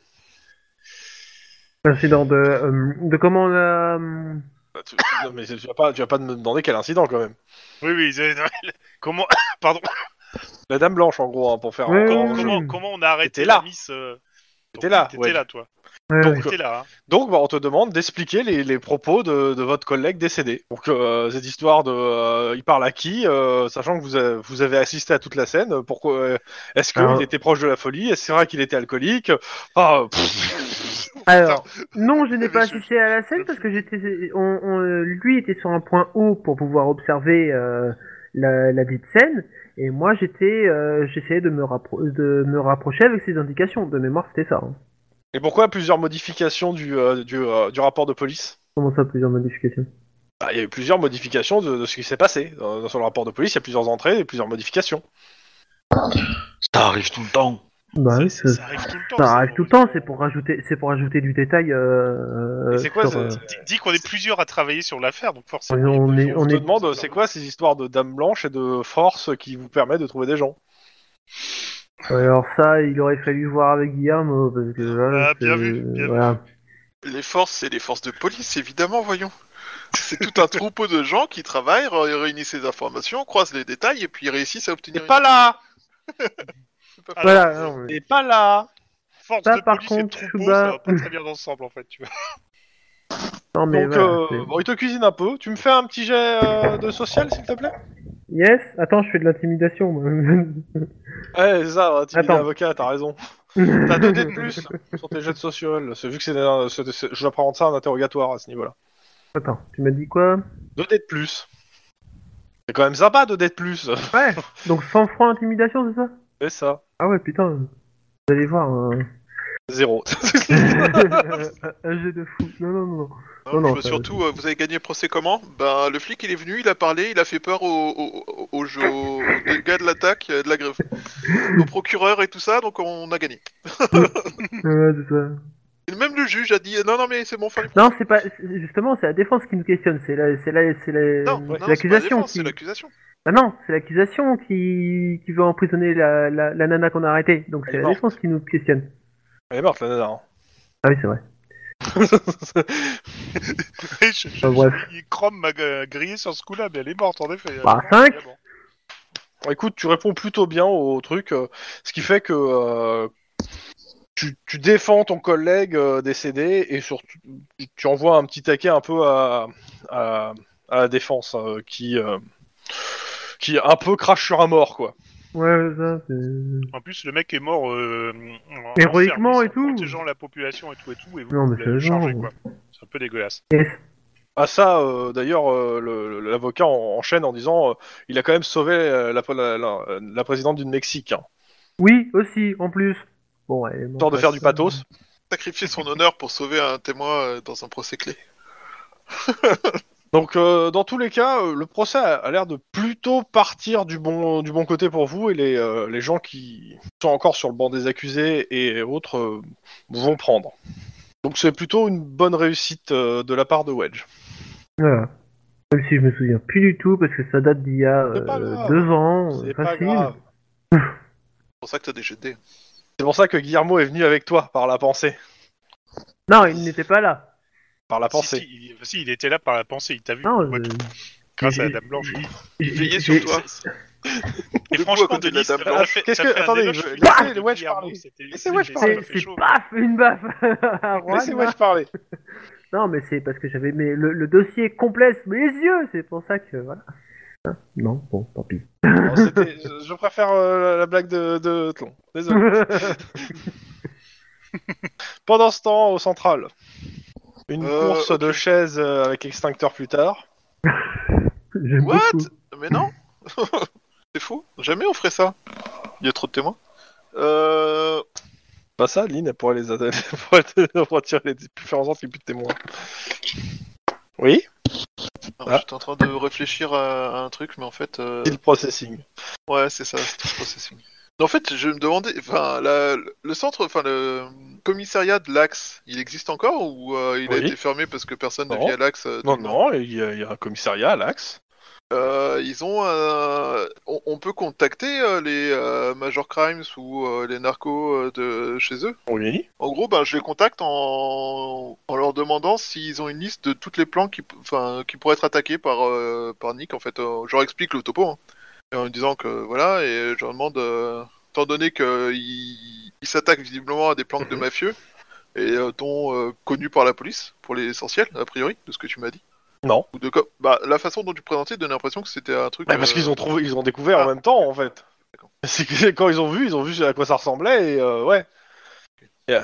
Speaker 4: Incident de euh, de comment on a. euh,
Speaker 1: Bah, tu- non, mais tu vas pas, tu vas pas me demander quel incident quand même.
Speaker 2: Oui, oui, c'est- [LAUGHS] comment, [COUGHS] pardon,
Speaker 1: La dame blanche, en gros, hein, pour faire
Speaker 4: Oui,
Speaker 1: encore
Speaker 4: oui,
Speaker 1: un
Speaker 4: Euh, oui.
Speaker 1: jeu.
Speaker 2: comment, comment on a arrêté
Speaker 1: T'étais là.
Speaker 2: la miss euh,
Speaker 1: T'étais
Speaker 2: donc,
Speaker 1: là,
Speaker 2: T'étais
Speaker 1: ouais.
Speaker 2: là, toi.
Speaker 4: ouais,
Speaker 1: Donc,
Speaker 2: T'étais là. hein.
Speaker 1: Donc, bah, on te demande d'expliquer les, les propos de, de votre collègue décédé. Donc, euh, cette histoire de, euh, il parle à qui, euh, sachant que vous, a- vous avez assisté à toute la scène. Pourquoi euh, Est-ce qu'il
Speaker 4: Alors-
Speaker 1: était proche de la folie Est-ce que c'est vrai qu'il était alcoolique Ah, euh, pff,
Speaker 4: Alors, non, je n'ai pas
Speaker 2: je-
Speaker 4: assisté à la scène parce que j'étais, on, on, euh, lui était sur un point haut pour pouvoir observer euh, la, la vie de scène, et moi j'étais, euh, j'essayais de me rappro- de me rapprocher avec ses indications. De mémoire, c'était ça. hein.
Speaker 1: Et pourquoi plusieurs modifications du, euh, du, euh, du rapport de police
Speaker 4: Comment ça, plusieurs modifications
Speaker 1: Bah, Il y a eu plusieurs modifications de, de ce qui s'est passé. Dans, dans- sur le rapport de police, il y a plusieurs entrées et plusieurs modifications.
Speaker 3: Ça arrive tout le temps.
Speaker 4: Bah,
Speaker 2: Ça-
Speaker 4: oui,
Speaker 2: ça,
Speaker 4: ça,
Speaker 2: ça arrive tout le temps.
Speaker 4: ça
Speaker 2: ça,
Speaker 4: arrive
Speaker 2: on-
Speaker 4: tout le temps. C'est pour rajouter, c'est pour ajouter du détail. euh,
Speaker 1: Et c'est quoi
Speaker 4: sur,
Speaker 1: ce-
Speaker 4: euh,
Speaker 1: ce-
Speaker 2: Dis qu'on est plusieurs à travailler sur l'affaire, donc forcément.
Speaker 4: on est,
Speaker 1: On
Speaker 4: on
Speaker 1: te
Speaker 4: est,
Speaker 1: demande, euh, c'est quoi ces histoires de dame blanche et de force qui vous permettent de trouver des gens
Speaker 4: alors ça, il aurait fallu voir avec Guillaume euh, parce que là,
Speaker 2: Ah, bien
Speaker 4: c'est-
Speaker 2: vu, bien vu.
Speaker 4: voilà.
Speaker 5: Les forces, c'est les forces de police, évidemment, voyons. C'est [LAUGHS] tout un troupeau de gens qui travaillent, ré- réunissent les informations, croisent les détails et puis réussissent à obtenir.
Speaker 1: T'es pas là
Speaker 2: Alors,
Speaker 4: Voilà, non, mais-
Speaker 1: T'es pas là
Speaker 2: Force
Speaker 4: Ça,
Speaker 2: de
Speaker 4: par
Speaker 2: police et
Speaker 4: contre, bah,
Speaker 2: troupeau,
Speaker 4: Chouba-
Speaker 2: ça va
Speaker 4: [LAUGHS]
Speaker 2: pas très bien ensemble, en fait, tu vois. [LAUGHS]
Speaker 4: non, mais
Speaker 1: Donc,
Speaker 4: voilà,
Speaker 1: euh,
Speaker 4: c'est-
Speaker 1: bon, il te cuisine un peu. Tu me fais un petit jet euh, de social, s'il te plaît
Speaker 4: Yes, attends, je fais de l'intimidation. moi. [LAUGHS]
Speaker 1: Ouais, c'est ça, tu es
Speaker 4: Attends.
Speaker 1: avocat, t'as raison. T'as deux dés de plus sur tes jets de social. C'est- Vu que c'est, un- c'est- c'est- je dois prendre ça en interrogatoire à ce niveau-là.
Speaker 4: attends, tu m'as dit quoi
Speaker 1: Deux dés de plus. C'est quand même sympa, deux dés de plus. [LAUGHS]
Speaker 4: Ouais, donc sans froid intimidation, c'est ça
Speaker 1: C'est ça.
Speaker 4: Ah ouais, putain, vous allez voir un,
Speaker 1: Zéro.
Speaker 4: [LAUGHS]
Speaker 1: [LAUGHS]
Speaker 4: un jeu de fou. Non, non, non.
Speaker 5: Non,
Speaker 4: Non, non,
Speaker 5: je veux
Speaker 4: ça-
Speaker 5: surtout, euh, vous avez gagné le procès comment Ben, le flic, il est venu, il a parlé, il a fait peur aux au, au, au jeu- aux deux gars de l'attaque, euh, de la greffe, au procureur et tout ça, donc on a gagné.
Speaker 4: Ouais, c'est ça.
Speaker 5: Et même le juge a dit non, non, mais c'est bon, fin du
Speaker 4: Non, c'est pas. c'est- Justement, c'est la défense qui nous questionne. C'est la, c'est la, c'est la,
Speaker 5: Non,
Speaker 4: c'est
Speaker 5: non, c'est pas la
Speaker 4: l'accusation.
Speaker 5: défense,
Speaker 4: Qui...
Speaker 5: c'est l'accusation.
Speaker 4: Ah non, c'est l'accusation qui, qui veut emprisonner la, la, la nana qu'on a arrêtée. Donc
Speaker 1: Elle
Speaker 4: c'est
Speaker 1: est
Speaker 4: la
Speaker 1: morte.
Speaker 4: défense qui nous questionne.
Speaker 1: Elle est morte, la nana.
Speaker 4: Ah oui, c'est vrai.
Speaker 1: hein.
Speaker 2: Je- je-
Speaker 4: Bah, bref.
Speaker 2: je- Chrome m'a euh, grillé sur ce coup-là, mais elle est morte, en effet.
Speaker 4: Bah, cinq.
Speaker 2: Évidemment.
Speaker 1: Écoute, tu réponds plutôt bien au truc, euh, ce qui fait que euh, tu, tu défends ton collègue euh, décédé et surtout tu- tu envoies un petit taquet un peu à, à, à la défense euh, qui euh, qui un peu crache sur un mort quoi.
Speaker 4: Ouais, ça, c'est...
Speaker 2: En plus, le mec est mort euh, en- en
Speaker 4: Héroïquement
Speaker 2: service,
Speaker 4: et tout.
Speaker 2: En protégeant la population et tout et tout, et vous,
Speaker 4: Non, mais
Speaker 2: vous
Speaker 4: c'est
Speaker 2: l'avez chargé,
Speaker 4: genre. hein.
Speaker 2: quoi. C'est un peu dégueulasse.
Speaker 4: Yes.
Speaker 1: Ah ça, euh, d'ailleurs, euh, le- le- l'avocat en- enchaîne en disant, euh, il a quand même sauvé euh, la, la- la- la présidente du Mexique, hein,
Speaker 4: Oui, aussi, en plus. Bon, ouais, bon,
Speaker 1: histoire de
Speaker 4: bah,
Speaker 1: faire du
Speaker 4: ça-
Speaker 1: pathos.
Speaker 5: Sacrifier son honneur pour sauver un témoin euh, dans un procès clé.
Speaker 1: Donc, euh, dans tous les cas, euh, le procès a, a l'air de plutôt partir du bon, du bon côté pour vous, et les, euh, les gens qui sont encore sur le banc des accusés et autres euh, vont prendre. Donc, c'est plutôt une bonne réussite euh, de la part de Wedge.
Speaker 4: Voilà. Même si je me souviens plus du tout, parce que ça date d'il y a
Speaker 1: C'est pas
Speaker 4: euh,
Speaker 1: grave.
Speaker 4: deux ans,
Speaker 1: C'est
Speaker 4: euh,
Speaker 1: pas
Speaker 4: facile.
Speaker 1: grave.
Speaker 5: C'est pour ça que t'as des GD.
Speaker 1: C'est pour ça que Guillermo est venu avec toi, par la pensée.
Speaker 4: Non, il n'était pas là.
Speaker 1: Par la
Speaker 2: Si,
Speaker 1: pensée.
Speaker 2: si, il, si, il était là par la pensée, il t'a vu.
Speaker 4: Non,
Speaker 2: Ouais,
Speaker 4: je-
Speaker 2: grâce à la
Speaker 4: j'ai-
Speaker 2: Dame Blanche.
Speaker 4: j'ai-
Speaker 5: Veillez
Speaker 4: j'ai-
Speaker 5: sur toi.
Speaker 1: [LAUGHS]
Speaker 2: Et
Speaker 5: Le coup à
Speaker 2: franchement,
Speaker 5: côté de la
Speaker 2: Denis,
Speaker 5: Dame
Speaker 2: t'as
Speaker 5: Blanche.
Speaker 2: fait-
Speaker 1: Qu'est-ce
Speaker 2: t'as
Speaker 1: que-
Speaker 2: fait un
Speaker 1: attendez,
Speaker 2: éloge
Speaker 1: je-
Speaker 2: fulgurant
Speaker 1: laissez
Speaker 2: de
Speaker 1: Wedge
Speaker 2: Guillermo,
Speaker 1: parler.
Speaker 2: c'était-
Speaker 1: Laissez Wedge
Speaker 2: ça
Speaker 1: parler.
Speaker 2: m'a
Speaker 4: C'est
Speaker 2: fait
Speaker 4: c'est
Speaker 2: Oh, chaud.
Speaker 4: paf une baffe [LAUGHS] à Juan,
Speaker 1: Laissez-moi
Speaker 4: là.
Speaker 1: je
Speaker 2: [LAUGHS]
Speaker 1: parler.
Speaker 4: Non, mais c'est parce que j'avais mes- le, le dossier complet sous mes yeux, c'est pour ça que voilà. Hein Non, bon, tant pis.
Speaker 1: Non, Oh, c'était- je, je préfère euh, la- la blague de, de Tlon.
Speaker 4: [LAUGHS]
Speaker 1: Désolé. Pendant ce temps, au central, une
Speaker 5: Euh,
Speaker 1: course de chaises euh, avec extincteur plus tard.
Speaker 4: J'aime
Speaker 5: What
Speaker 4: beaucoup.
Speaker 5: Mais non [LAUGHS] C'est faux. Jamais on ferait ça. Il y a trop de témoins. Euh...
Speaker 1: Pas Bah ça, Lynn, [LAUGHS] elle pourrait les attaquer pour [LAUGHS] retirer les plus faire en sorte qu'il n'y ait plus de témoins. Oui,
Speaker 5: alors,
Speaker 1: Ah.
Speaker 5: J'étais en train de réfléchir à à un truc, mais en fait... euh,
Speaker 1: c'est le processing.
Speaker 5: Ouais, c'est ça, c'est tout le processing. Mais En fait, je me demandais... Enfin, la- le centre... Enfin, le commissariat de l'Axe, il existe encore ou euh, il a
Speaker 1: Oui.
Speaker 5: été fermé parce que personne ne
Speaker 1: Non.
Speaker 5: vit à l'Axe euh,
Speaker 1: Non,
Speaker 5: depuis
Speaker 1: non, il y, a- il y a un commissariat à l'axe.
Speaker 5: Euh, ils ont un- on, on peut contacter euh, les euh, Major Crimes ou euh, les narcos euh, de chez eux.
Speaker 1: Oui.
Speaker 5: En gros, ben, je les contacte en, en leur demandant s'ils ont une liste de toutes les plans qui, p- enfin, qui pourraient être attaqués par, euh, par Nick. En fait, Euh, je leur explique le topo hein. Et en me disant que voilà, et je leur demande, euh, étant donné qu'ils ils s'attaquent visiblement à des planques de
Speaker 1: Mhm.
Speaker 5: mafieux et euh, dont euh, connus par la police pour l'essentiel, a priori, de ce que tu m'as dit.
Speaker 1: Non.
Speaker 5: Ou de co- bah, la façon dont tu présentais donnait l'impression que c'était un truc.
Speaker 1: Bah, parce
Speaker 5: euh,
Speaker 1: qu'ils ont trouvé, ils ont découvert en
Speaker 5: Ah.
Speaker 1: même temps, en fait.
Speaker 5: D'accord.
Speaker 1: C'est que [LAUGHS] quand ils ont vu, ils ont vu à quoi ça ressemblait et euh, ouais. Et, euh,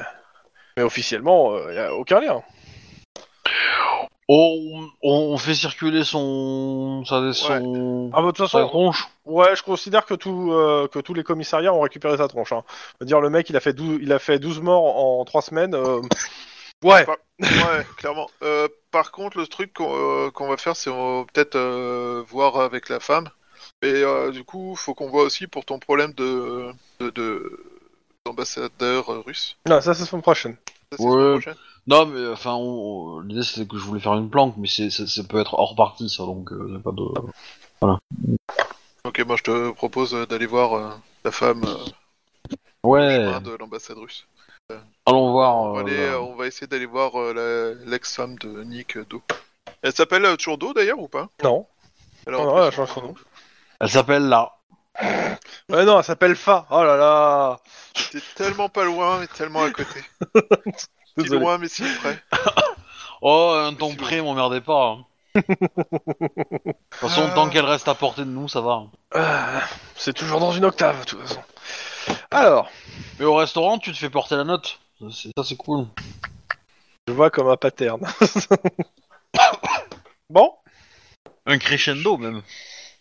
Speaker 1: Mais officiellement, il n'y a aucun lien.
Speaker 3: Oh, On, on fait circuler son, sa, son,
Speaker 1: Ah bah, de toute
Speaker 3: sa
Speaker 1: façon,
Speaker 3: tronche.
Speaker 1: Ouais, je considère que, tout, euh, que tous les commissariats ont récupéré sa tronche. Hein. Je veux dire, le mec, il a fait 12, il a fait 12 morts en 3 semaines. euh, Ouais,
Speaker 5: Ouais, clairement. Euh, par contre, le truc qu'on euh, qu'on va faire, c'est on va peut-être euh, voir avec la femme. Et euh, du coup, faut qu'on voit aussi pour ton problème de de- de- d'ambassadeur euh, russe.
Speaker 1: non, ça, c'est la semaine prochaine.
Speaker 5: Ça, c'est la semaine
Speaker 3: Ouais.
Speaker 5: prochaine.
Speaker 3: Non, mais enfin, on- on- l'idée c'était que je voulais faire une planque, mais c'est, c'est- ça peut être hors partie, ça, donc euh, y a pas de.
Speaker 5: Ok, moi je te propose euh, d'aller voir euh, la femme euh, au
Speaker 3: Ouais,
Speaker 5: chemin de l'ambassade russe.
Speaker 3: allons voir.
Speaker 5: On va,
Speaker 3: euh,
Speaker 5: aller, euh, on va essayer d'aller voir euh, la- l'ex-femme de Nick euh, Do. Elle s'appelle euh, toujours Do d'ailleurs ou pas
Speaker 1: Non,
Speaker 5: Elle a
Speaker 1: non,
Speaker 5: repris
Speaker 1: non, elle
Speaker 5: son-
Speaker 1: change son nom.
Speaker 3: Elle s'appelle là.
Speaker 1: Ouais, non, elle s'appelle Fa. Oh là là.
Speaker 5: T'es tellement pas loin, mais tellement
Speaker 1: [LAUGHS]
Speaker 5: à côté. si
Speaker 1: Désolé.
Speaker 5: loin, mais si près.
Speaker 3: Oh, un ton
Speaker 5: Merci
Speaker 3: près, m'emmerdez
Speaker 1: [LAUGHS]
Speaker 3: pas. hein. de toute façon,
Speaker 1: Euh.
Speaker 3: tant qu'elle reste à portée de nous, ça va.
Speaker 1: Ah, c'est toujours dans une octave, de toute façon. Alors,
Speaker 3: Mais au restaurant, tu te fais porter la note. Ça, c'est- ça, c'est cool.
Speaker 1: je vois comme un pattern. bon,
Speaker 3: Un crescendo, même.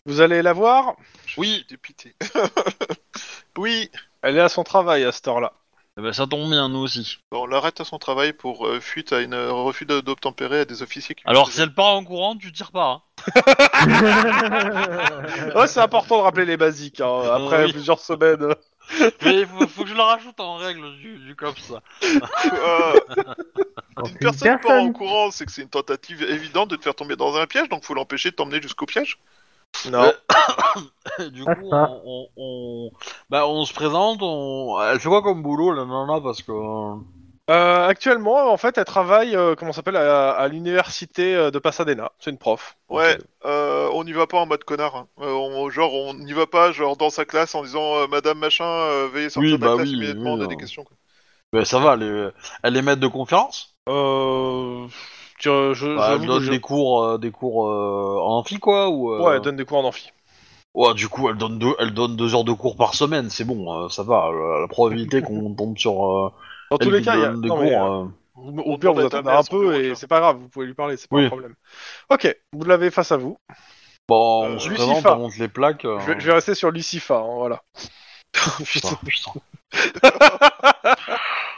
Speaker 1: vous allez la voir.
Speaker 3: Oui,
Speaker 5: Dépité. [LAUGHS] oui,
Speaker 1: Elle est à son travail à cette heure-là.
Speaker 3: Eh ben, ça tombe bien, nous aussi.
Speaker 5: Bon, on l'arrête à son travail pour euh, fuite à une euh, refus de- d'obtempérer à des officiers qui.
Speaker 3: Alors, si elle part en courant, tu
Speaker 1: [LAUGHS]
Speaker 3: tires pas. hein.
Speaker 4: Ah,
Speaker 1: Ouais, c'est important de rappeler les basiques. hein, après
Speaker 3: Oui.
Speaker 1: plusieurs semaines.
Speaker 3: Mais faut, faut que je le rajoute en règle du, du COPS. ça.
Speaker 5: Euh,
Speaker 4: Alors, c'est
Speaker 5: une
Speaker 4: une
Speaker 5: personne, part en
Speaker 4: personne.
Speaker 5: courant, c'est que c'est une tentative évidente de te faire tomber dans un piège, donc faut l'empêcher de t'emmener jusqu'au piège.
Speaker 1: Non.
Speaker 3: [LAUGHS] Du
Speaker 4: Ah,
Speaker 3: coup,
Speaker 4: ça.
Speaker 3: on, on, on- bah, on se présente, on... elle fait quoi comme boulot la nana Parce que. euh,
Speaker 1: Euh, actuellement, en fait, elle travaille, euh, comment ça s'appelle, à, à l'université euh, de Pasadena. C'est une prof.
Speaker 5: Ouais,
Speaker 1: Donc,
Speaker 5: euh, on n'y va pas en mode connard. hein. Euh, on- genre, on n'y va pas genre dans sa classe en disant euh, Madame machin, euh, veuillez sortir
Speaker 3: Oui,
Speaker 5: de la
Speaker 3: bah
Speaker 5: classe
Speaker 3: oui,
Speaker 5: immédiatement,
Speaker 3: oui,
Speaker 5: on a
Speaker 3: non.
Speaker 5: des questions. quoi.
Speaker 3: Bah, ça va, elle est, elle est maître de conférence.
Speaker 1: euh, tu- euh, je,
Speaker 3: Bah,
Speaker 1: j'avoue
Speaker 3: elle
Speaker 1: que
Speaker 3: donne
Speaker 1: je-
Speaker 3: des cours, euh, des cours euh, en amphi, quoi. Ou, euh,
Speaker 1: Ouais, elle donne des cours en amphi.
Speaker 3: ouais, du coup, elle donne deux, elle donne deux heures de cours par semaine. C'est bon, euh, ça va. La, la probabilité [LAUGHS] qu'on tombe sur euh,
Speaker 1: Dans tous
Speaker 3: elle
Speaker 1: les
Speaker 3: qui
Speaker 1: cas, il y a...
Speaker 3: donne des
Speaker 1: non,
Speaker 3: cours.
Speaker 1: mais, euh,
Speaker 3: euh,
Speaker 1: vous-
Speaker 5: on
Speaker 1: au pire,
Speaker 5: demande
Speaker 1: vous
Speaker 5: à ta
Speaker 1: attendez
Speaker 5: mère
Speaker 1: un
Speaker 5: son bureau,
Speaker 1: peu
Speaker 5: tiens.
Speaker 1: et c'est pas grave, vous pouvez lui parler, c'est pas
Speaker 3: Oui.
Speaker 1: un problème. Ok, vous l'avez face à vous.
Speaker 3: Bon,
Speaker 5: euh,
Speaker 3: bah, on se
Speaker 1: Lucifa.
Speaker 3: présente, on monte les plaques. euh,
Speaker 1: Je, vais, je vais rester sur Lucifa, hein, voilà. Putain.
Speaker 3: putain, putain. [LAUGHS]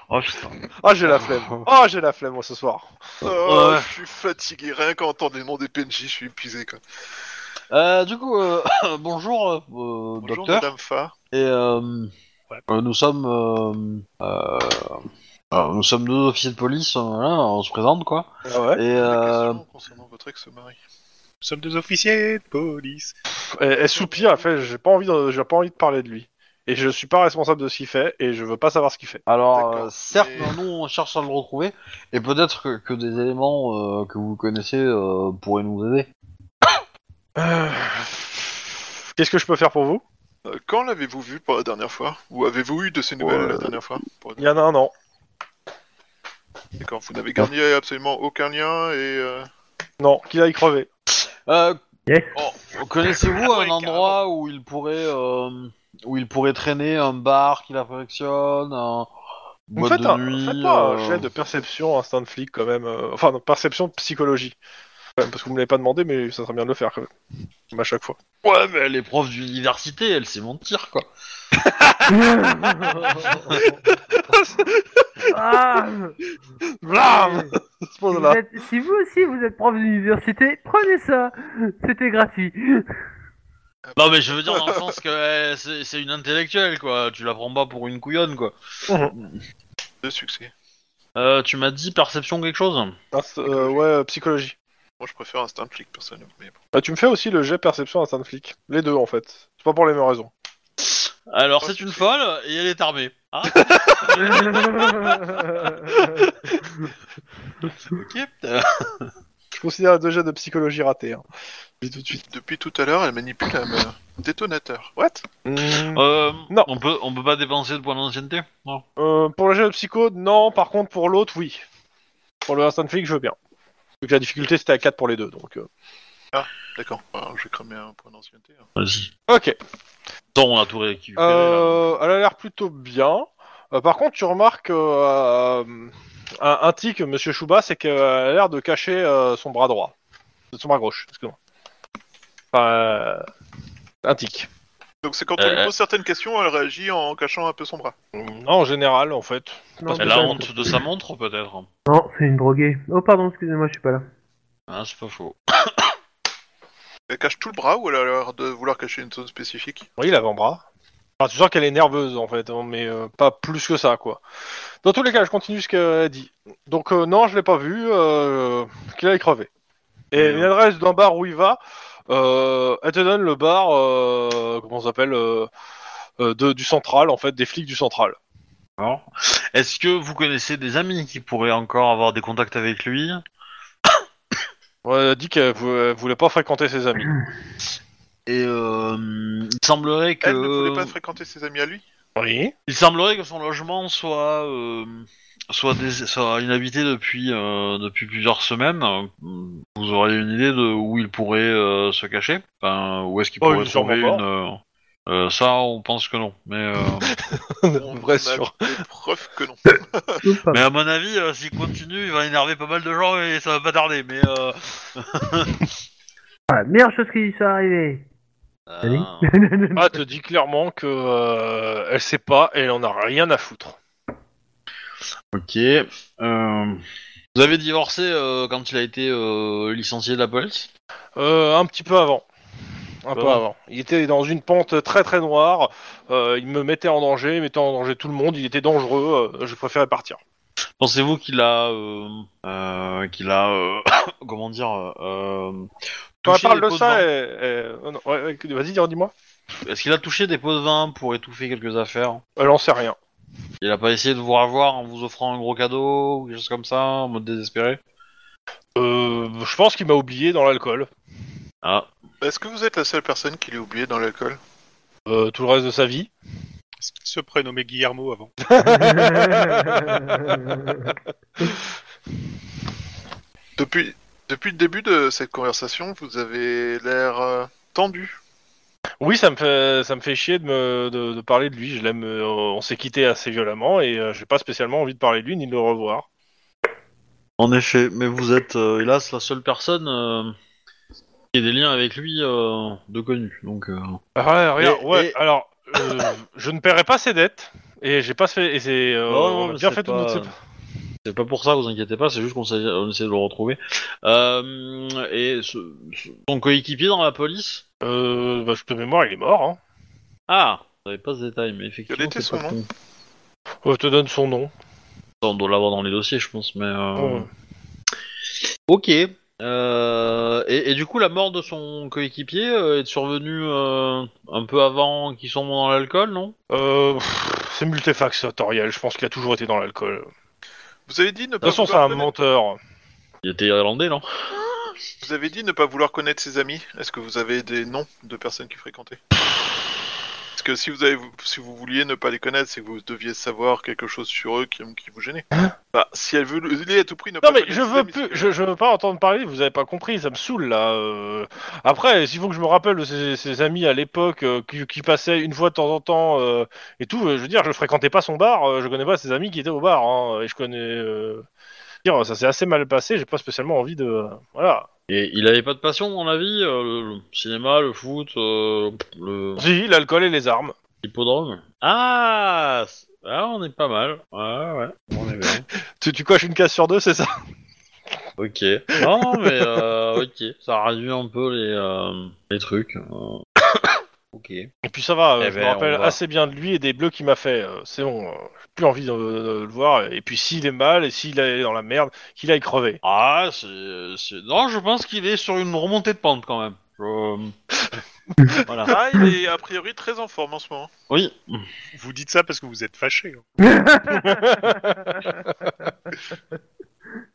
Speaker 3: oh putain.
Speaker 1: Ah, j'ai la flemme. Ah, j'ai la flemme, moi, ce soir.
Speaker 5: Ah,
Speaker 3: Ouais.
Speaker 5: Je suis fatigué, rien qu'à entendre les noms des PNJ, je suis épuisé. Quoi.
Speaker 3: Euh, du coup, euh, [LAUGHS] bonjour, euh, euh,
Speaker 5: Bonjour
Speaker 3: docteur.
Speaker 5: Madame Fa.
Speaker 3: Et euh,
Speaker 2: Ouais.
Speaker 3: euh, nous sommes, euh, euh, euh, nous sommes deux officiers de police. euh, voilà, on se présente quoi.
Speaker 1: Ouais.
Speaker 3: Et euh,
Speaker 5: Question concernant votre ex-mari.
Speaker 2: Nous sommes des officiers de police.
Speaker 1: Elle, elle soupire, elle fait J'ai pas, envie de- j'ai pas envie de parler de lui. Et je suis pas responsable de ce qu'il fait, et je veux pas savoir ce
Speaker 3: [LAUGHS]
Speaker 1: qu'il fait.
Speaker 3: alors,
Speaker 5: D'accord,
Speaker 3: euh, certes,
Speaker 5: mais-
Speaker 3: nous on cherche à le retrouver, et peut-être que, que des éléments euh, que vous connaissez euh, pourraient nous aider.
Speaker 1: Euh, Qu'est-ce que je peux faire pour vous
Speaker 5: Euh, quand l'avez-vous vu pour la dernière fois Ou avez-vous eu de ses nouvelles la dernière fois Pour la
Speaker 1: Il y en a un an.
Speaker 5: dernière- D'accord, vous n'avez gardé absolument aucun lien et. euh,
Speaker 1: Non, qu'il aille crever.
Speaker 3: Euh,
Speaker 4: Yes.
Speaker 3: oh, Connaissez-vous
Speaker 2: Ah ouais,
Speaker 3: un endroit où il pourrait, euh, où il pourrait traîner un bar qu'il affectionne, un
Speaker 1: Vous
Speaker 3: boîte
Speaker 1: faites
Speaker 3: de
Speaker 1: un,
Speaker 3: nuit
Speaker 1: faites hein, pas un
Speaker 3: euh,
Speaker 1: jet de perception instinct de flic quand même. euh, Enfin, non, perception de psychologie. Quand même, parce que vous me l'avez pas demandé, mais ça serait bien de le faire quand même. Comme À chaque fois.
Speaker 3: Ouais, mais elle est prof d'université, elle sait mentir quoi.
Speaker 4: Ah,
Speaker 1: Blam Ce
Speaker 4: si,
Speaker 1: point-là.
Speaker 4: vous êtes- si vous aussi vous êtes prof d'université, prenez ça. C'était gratuit.
Speaker 3: Non mais je
Speaker 1: [LAUGHS]
Speaker 3: veux dire dans le sens que eh, c'est c'est une intellectuelle quoi, tu la prends pas pour une couillonne quoi.
Speaker 5: de succès.
Speaker 3: Euh, tu m'as dit perception quelque chose
Speaker 1: Inst- euh, ouais, euh, psychologie.
Speaker 5: Moi je préfère Instinct Flic personnellement. Mais bon.
Speaker 1: Bah, tu me fais aussi le jet perception instinct de flic. Les deux en fait. C'est pas pour les mêmes raisons.
Speaker 3: Alors
Speaker 1: Oh,
Speaker 3: c'est une folle et elle est armée. Ah ok. Euh,
Speaker 1: Je considère deux jets de psychologie ratés. hein. Je dis tout de suite.
Speaker 5: Depuis tout à l'heure, elle manipule un euh, détonateur. What
Speaker 1: Mm,
Speaker 3: euh,
Speaker 1: [LAUGHS] Non.
Speaker 3: On peut, on peut pas dépenser de points d'ancienneté Non.
Speaker 1: euh, pour le jet de psycho, non. Par contre, pour l'autre, oui. Pour le instinct de flic, je veux bien. Vu que la difficulté c'était à 4 pour les deux. Donc, euh.
Speaker 5: D'accord, alors, je vais cramer un point d'ancienneté. hein.
Speaker 3: Vas-y.
Speaker 1: Ok.
Speaker 3: Attends, on a tout récupéré là.
Speaker 1: Euh, elle a l'air plutôt bien. Euh, par contre, tu remarques euh, euh, un, un tic, Monsieur Chouba, c'est qu'elle a l'air de cacher euh, son bras droit. Son bras gauche, excuse-moi. Enfin, euh, un tic.
Speaker 5: Donc c'est quand on
Speaker 3: Euh,
Speaker 5: lui pose certaines questions, elle réagit en cachant un peu son bras.
Speaker 1: Non, en général, en fait.
Speaker 4: Non,
Speaker 3: Elle a honte de sa montre peut-être.
Speaker 4: Non, c'est une droguée. Oh pardon, excusez-moi, je suis pas là.
Speaker 3: Ah c'est pas faux.
Speaker 5: Elle cache tout le bras ou elle a l'air de vouloir cacher une zone spécifique
Speaker 1: Oui, l'avant-bras. Enfin, tu sens qu'elle est nerveuse, en fait, hein, mais euh, pas plus que ça, quoi. Dans tous les cas, je continue ce qu'elle dit. Donc, euh, non, je l'ai pas vu, euh, qu'il aille crever. Et
Speaker 3: Mmh.
Speaker 1: une adresse d'un bar où il va, euh, elle te donne le bar, euh, comment ça s'appelle, euh, euh, de- du central, en fait, des flics du central.
Speaker 3: Alors, Est-ce que vous connaissez des amis qui pourraient encore avoir des contacts avec lui
Speaker 1: Ouais, Elle a dit qu'elle vou- elle voulait pas fréquenter ses amis.
Speaker 3: Et euh, il semblerait
Speaker 1: Eh,
Speaker 3: que
Speaker 5: Elle ne voulait pas fréquenter ses amis à lui
Speaker 1: Oui.
Speaker 3: il semblerait que son logement soit euh, soit, dés- soit inhabité depuis euh, depuis plusieurs semaines. Euh, Vous auriez une idée de où il pourrait euh, se cacher Enfin, Où est-ce qu'il
Speaker 1: Oh,
Speaker 3: pourrait
Speaker 1: il est sûrement
Speaker 3: trouver une euh, euh, Ça, on pense que non. Mais euh,
Speaker 1: En vrai,
Speaker 5: on a
Speaker 1: sûr.
Speaker 5: des preuves que non.
Speaker 4: Ou pas.
Speaker 3: mais à mon avis, euh, s'il continue, il va énerver pas mal de gens et ça va pas tarder. Mais euh,
Speaker 4: Ah, meilleure chose qui lui soit arrivée. [LAUGHS] Allez.
Speaker 3: euh,
Speaker 1: Ah, Elle te dit clairement que euh, elle sait pas et elle en a rien à foutre.
Speaker 3: Ok. euh, Vous avez divorcé euh, quand il a été euh, licencié de la police
Speaker 1: Euh, un petit peu avant. Un peu
Speaker 3: Bon.
Speaker 1: avant. Il était dans une pente très très noire. euh, il me mettait en danger, il mettait en danger tout le monde. Il était dangereux. euh, je préférais partir.
Speaker 3: Pensez-vous qu'il a, euh, euh, qu'il a, euh, [COUGHS] comment dire, euh,
Speaker 1: Quand elle
Speaker 3: touché
Speaker 1: Bah, parle
Speaker 3: des
Speaker 1: de
Speaker 3: pots
Speaker 1: ça, eh.
Speaker 3: vin
Speaker 1: elle- elle- oh non, ouais, ouais, vas-y, dis- dis-moi.
Speaker 3: est-ce qu'il a touché des pots de vin pour étouffer quelques affaires
Speaker 1: Elle en sait Euh, rien.
Speaker 3: Il a pas essayé de vous revoir en vous offrant un gros cadeau ou quelque chose comme ça, en mode désespéré
Speaker 1: Euh, je pense qu'il m'a oublié dans l'alcool.
Speaker 3: Ah.
Speaker 5: Est-ce que vous êtes la seule personne qui l'ait oublié dans l'alcool
Speaker 1: Euh, tout le reste de sa vie.
Speaker 2: Est-ce qu'il se prénommait Guillermo avant
Speaker 5: Depuis, depuis le début de cette conversation, vous avez l'air euh, tendu.
Speaker 1: Oui, ça me fait, ça me fait chier de, me, de, de parler de lui. Je l'aime. euh, on s'est quitté assez violemment et euh, j'ai pas spécialement envie de parler de lui ni de le revoir.
Speaker 3: En effet, mais vous êtes euh, hélas la seule personne euh, qui ait des liens avec lui euh, de connu. Donc, euh,
Speaker 1: Ah ouais, regarde,
Speaker 3: Et-
Speaker 1: ouais,
Speaker 3: et-
Speaker 1: alors euh, je ne paierai pas ses dettes et j'ai pas fait. Et c'est euh,
Speaker 3: Non, non,
Speaker 1: on a
Speaker 3: mais
Speaker 1: bien
Speaker 3: c'est
Speaker 1: fait tout
Speaker 3: pas-
Speaker 1: notre-
Speaker 3: c'est pas pour ça, vous inquiétez pas, c'est juste qu'on s'est- on essaie de le retrouver. Euh, et ce- ce- son coéquipier dans la police
Speaker 1: Euh, bah, je peux mémoire, il est mort. Hein.
Speaker 3: Ah Vous n'avez pas ce détail, mais effectivement.
Speaker 5: Quel était
Speaker 3: c'est pas
Speaker 5: son
Speaker 3: con.
Speaker 1: Euh, je te donne son nom.
Speaker 3: Ça, On doit l'avoir dans les dossiers, je pense, mais. euh,
Speaker 1: Oh, Ouais.
Speaker 3: Ok. Euh, et, et du coup, la mort de son coéquipier euh, est survenue euh, un peu avant qu'ils sont dans l'alcool, non
Speaker 1: Euh, pff, c'est multifactoriel. Je pense qu'il a toujours été dans l'alcool. De
Speaker 5: Vous avez dit ne pas
Speaker 1: toute façon, c'est
Speaker 5: vouloir
Speaker 1: un
Speaker 5: connaître-
Speaker 1: menteur.
Speaker 3: Il était irlandais, non
Speaker 5: Vous avez dit ne pas vouloir connaître ses amis. Est-ce que vous avez des noms de personnes qui fréquentaient Parce que si vous, avez, si vous vouliez ne pas les connaître, c'est que vous deviez savoir quelque chose sur eux qui, qui vous gênait. bah, si elle veut voulait à tout prix ne pas
Speaker 1: Non mais
Speaker 5: connaître
Speaker 1: je
Speaker 5: ses
Speaker 1: veux
Speaker 5: amis,
Speaker 1: plus,
Speaker 5: c'est que-
Speaker 1: je, je veux pas entendre parler. Vous avez pas compris, ça me saoule là. euh. Après, s'il faut que je me rappelle de ses, ses amis à l'époque euh, qui, qui passaient une fois de temps en temps euh, et tout, euh, je veux dire, je fréquentais pas son bar. euh, je connais pas ses amis qui étaient au bar. hein, et je connais. euh, dire, ça s'est assez mal passé. J'ai pas spécialement envie de. Voilà.
Speaker 3: Et il avait pas de passion dans la vie euh, le, le cinéma, le foot, euh, le
Speaker 1: Si, l'alcool et les armes.
Speaker 3: hippodrome Ah c'est- Ah, on est pas mal. Ouais, ouais. On est bien. [LAUGHS]
Speaker 1: Tu, tu coches une case sur deux, c'est ça
Speaker 3: ok. Non, mais euh, ok. Ça réduit un peu les, euh, les trucs. euh. [COUGHS] ok.
Speaker 1: Et puis ça va, euh,
Speaker 3: Eh
Speaker 1: je
Speaker 3: ben,
Speaker 1: me rappelle
Speaker 3: on va.
Speaker 1: assez bien de lui et des bleus qu'il m'a fait. euh, C'est bon, euh, j'ai plus envie de, de le voir. Et puis s'il est mal et s'il est dans la merde, qu'il aille crever.
Speaker 3: Ah, c'est... c'est- Non, je pense qu'il est sur une remontée de pente quand même. Je- [LAUGHS] voilà.
Speaker 5: Ah, il est a priori très en forme en ce moment.
Speaker 3: Oui.
Speaker 2: Vous dites ça parce que vous êtes fâché. hein.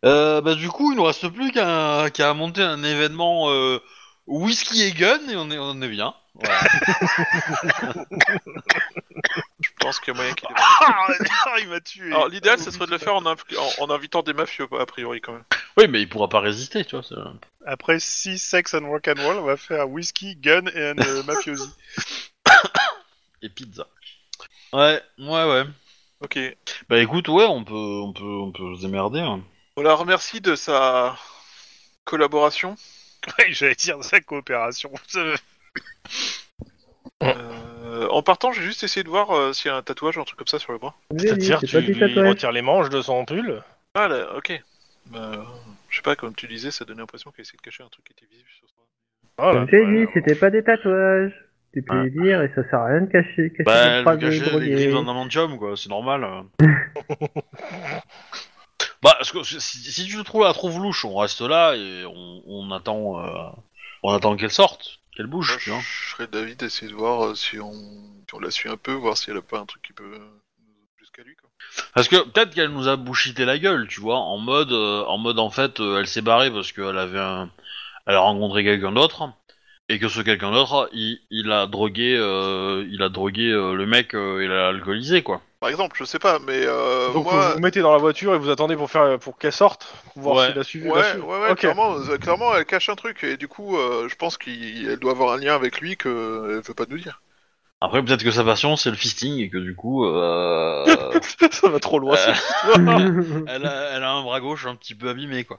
Speaker 3: Euh, bah, du coup, il nous reste plus qu'à, qu'à monter un événement euh, whisky et gun et on est, on est bien. Voilà.
Speaker 5: Je pense qu'il y a moyen [LAUGHS] qu'il ait-
Speaker 2: Ah, il m'a tué.
Speaker 5: Alors l'idéal, ce serait de le faire en, inf- en- en invitant des mafieux, a priori quand même.
Speaker 3: [LAUGHS] oui, mais il pourra pas résister, tu vois. c'est-
Speaker 2: Après 6 sex and rock and roll, on va faire whisky, gun and euh, mafiosi.
Speaker 1: [LAUGHS]
Speaker 3: Et pizza. Ouais, ouais, ouais.
Speaker 5: Ok.
Speaker 3: Bah écoute, ouais, on peut, on peut, on peut se démerder. hein.
Speaker 5: On la remercie de sa collaboration.
Speaker 2: Ouais, J'allais dire de sa coopération.
Speaker 5: Euh, en partant, j'ai juste essayé de voir euh, s'il y a un tatouage ou un truc comme ça sur le bras.
Speaker 1: C'est-à-dire,
Speaker 4: C'est
Speaker 1: tu
Speaker 4: pas du
Speaker 1: lui
Speaker 4: tatouage.
Speaker 1: retires les manches de son pull
Speaker 5: Ah là, ok. Bah, je sais pas, comme tu disais, ça donnait l'impression qu'elle essayait de cacher un truc qui était visible sur soi.
Speaker 1: voilà.
Speaker 4: Comme j'ai dit, c'était pas des tatouages. Tu peux
Speaker 3: Ouais.
Speaker 4: lui dire et ça sert à rien de cacher. cacher
Speaker 3: Bah,
Speaker 4: des
Speaker 3: elle veut
Speaker 4: phrases de
Speaker 3: cacher les
Speaker 4: drogué.
Speaker 3: griffes
Speaker 4: [LAUGHS]
Speaker 3: d'un adamantium, quoi, c'est normal. euh. [LAUGHS] bah, parce que si, si tu trouves la trouve louche, on reste là et on, on attend, euh, on attend qu'elle sorte, qu'elle bouge,
Speaker 5: Moi,
Speaker 3: tu
Speaker 5: je,
Speaker 3: vois.
Speaker 5: je serais d'avis d'essayer de voir euh, si, on, si on la suit un peu, voir si elle a pas un truc qui peut nous- jusqu'à lui. Quoi.
Speaker 3: Parce que peut-être qu'elle nous a bouchité la gueule, tu vois, en mode, euh, en mode en fait, euh, elle s'est barrée parce qu'elle avait un, elle a rencontré quelqu'un d'autre et que ce quelqu'un d'autre, il, il a drogué, euh, il a drogué euh, le mec, euh, il l'a alcoolisé, quoi.
Speaker 5: Par exemple, je sais pas, mais euh,
Speaker 1: Donc
Speaker 5: moi,
Speaker 1: vous vous mettez dans la voiture et vous attendez pour faire pour qu'elle sorte, pour voir
Speaker 3: Ouais.
Speaker 1: s'il a suivi. la
Speaker 5: Ouais,
Speaker 1: suite.
Speaker 5: ouais, ouais,
Speaker 1: Ok.
Speaker 5: clairement, euh, clairement, elle cache un truc et du coup, euh, je pense qu'elle doit avoir un lien avec lui que elle veut pas nous dire.
Speaker 3: Après, peut-être que sa passion, c'est le fisting et que du coup, euh,
Speaker 1: [LAUGHS] ça va trop loin. cette [LAUGHS] histoire.
Speaker 4: Elle
Speaker 3: [LAUGHS] elle, a, elle a un bras gauche un petit peu abîmé,
Speaker 1: [LAUGHS]
Speaker 3: quoi.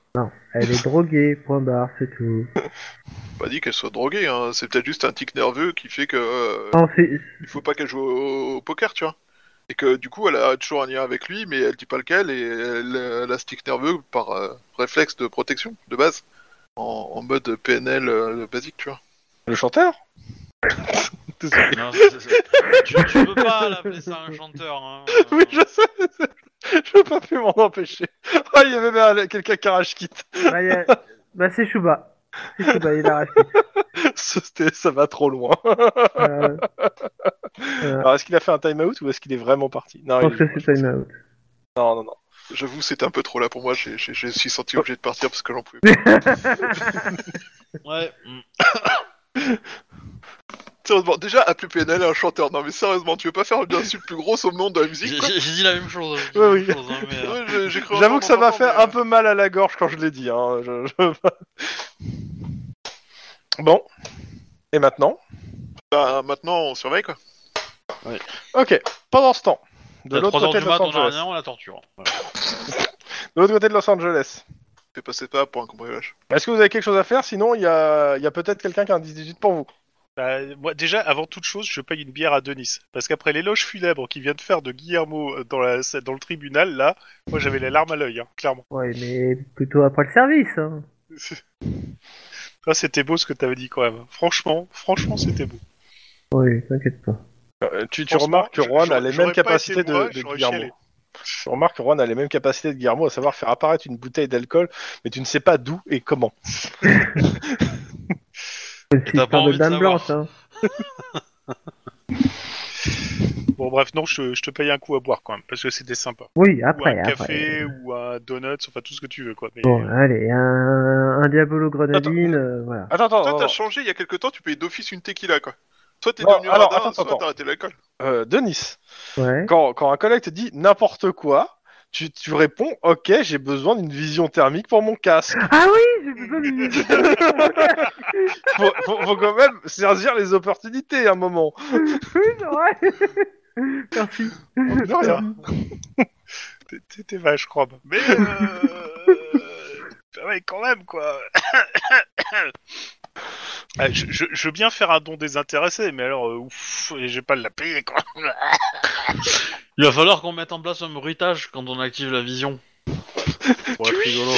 Speaker 4: est droguée, point barre, c'est tout.
Speaker 5: Pas dit Bah, qu'elle soit droguée, hein. c'est peut-être juste un tic nerveux qui fait que euh,
Speaker 4: Non, c'est-
Speaker 5: il faut pas qu'elle joue au, au poker, tu vois. Et que du coup, elle a toujours un lien avec lui, mais elle dit pas lequel et elle, elle a ce tic nerveux par euh, réflexe de protection de base, en, en mode PNL euh, basique, tu vois.
Speaker 1: Le chanteur
Speaker 3: Non, c'est- c'est- tu, tu peux pas l'appeler ça un chanteur. Hein.
Speaker 1: [LAUGHS] Oui, je sais. Je peux pas plus m'en empêcher. Ah, il y avait bien quelqu'un qui [LAUGHS] arrache quitte.
Speaker 4: bah, y a- bah, c'est Chouba. C'est Chouba, il a racheté.
Speaker 1: Ça va trop loin.
Speaker 4: Euh,
Speaker 1: Alors, est-ce qu'il a fait un time-out ou est-ce qu'il est vraiment parti non,
Speaker 4: Je pense
Speaker 1: il-
Speaker 4: que c'est time out.
Speaker 1: non, non, non.
Speaker 5: J'avoue, c'était un peu trop là pour moi. J'ai- j'ai- Je suis senti obligé de partir parce que j'en pouvais
Speaker 3: Ouais. mm.
Speaker 5: Sérieusement, déjà, appeler PNL un chanteur. Non, mais sérieusement, tu veux pas faire une insulte plus grosse au monde de la musique
Speaker 3: J'ai
Speaker 5: quoi
Speaker 3: j'ai dit la même chose. j'ai dit
Speaker 1: Ouais,
Speaker 3: la
Speaker 1: [LAUGHS] oui.
Speaker 3: même chose, hein, mais, euh,
Speaker 5: Ouais, j'ai- j'ai cru
Speaker 1: J'avoue que ça m'a
Speaker 5: entendre,
Speaker 1: fait
Speaker 5: mais,
Speaker 1: un peu mal à la gorge quand je l'ai dit. hein, je- je- [LAUGHS] Bon. Et maintenant
Speaker 5: Bah, maintenant, on surveille quoi.
Speaker 1: Ok. Pendant ce temps, de
Speaker 3: à
Speaker 1: l'autre
Speaker 3: 3 heures
Speaker 1: côté
Speaker 3: du
Speaker 1: de
Speaker 3: mat,
Speaker 1: Los
Speaker 3: on a
Speaker 1: Angeles.
Speaker 3: rien, on la torture.
Speaker 1: [LAUGHS]
Speaker 3: Voilà.
Speaker 1: De l'autre côté de Los Angeles.
Speaker 5: Fais passer pas pour un cambriolage.
Speaker 1: Est-ce que vous avez quelque chose à faire Sinon, il y a, il y a peut-être quelqu'un qui a un 18 pour vous.
Speaker 2: Bah, moi, déjà, avant toute chose, je paye une bière à Denis. Parce qu'après l'éloge funèbre qu'il vient de faire de Guillermo euh, dans, la, dans le tribunal, là, moi j'avais les larmes à l'œil, hein, clairement.
Speaker 4: Ouais, mais plutôt après le service. Hein.
Speaker 2: Toi, Ah, c'était beau ce que t'avais dit quand même. Franchement, franchement, c'était beau.
Speaker 4: Oui, t'inquiète pas.
Speaker 1: Euh, tu, tu
Speaker 2: Franchement,
Speaker 1: remarques que
Speaker 2: je-
Speaker 1: Juan a
Speaker 2: j'aurais-
Speaker 1: les mêmes
Speaker 2: j'aurais pas
Speaker 1: capacités
Speaker 2: été
Speaker 1: de,
Speaker 2: moi,
Speaker 1: de
Speaker 2: j'aurais
Speaker 1: Guillermo.
Speaker 2: chialé.
Speaker 1: Tu remarques que Juan a les mêmes capacités de Guillermo, à savoir faire apparaître une bouteille d'alcool, mais tu ne sais pas d'où et comment.
Speaker 4: C'est
Speaker 3: t'as pas
Speaker 4: l'histoire de
Speaker 3: envie de
Speaker 4: Dame
Speaker 3: savoir.
Speaker 4: Blanche. Hein.
Speaker 2: Bon, bref, non, je, je te paye un coup à boire quand même, parce que c'était sympa.
Speaker 4: Oui,
Speaker 2: Ou un
Speaker 4: après, après.
Speaker 2: café, ou un donut, enfin tout ce que tu veux, quoi. Mais...
Speaker 4: Ah, Bon, allez, un, un Diabolo Grenadine, euh, voilà.
Speaker 1: Attends, attends,
Speaker 5: Toi,
Speaker 1: attends.
Speaker 5: t'as changé il y a quelques temps, tu payais d'office une tequila quoi. Soit t'es
Speaker 1: Non,
Speaker 5: devenu
Speaker 1: alors,
Speaker 5: radin,
Speaker 1: attends,
Speaker 5: soit
Speaker 1: attends.
Speaker 5: t'as arrêté l'alcool.
Speaker 1: Euh, Denis,
Speaker 4: Ouais.
Speaker 1: quand, quand un collègue te dit n'importe quoi, tu, tu réponds Ok, j'ai besoin d'une vision thermique pour mon casque. [LAUGHS]
Speaker 4: Ah oui, j'ai besoin d'une musique.
Speaker 1: faut, faut- faut quand même saisir les opportunités à un moment.
Speaker 4: Oui, c'est vrai. [LAUGHS] Merci.
Speaker 1: De rien.
Speaker 2: T'es- t'es- T'es vache, Chrome.
Speaker 5: Mais euh...
Speaker 2: Ah [LAUGHS] ouais, quand même, quoi. [COUGHS] Ah, je, je- je veux bien faire un don désintéressé, mais alors, euh, ouf, et je vais pas la payer, quoi.
Speaker 3: Il va falloir qu'on mette en place un bruitage quand on active la vision. Pour être rigolo.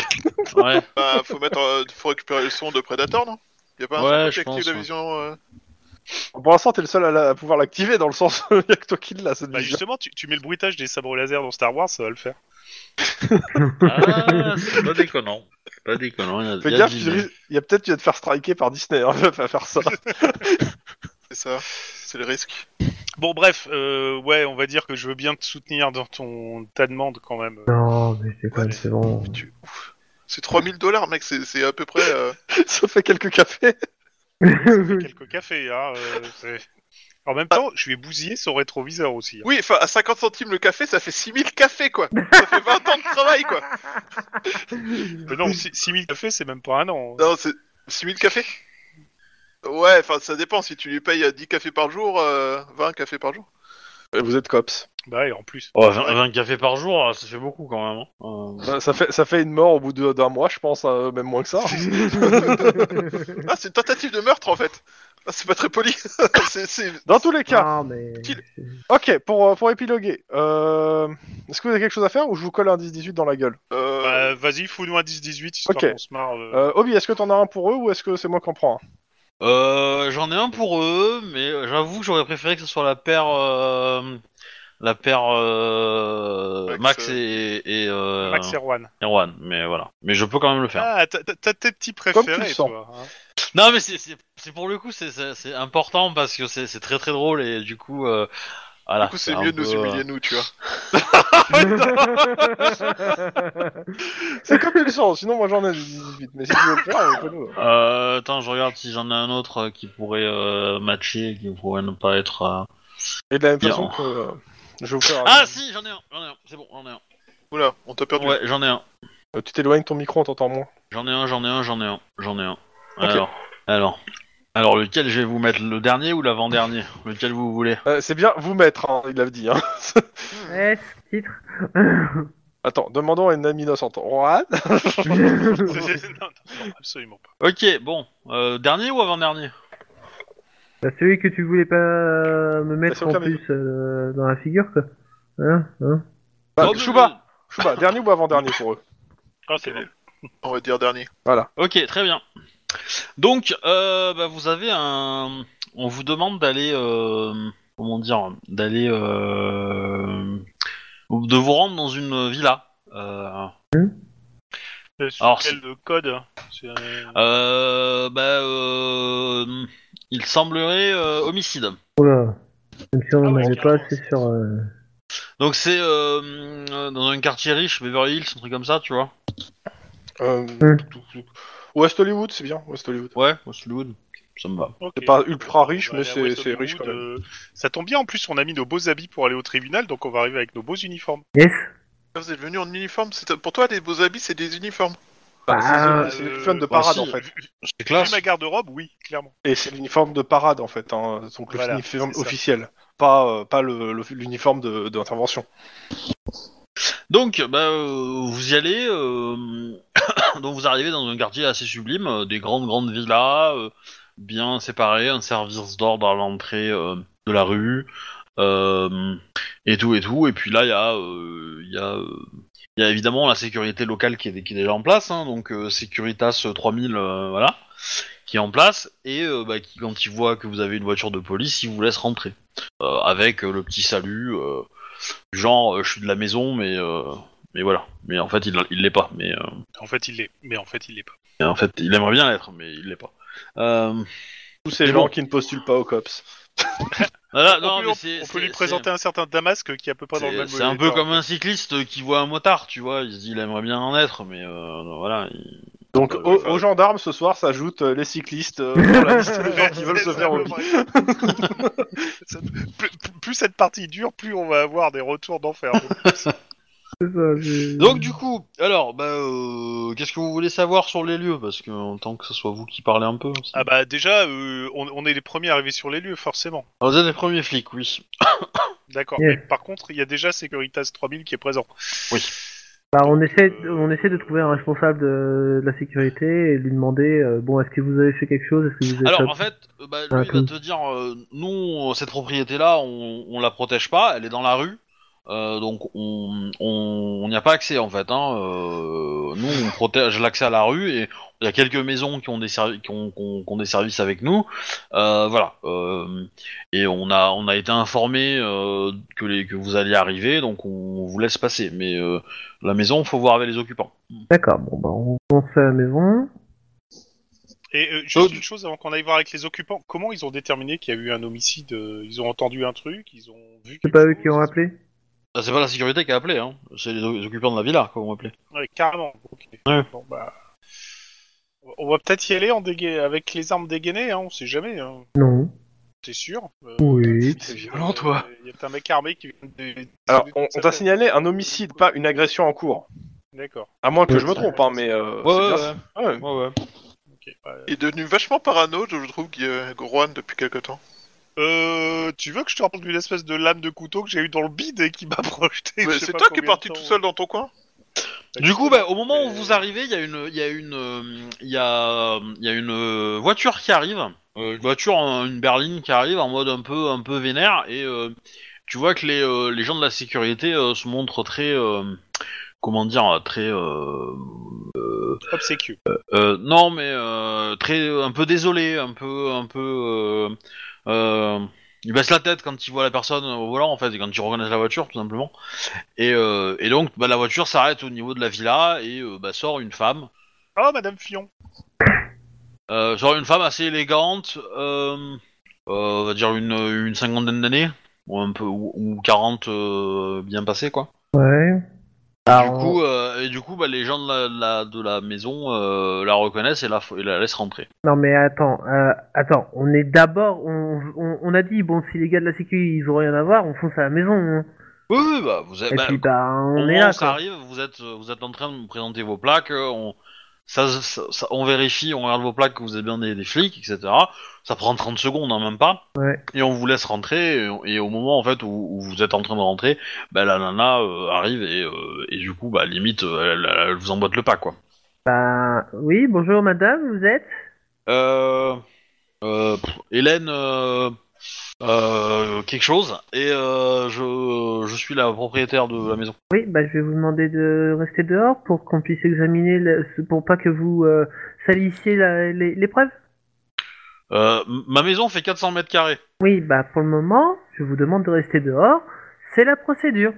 Speaker 3: [LAUGHS] Ouais.
Speaker 5: bah, faut mettre, euh, faut récupérer le son de Predator, non y a pas un
Speaker 3: Ouais,
Speaker 5: son
Speaker 3: je
Speaker 5: qui active
Speaker 3: pense,
Speaker 5: la
Speaker 3: ouais.
Speaker 5: vision. euh,
Speaker 1: Pour l'instant, t'es le seul à, la- à pouvoir l'activer dans le sens où il y a que toi qui l'as cette
Speaker 2: Bah
Speaker 1: vision.
Speaker 2: justement, tu, tu mets le bruitage des sabres laser dans Star Wars, ça va le faire.
Speaker 3: Ah, c'est pas déconnant. C'est Pas déconnant. Il y a,
Speaker 1: Fais
Speaker 3: il y a
Speaker 1: gaffe,
Speaker 3: du
Speaker 1: tu
Speaker 3: bien.
Speaker 1: ris- il y a peut-être tu vas te faire striker par Disney, hein, [LAUGHS] à faire ça.
Speaker 5: C'est ça, c'est le risque.
Speaker 2: Bon, bref, euh, ouais, on va dire que je veux bien te soutenir dans ton ta demande, quand même.
Speaker 4: Non, mais c'est quand
Speaker 5: Ouais.
Speaker 4: même,
Speaker 3: [LAUGHS]
Speaker 4: c'est bon. [LAUGHS]
Speaker 5: Tu- ouf. C'est 3000 dollars, mec, c'est c'est à peu près. euh,
Speaker 3: [LAUGHS]
Speaker 1: ça fait quelques cafés.
Speaker 2: Quelques cafés, hein. euh, c'est- en même temps, je vais bousiller son rétroviseur aussi. hein.
Speaker 5: Oui, enfin, à 50 centimes le café, ça fait 6000 cafés, quoi. ça fait 20 ans de
Speaker 3: [LAUGHS]
Speaker 5: travail, quoi.
Speaker 2: Mais Euh, non, si- 6000 cafés, c'est même pas un an. hein.
Speaker 5: Non, c'est 6000 cafés Ouais, enfin, ça dépend. Si tu lui payes euh, 10 cafés par jour, euh, 20 cafés par jour.
Speaker 1: Euh, Vous êtes cops.
Speaker 2: Bah, et en plus.
Speaker 3: Oh, 20, cafés par jour, ça fait beaucoup quand même. hein. Euh,
Speaker 1: Bah, Ça fait, ça fait une mort au bout de- d'un mois, je pense, euh, même moins que [LAUGHS] ça.
Speaker 5: Ah, c'est une tentative de meurtre, en fait. Ah, c'est pas très poli. [LAUGHS] c'est, c'est...
Speaker 1: Dans tous les cas,
Speaker 4: Non, mais.
Speaker 1: ok, pour, euh, pour épiloguer, euh, est-ce que vous avez quelque chose à faire ou je vous colle un 10-18 dans la gueule
Speaker 5: euh,
Speaker 2: Bah, vas-y, fous-nous un 10-18, histoire
Speaker 1: Ok.
Speaker 2: qu'on se marre. euh.
Speaker 1: euh, Obi, est-ce que t'en as un pour eux ou est-ce que c'est moi qui en prends un
Speaker 3: euh, J'en ai un pour eux, mais j'avoue que j'aurais préféré que ce soit la paire. euh, La paire euh,
Speaker 5: Max,
Speaker 3: Max et, et, euh,
Speaker 2: Max et Erwan.
Speaker 3: et Juan, mais voilà. Mais je peux quand même le faire.
Speaker 2: Ah, t'as- t'as t'as tes petits
Speaker 1: Comme tu
Speaker 2: préférés,
Speaker 1: le sens.
Speaker 2: toi. hein. [LAUGHS]
Speaker 3: Non, mais c'est- c'est c'est pour le coup, c'est- c'est c'est important parce que c'est c'est très très drôle et du coup, euh, voilà.
Speaker 5: du coup, c'est
Speaker 3: un
Speaker 5: mieux de nous
Speaker 3: peu, euh,
Speaker 5: humilier, nous, tu vois.
Speaker 4: [LAUGHS]
Speaker 1: C'est comme tu le sens, sinon moi j'en ai un 10-18. Mais si tu veux le hein. faire, on peut le faire.
Speaker 3: Euh, attends, je regarde si j'en ai un autre euh, qui pourrait euh, matcher, qui pourrait ne pas être. euh,
Speaker 1: Et de la même
Speaker 3: Bien.
Speaker 1: façon que euh, je vais vous faire. un-
Speaker 3: Ah si, j'en ai un, j'en ai un, c'est bon, j'en ai un.
Speaker 5: Oula, on t'a perdu.
Speaker 3: Ouais, j'en ai un,
Speaker 1: Euh, tu t'éloignes ton micro, on t'entend moins.
Speaker 3: j'en ai un, j'en ai un, j'en ai un, j'en ai un. Alors, alors, alors lequel je vais vous mettre, le dernier ou l'avant-dernier, lequel vous voulez.
Speaker 1: Euh, c'est bien vous mettre, hein, il l'a dit. Hein. [LAUGHS]
Speaker 4: S,
Speaker 3: [LAUGHS]
Speaker 4: titre.
Speaker 1: Attends, demandons à une amie innocente. Juan
Speaker 4: bah,
Speaker 2: non, non, non, absolument pas.
Speaker 3: Ok, bon, euh, dernier ou avant-dernier.
Speaker 4: Bah, celui que tu voulais pas euh, me
Speaker 3: Bah,
Speaker 4: mettre
Speaker 1: sur
Speaker 4: en
Speaker 1: ta
Speaker 4: plus euh, dans la figure, quoi. Hein hein
Speaker 1: Bah,
Speaker 3: Oh, mais-
Speaker 1: Chouba, Chouba, dernier ou avant-dernier pour eux
Speaker 2: Ah, c'est bon.
Speaker 5: On va dire dernier.
Speaker 3: Ok, très bien. Donc, euh, bah, vous avez un. On vous demande d'aller. euh, Comment dire D'aller. euh, De vous rendre dans une villa. Euh,
Speaker 2: Euh, sur
Speaker 3: Alors,
Speaker 2: quel euh, code C'est, euh,
Speaker 3: euh, bah, euh, Il semblerait euh, homicide.
Speaker 4: Oula. Même si on
Speaker 2: Ah
Speaker 4: n'en
Speaker 2: ouais,
Speaker 4: avait pas
Speaker 2: carrément.
Speaker 4: assez sur. euh,
Speaker 3: Donc c'est euh, euh, dans un quartier riche, Beverly Hills, un truc comme ça, tu vois.
Speaker 1: Euh,
Speaker 4: Hmm.
Speaker 1: tout- tout- West Hollywood, c'est bien, West Hollywood.
Speaker 3: Ouais, Westwood, ça me va.
Speaker 2: Ok.
Speaker 1: C'est pas ultra riche,
Speaker 2: On va
Speaker 1: mais
Speaker 2: aller à
Speaker 1: c'est
Speaker 2: West
Speaker 1: c'est riche quand
Speaker 2: Hollywood,
Speaker 1: même.
Speaker 2: euh, Ça tombe bien, en plus, on a mis nos beaux habits pour aller au tribunal, donc on va arriver avec nos beaux uniformes.
Speaker 4: Yes.
Speaker 5: Ah, Vous êtes venu en uniforme c'est- Pour toi, les beaux habits, c'est des uniformes.
Speaker 1: Bah,
Speaker 4: Ah,
Speaker 1: c'est- c'est
Speaker 2: euh,
Speaker 1: l'uniforme de
Speaker 2: bah,
Speaker 1: parade
Speaker 2: si.
Speaker 1: en fait.
Speaker 3: C'est
Speaker 2: J'ai
Speaker 3: classe.
Speaker 2: ma garde-robe, oui, clairement.
Speaker 1: Et c'est l'uniforme de parade en fait, hein. donc le
Speaker 2: Voilà,
Speaker 1: l'uniforme
Speaker 2: c'est ça.
Speaker 1: officiel, pas, euh, pas le- le- l'uniforme de- d'intervention.
Speaker 3: Donc, bah, euh, vous y allez, euh, [COUGHS] donc vous arrivez dans un quartier assez sublime, euh, des grandes grandes villas, euh, bien séparées, un service d'ordre à l'entrée euh, de la rue, euh, et tout et tout. Et puis là, il y a, euh, il y a, euh, il y a évidemment la sécurité locale qui est, qui est déjà en place, hein, donc euh, Securitas 3000, euh, voilà, qui est en place et euh, bah, qui, quand ils voient que vous avez une voiture de police, ils vous laissent rentrer euh, avec euh, le petit salut. euh, genre euh, je suis de la maison mais euh, mais voilà mais en fait il il l'est pas mais, euh,
Speaker 2: En fait, il l'est, mais en fait, il l'est pas.
Speaker 3: mais en fait il aimerait bien l'être mais il l'est pas Euh,
Speaker 1: Tous ces
Speaker 3: Mais
Speaker 1: gens
Speaker 3: bon.
Speaker 1: qui ne postulent pas au COPS.
Speaker 3: voilà,
Speaker 2: on
Speaker 3: non,
Speaker 2: peut,
Speaker 3: mais
Speaker 2: on-
Speaker 3: c'est-
Speaker 2: on
Speaker 3: c'est-
Speaker 2: peut lui
Speaker 3: c'est-
Speaker 2: présenter un certain Damasque qui est à peu près dans le
Speaker 3: c'est
Speaker 2: même
Speaker 3: c'est un peu
Speaker 2: état.
Speaker 3: comme un cycliste qui voit un motard tu vois il se dit il aimerait bien en être mais euh, non, voilà il-
Speaker 1: Donc
Speaker 3: Euh,
Speaker 1: aux,
Speaker 3: enfin-
Speaker 1: aux gendarmes ce soir s'ajoutent euh, les cyclistes
Speaker 2: [LAUGHS]
Speaker 1: euh, dans la liste des gens qui veulent se faire au
Speaker 2: [LAUGHS] Ça- plus, plus- plus cette partie dure, plus on va avoir des retours d'enfer.
Speaker 4: c'est ça, c'est-
Speaker 3: donc du coup alors bah euh, qu'est-ce que vous voulez savoir sur les lieux parce que en tant que ce soit vous qui parlez un peu aussi.
Speaker 2: ah bah déjà, euh, on, on est les premiers arrivés sur les lieux, forcément.
Speaker 3: Alors, vous êtes les premiers flics oui
Speaker 2: D'accord.
Speaker 4: Yes.
Speaker 2: Mais par contre, il y a déjà Securitas 3000 qui est présent.
Speaker 4: Bah, on essaie, on essaie de trouver un responsable de, de la sécurité et de lui demander, euh, bon, est-ce que vous avez fait quelque chose, est-ce que vous avez
Speaker 3: Alors
Speaker 4: pas-
Speaker 3: en fait, euh, bah, lui
Speaker 4: Ah,
Speaker 3: il va
Speaker 4: oui.
Speaker 3: te dire, euh, nous euh, cette propriété là, on, on la protège pas, elle est dans la rue, euh, donc on on on n'y a pas accès en fait. Hein, euh, nous on protège l'accès à la rue et il y a quelques maisons qui ont des servi- qui ont, qui ont- qui ont des services avec nous, euh, voilà. euh, et on a on a été informé euh, que les que vous alliez arriver, donc on vous laisse passer. Mais euh, la maison, faut voir avec les occupants.
Speaker 4: D'accord, bon, bah, on pense à la maison.
Speaker 2: Et euh, juste
Speaker 3: Donc-
Speaker 2: une chose avant qu'on aille voir avec les occupants, comment ils ont déterminé qu'il y a eu un homicide euh, Ils ont entendu un truc, ils ont vu.
Speaker 4: C'est
Speaker 2: quelque
Speaker 4: pas eux
Speaker 2: chose
Speaker 4: qui ont appelé
Speaker 3: Ah, C'est pas la sécurité qui a appelé, hein, c'est les, o- les occupants de la villa qu'on appelé.
Speaker 2: Ouais, carrément. ok.
Speaker 3: Ouais.
Speaker 2: Bon, bah, on va peut-être y aller en déga- avec les armes dégainées, hein, on sait jamais. hein.
Speaker 4: Non.
Speaker 2: T'es sûr Euh,
Speaker 4: Oui.
Speaker 1: C'est
Speaker 2: euh, Il y a un mec armé qui vient de-
Speaker 1: Alors on, on t'a
Speaker 2: Ça-
Speaker 1: signalé un homicide, pas une agression en cours.
Speaker 2: D'accord.
Speaker 1: À moins que
Speaker 4: Ouais.
Speaker 1: je me trompe, hein, mais euh,
Speaker 3: Ouais, ouais,
Speaker 1: c'est bien- ouais.
Speaker 3: Ouais ouais.
Speaker 2: ok, bah,
Speaker 5: Il est devenu vachement parano, je trouve, Guy- euh, Juan, depuis quelque temps.
Speaker 2: Euh, tu veux que je te raconte une espèce de lame de couteau que j'ai eu dans le bide et qui m'a [LAUGHS] projeté je
Speaker 5: Mais
Speaker 2: sais
Speaker 5: c'est
Speaker 2: pas
Speaker 5: toi qui es
Speaker 2: combien de
Speaker 5: parti
Speaker 2: temps.
Speaker 5: tout seul dans ton coin
Speaker 3: Du coup, bah, au moment où
Speaker 2: Euh,
Speaker 3: vous arrivez, il y a une, il y a une, euh, il y a, il y a une euh, voiture qui arrive, euh, une voiture, un- une berline qui arrive en mode un peu, un peu vénère, et euh, tu vois que les, euh, les gens de la sécurité euh, se montrent très, euh, comment dire, très, euh,
Speaker 2: Obséquieux.
Speaker 3: euh, non mais euh, très, un peu désolés, un peu, un peu, euh, euh, ils baissent la tête quand ils voient la personne au volant en fait, et quand ils reconnaissent la voiture tout simplement. Et, euh, et donc, bah, la voiture s'arrête au niveau de la villa et euh, bah, sort une femme.
Speaker 2: Oh, Madame Fillon.
Speaker 3: Euh, genre une femme assez élégante, euh, euh, on va dire une, une cinquantaine d'années, ou un peu ou, ou 40 euh, bien passé quoi.
Speaker 4: Ouais.
Speaker 3: Du
Speaker 4: Alors,
Speaker 3: coup, euh, et du coup, bah, les gens de la, de la- de la maison euh, la reconnaissent et la, f- et la laissent rentrer.
Speaker 4: Non mais attends, euh, attends, on est d'abord, on, on, on a dit bon si les gars de la sécu ils ont rien à voir, on fonce à la maison. hein.
Speaker 3: Oui, oui, bah vous êtes.
Speaker 4: Et
Speaker 3: bah,
Speaker 4: puis bah
Speaker 3: au
Speaker 4: on
Speaker 3: moment
Speaker 4: est là
Speaker 3: où ça
Speaker 4: quoi.
Speaker 3: arrive, vous êtes vous êtes en train de me présenter vos plaques. euh, On ça, ça- ça- on vérifie, on regarde vos plaques que vous êtes bien des, des flics, etc. Ça prend 30 secondes, hein, même pas.
Speaker 4: Ouais.
Speaker 3: Et on vous laisse rentrer, et, et au moment en fait où, où vous êtes en train de rentrer, bah, la nana euh, arrive et, euh, et du coup, bah, limite, euh, elle, elle- elle vous emboîte le pas, quoi.
Speaker 4: Bah oui, bonjour madame, vous êtes
Speaker 3: Euh, euh, pff, Hélène, euh, euh, quelque chose, et euh, je, je suis la propriétaire de la maison.
Speaker 4: Oui, bah je vais vous demander de rester dehors pour qu'on puisse examiner, le, ce- pour pas que vous euh, salissiez la- les, les preuves.
Speaker 3: Euh, m- ma maison fait 400 mètres carrés,
Speaker 4: Oui, bah pour le moment, je vous demande de rester dehors, c'est la procédure.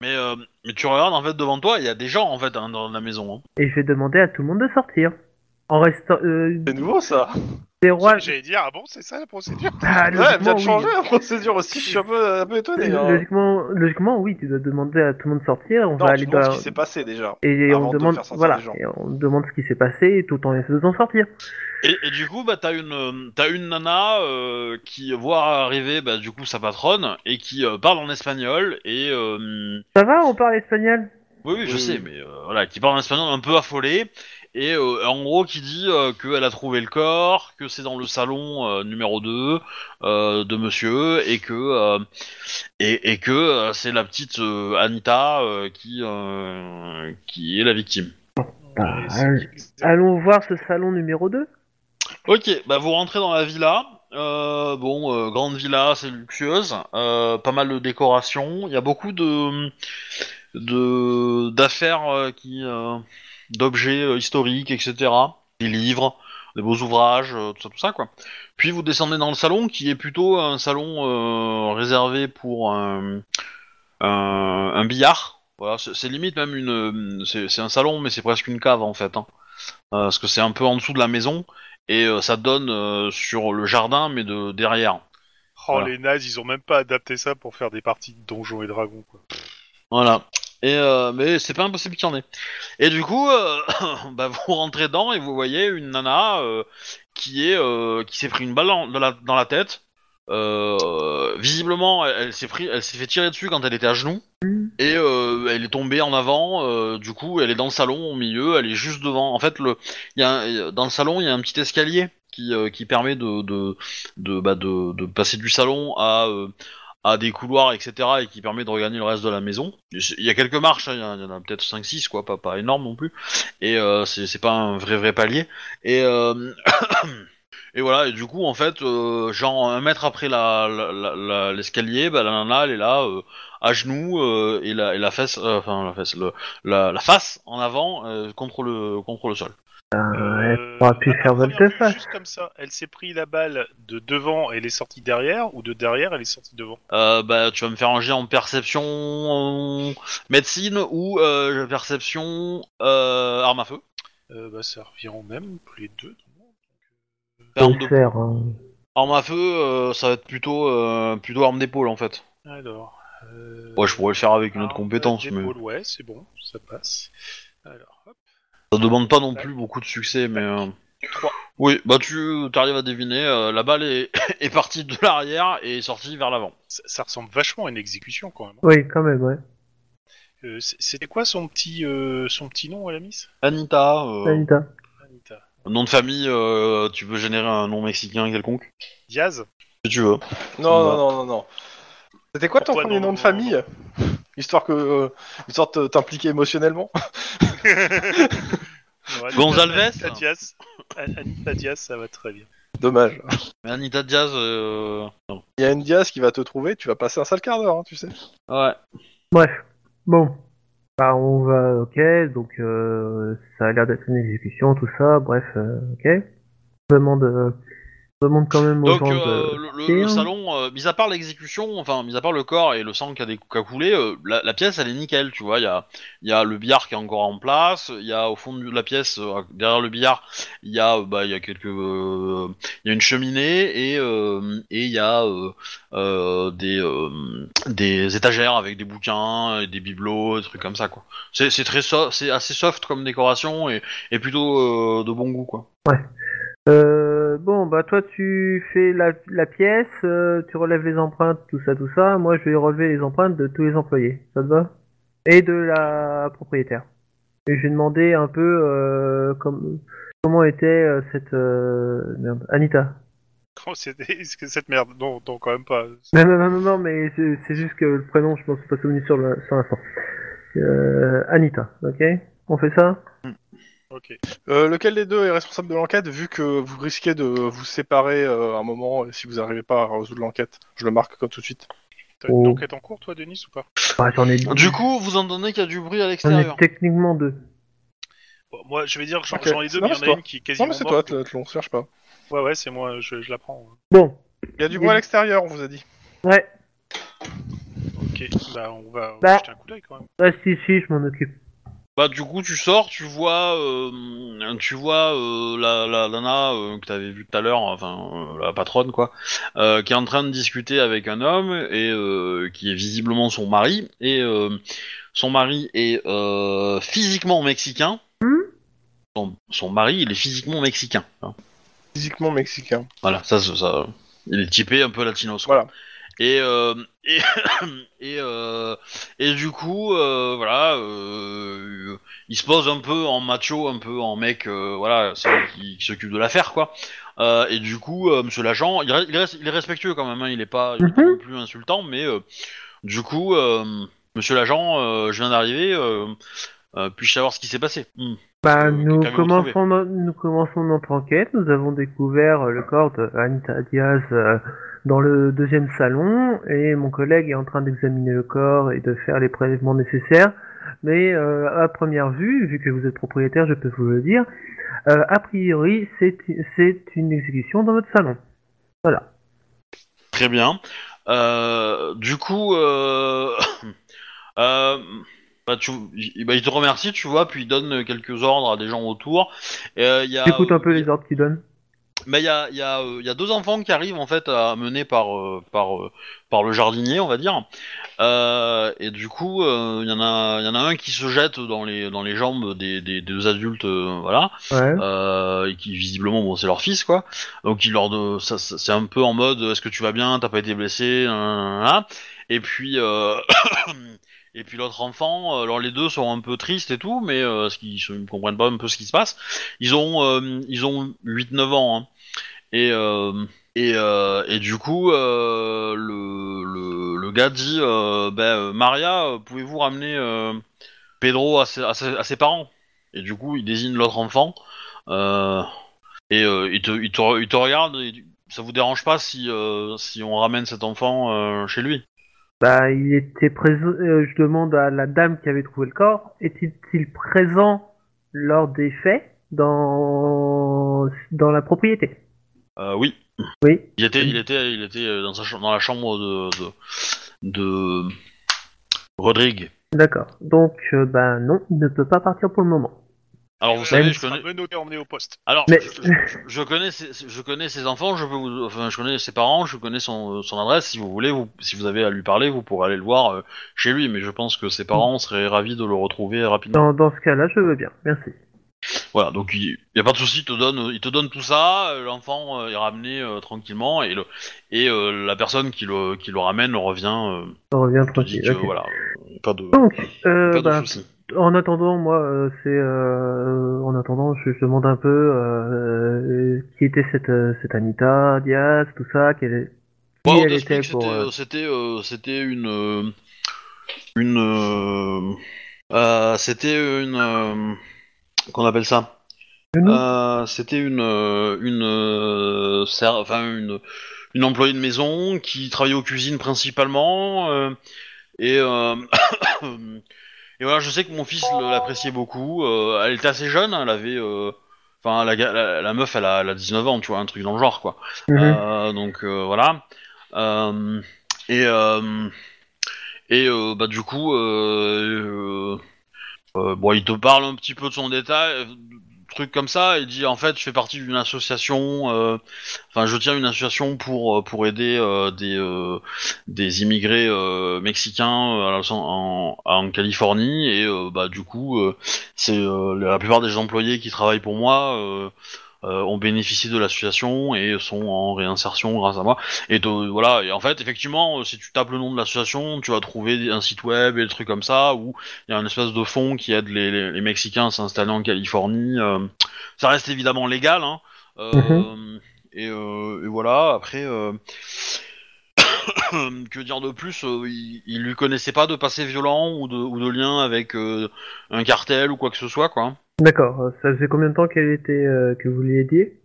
Speaker 3: mais, euh, mais tu regardes en fait devant toi, il y a des gens en fait hein, dans la maison. hein.
Speaker 4: Et je vais demander à tout le monde de sortir. En restant... euh,
Speaker 1: C'est nouveau ça.
Speaker 4: C'est roi.
Speaker 2: J'allais dire, ah bon, c'est ça la procédure
Speaker 4: Ah,
Speaker 1: Ouais, elle vient
Speaker 4: logiquement,
Speaker 1: de
Speaker 4: oui.
Speaker 1: changer la procédure hein, aussi, je suis un peu, un peu étonné. hein.
Speaker 4: Logiquement, logiquement, oui, tu dois demander à tout le monde de sortir. On
Speaker 1: Non,
Speaker 4: va
Speaker 1: tu
Speaker 4: aller
Speaker 1: demandes
Speaker 4: dans.
Speaker 1: ce qui s'est passé déjà.
Speaker 4: Et
Speaker 1: avant
Speaker 4: on
Speaker 1: de
Speaker 4: demande,
Speaker 1: faire sortir
Speaker 4: voilà,
Speaker 1: les gens.
Speaker 4: et on demande ce qui s'est passé tout en les faisant sortir.
Speaker 3: Et, et du coup, bah, t'as une, euh, t'as une nana euh, qui voit arriver, bah, du coup, sa patronne et qui euh, parle en espagnol et euh,
Speaker 4: Ça va, on parle espagnol
Speaker 3: oui, oui, je
Speaker 1: Oui,
Speaker 3: sais,
Speaker 1: oui.
Speaker 3: mais euh, voilà, qui parle en espagnol un peu affolée et euh, en gros qui dit euh, qu'elle a trouvé le corps, que c'est dans le salon euh, numéro 2 euh, de monsieur et que euh, et, et que euh, c'est la petite euh, Anita euh, qui euh, qui est la victime.
Speaker 4: Bah, allons- allons voir ce salon numéro 2.
Speaker 3: Ok, bah vous rentrez dans la villa. Euh, bon, euh, grande villa, c'est luxueuse, euh, pas mal de décorations. Il y a beaucoup de de d'affaires euh, qui euh, d'objets euh, historiques, etc. Des livres, des beaux ouvrages, euh, tout ça, tout ça quoi. Puis vous descendez dans le salon qui est plutôt un salon euh, réservé pour un, un, un billard. Voilà, c'est c'est limite même une, c'est c'est un salon mais c'est presque une cave en fait, hein. Euh, parce que c'est un peu en dessous de la maison et euh, ça donne euh, sur le jardin mais de derrière.
Speaker 2: Oh,
Speaker 3: Voilà.
Speaker 2: les nazes, ils ont même pas adapté ça pour faire des parties de donjons et dragons, quoi.
Speaker 3: Voilà. Et euh, mais c'est pas impossible qu'il y en ait. Et du coup, euh, [COUGHS] bah, vous rentrez dedans et vous voyez une nana euh, qui est euh, qui s'est pris une balle dans dans la, dans la tête. Euh, visiblement, elle, elle s'est pris, elle s'est fait tirer dessus quand elle était à genoux et euh, elle est tombée en avant. euh, du coup, elle est dans le salon au milieu. Elle est juste devant. En fait, le, il y a un- dans le salon, il y a un petit escalier qui, euh, qui permet de de de, bah, de de passer du salon à euh, à des couloirs, etc., et qui permet de regagner le reste de la maison. Il y a quelques marches, hein, il y en a- il y en a, peut-être 5-6, quoi, pas, pas énorme non plus. Et euh, c'est c'est pas un vrai vrai palier. Et, euh, [COUGHS] et voilà, et du coup, en fait, euh, genre un mètre après l'escalier, la, la, la- l'escalier, bah, la nana, elle est là, euh, à genoux, euh, et, la, et la fesse, euh, enfin, la fesse, le- la, la face en avant euh, contre, le, contre le sol.
Speaker 2: Euh,
Speaker 4: elle aurait pu
Speaker 2: à
Speaker 4: faire
Speaker 2: première
Speaker 4: volte-face.
Speaker 2: vue, Juste comme ça, elle s'est pris la balle de devant, elle est sortie derrière, ou de derrière, elle est sortie devant.
Speaker 3: Euh, bah, tu vas me faire un jet en perception, en médecine ou euh, perception euh, arme à feu.
Speaker 2: Euh, bah, ça revient au même, les deux.
Speaker 3: Bah, Arme
Speaker 4: Faut
Speaker 3: de
Speaker 4: le faire, hein.
Speaker 3: Arme à feu, euh, ça va être plutôt, euh, plutôt arme d'épaule en fait.
Speaker 2: Alors. Euh...
Speaker 3: Ouais, je pourrais le faire avec une autre
Speaker 2: arme
Speaker 3: compétence, mais
Speaker 2: d'épaule, Ouais, c'est bon, ça passe. Alors, hop.
Speaker 3: ça demande pas non plus beaucoup de succès. Mais euh,
Speaker 2: Trois.
Speaker 3: oui, bah tu arrives à deviner. euh, la balle est, [LAUGHS] est partie de l'arrière et est sortie vers l'avant.
Speaker 2: Ça, ça ressemble vachement à une exécution quand même.
Speaker 4: Oui, quand même, ouais.
Speaker 2: Euh, c- C'était quoi son petit, euh, son petit nom à la miss
Speaker 3: Anita, euh,
Speaker 4: Anita.
Speaker 2: Anita.
Speaker 3: nom de famille, euh, tu peux générer un nom mexicain quelconque
Speaker 2: Diaz
Speaker 3: si tu veux.
Speaker 1: Non,
Speaker 3: Bah.
Speaker 1: non, non, non, non. C'était quoi ton
Speaker 2: Pourquoi
Speaker 1: premier
Speaker 2: non,
Speaker 1: nom de
Speaker 2: non,
Speaker 1: famille Histoire que. euh, histoire de t'impliquer émotionnellement. [LAUGHS]
Speaker 2: Non, Anita-
Speaker 3: Gonzalves
Speaker 2: Anita Diaz. An- Anita Diaz, ça va très bien.
Speaker 1: Dommage.
Speaker 3: Mais Anita Diaz. euh, non.
Speaker 1: Il y a une Diaz qui va te trouver, tu vas passer un sale quart d'heure, hein, tu sais.
Speaker 3: Ouais.
Speaker 4: Bref, bon. Bah, on va, ok, donc euh, ça a l'air d'être une exécution, tout ça, bref, euh, ok. On demande, euh, on demande quand même aux
Speaker 3: Donc
Speaker 4: gens
Speaker 3: euh,
Speaker 4: de...
Speaker 3: le, le-
Speaker 4: sortir.
Speaker 3: le salon, euh, mis à part l'exécution, enfin mis à part le corps et le sang qui a, des- qui a coulé, euh, la, la pièce elle est nickel, tu vois. Il y a, il y a le billard qui est encore en place, il y a au fond de la pièce, euh, derrière le billard, il y a, euh, bah, il y a quelques, euh, il y a une cheminée et euh, et il y a euh, euh, des euh, des étagères avec des bouquins, et des bibelots, des trucs comme ça quoi. C'est c'est très soft, c'est assez soft comme décoration et, et plutôt euh, de bon goût quoi.
Speaker 4: Euh, bon, bah toi tu fais la, la pièce, euh, tu relèves les empreintes, tout ça, tout ça. Moi je vais relever les empreintes de tous les employés, ça te va Et de la propriétaire. Et j'ai demandé un peu euh, comme, comment était euh, cette... euh, merde, Anita. [LAUGHS]
Speaker 2: Comment c'était [LAUGHS] Est-ce que cette merde Non, non, quand même pas.
Speaker 4: Non, non, non, non, non, mais c'est c'est juste que le prénom, je pense pas souvenu sur le- sur l'instant. Euh, Anita, ok On fait ça
Speaker 2: Ok.
Speaker 1: Euh, lequel des deux est responsable de l'enquête, vu que vous risquez de vous séparer euh, à un moment euh, si vous n'arrivez pas à résoudre l'enquête Je le marque comme tout de suite.
Speaker 2: T'as
Speaker 4: Oh.
Speaker 2: une enquête en cours, toi, Denis, ou pas
Speaker 4: bah, J'en ai,
Speaker 3: Du coup, vous entendez qu'il y a du bruit à
Speaker 4: j'en ai
Speaker 3: l'extérieur.
Speaker 4: techniquement deux.
Speaker 2: Bon, Moi, je vais dire que j'en
Speaker 1: Ok.
Speaker 2: j'en ai deux,
Speaker 1: Non,
Speaker 2: mais il y
Speaker 1: c'est
Speaker 2: en a
Speaker 1: toi.
Speaker 2: une qui est
Speaker 1: Non,
Speaker 2: quasiment
Speaker 1: mais c'est toi,
Speaker 2: morte.
Speaker 1: Tlon, cherche pas.
Speaker 2: Ouais, ouais, c'est moi, je, je la prends.
Speaker 4: Bon,
Speaker 1: Il y a du bruit à l'extérieur, on vous a dit.
Speaker 4: ouais,
Speaker 2: Ok, bah on va on va
Speaker 4: Bah.
Speaker 1: Bah.
Speaker 2: jeter un coup d'œil quand même.
Speaker 4: reste ici, je m'en occupe.
Speaker 3: Bah du coup tu sors, tu vois, euh, tu vois euh, la, la nana euh, que t'avais vu tout à l'heure, enfin euh, la patronne quoi, euh, qui est en train de discuter avec un homme et euh, qui est visiblement son mari et euh, son mari est euh, physiquement mexicain.
Speaker 4: Hmm
Speaker 3: son, son mari il est physiquement mexicain. hein.
Speaker 1: Physiquement mexicain.
Speaker 3: Voilà ça, ça, ça- il est typé un peu latinos. Quoi.
Speaker 1: Voilà.
Speaker 3: Et, euh, et, [COUGHS] et, euh, et du coup, euh, voilà, euh, il se pose un peu en macho, un peu en mec, euh, voilà, c'est lui qui, qui s'occupe de l'affaire, quoi. Euh, et du coup, euh, monsieur l'agent, il, re- il reste- il est respectueux quand même, hein, il est pas il est pas
Speaker 4: Mhm.
Speaker 3: non plus insultant, mais euh, du coup, euh, monsieur l'agent, euh, je viens d'arriver, euh, euh, puis-je savoir ce qui s'est passé Hmm.
Speaker 4: Bah,
Speaker 3: Euh,
Speaker 4: nous,
Speaker 3: quelqu'un veut le
Speaker 4: commençons no- nous commençons notre enquête. Nous avons découvert euh, le corps de Anita Diaz euh, dans le deuxième salon et mon collègue est en train d'examiner le corps et de faire les prélèvements nécessaires. Mais euh, à première vue, vu que vous êtes propriétaire, je peux vous le dire, euh, a priori, c'est c'est une exécution dans votre salon.
Speaker 3: Très bien. Euh, du coup, euh, [COUGHS] euh, bah, tu- il bah, il te remercie, tu vois, puis il donne quelques ordres à des gens autour. Et, euh, il y a,
Speaker 4: J'écoute un peu
Speaker 3: il y
Speaker 4: les
Speaker 3: a-
Speaker 4: ordres qu'il donne.
Speaker 3: Mais il y a, il y, a, euh, il y a deux enfants qui arrivent en fait à mener par euh, par euh, par le jardinier, on va dire. Euh, et du coup, euh, il y en a il y en a un qui se jette dans les dans les jambes des, des, des deux adultes, euh, voilà.
Speaker 4: Ouais.
Speaker 3: Euh, et qui visiblement bon c'est leur fils quoi donc il leur de- ça, ça- c'est un peu en mode est-ce que tu vas bien t'as pas été blessé Nan, nan, nan, nan. et puis euh, [COUGHS] et puis l'autre enfant euh, alors les deux sont un peu tristes et tout mais euh, parce qu'ils se- ils comprennent pas un peu ce qui se passe ils ont euh, ils ont 8 9 ans hein. et euh, et, euh, et du coup, euh, le, le, le gars dit euh, Ben, euh, Maria, euh, pouvez-vous ramener euh, Pedro à ses- à ses- à ses parents Et du coup, il désigne l'autre enfant. Euh, et euh, il, te, il, te, re- il te regarde, et tu- ça vous dérange pas si, euh, si on ramène cet enfant euh, chez lui
Speaker 4: Bah, il était présent. euh, je demande à la dame qui avait trouvé le corps, était-il présent lors des faits dans dans la propriété
Speaker 3: Euh, Oui.
Speaker 4: Oui.
Speaker 3: Il était, il était, il était euh, dans, sa chambre- dans la chambre de, de, de Rodrigue.
Speaker 4: D'accord. Donc, euh, bah non, il ne peut pas partir pour le moment.
Speaker 3: Alors vous
Speaker 2: Euh,
Speaker 3: savez,
Speaker 4: même
Speaker 3: je
Speaker 2: sera
Speaker 3: connais,
Speaker 2: menotté et emmené au poste.
Speaker 3: alors
Speaker 4: Mais-
Speaker 3: je, je- je connais, ses, je connais ses enfants, je peux vous, enfin je connais ses parents, je connais son, son adresse. Si vous voulez, vous, si vous avez à lui parler, vous pourrez aller le voir euh, chez lui. Mais je pense que ses parents seraient ravis de le retrouver rapidement.
Speaker 4: Dans, dans ce cas-là, je veux bien. Merci.
Speaker 3: Voilà, donc il n'y a pas de souci, il te donne, il te donne tout ça, euh, l'enfant euh, est ramené euh, tranquillement et, le, et euh, la personne qui le, qui le ramène revient. euh,
Speaker 4: On revient
Speaker 3: te dit
Speaker 4: tranquille.
Speaker 3: que,
Speaker 4: ok.
Speaker 3: voilà, euh, pas de,
Speaker 4: Donc,
Speaker 3: pas
Speaker 4: euh,
Speaker 3: de
Speaker 4: bah,
Speaker 3: souci.
Speaker 4: en attendant, moi, euh, c'est euh, en attendant, je, je demande un peu euh, euh, qui était cette euh, cette Anita Diaz, tout ça, quelle est- qui
Speaker 3: Bon, on
Speaker 4: elle était
Speaker 3: t'explique,
Speaker 4: pour.
Speaker 3: c'était,
Speaker 4: euh,
Speaker 3: euh, c'était, euh, c'était une, euh, une, euh, euh, c'était une, euh, qu'on appelle ça.
Speaker 4: de nous
Speaker 3: Euh, c'était une euh, une euh, ser- enfin une une employée de maison qui travaillait aux cuisines principalement euh, et euh, [COUGHS] et voilà je sais que mon fils le- l'appréciait beaucoup euh, elle était assez jeune hein, elle avait euh, enfin la, ga- la la meuf elle a, elle a 19 ans tu vois un truc dans le genre quoi
Speaker 4: Mhm.
Speaker 3: euh, donc euh, voilà. Euh, et euh, et euh, bah du coup, euh, euh, euh, bon, il te parle un petit peu de son détail, euh, truc comme ça. Il dit en fait, je fais partie d'une association. euh, Enfin, je tiens une association pour euh, pour aider euh, des euh, des immigrés euh, mexicains euh, à Los- en, en Californie. Et euh, bah du coup, euh, c'est euh, la plupart des employés qui travaillent pour moi. Euh, euh, ont bénéficié de l'association et sont en réinsertion grâce à moi. Et te- voilà, et en fait, effectivement, euh, si tu tapes le nom de l'association, tu vas trouver des- un site web et des trucs comme ça où il y a un espèce de fonds qui aide les, les- les Mexicains à s'installer en Californie. euh. ça reste évidemment légal, hein. Euh, et, euh, et voilà, après. euh, [COUGHS] que dire de plus euh, il, il lui connaissait pas de passé violent ou de, ou de lien avec euh, un cartel ou quoi que ce soit quoi.
Speaker 4: D'accord. euh, Ça faisait combien de temps qu'elle était euh, que vous l'aidiez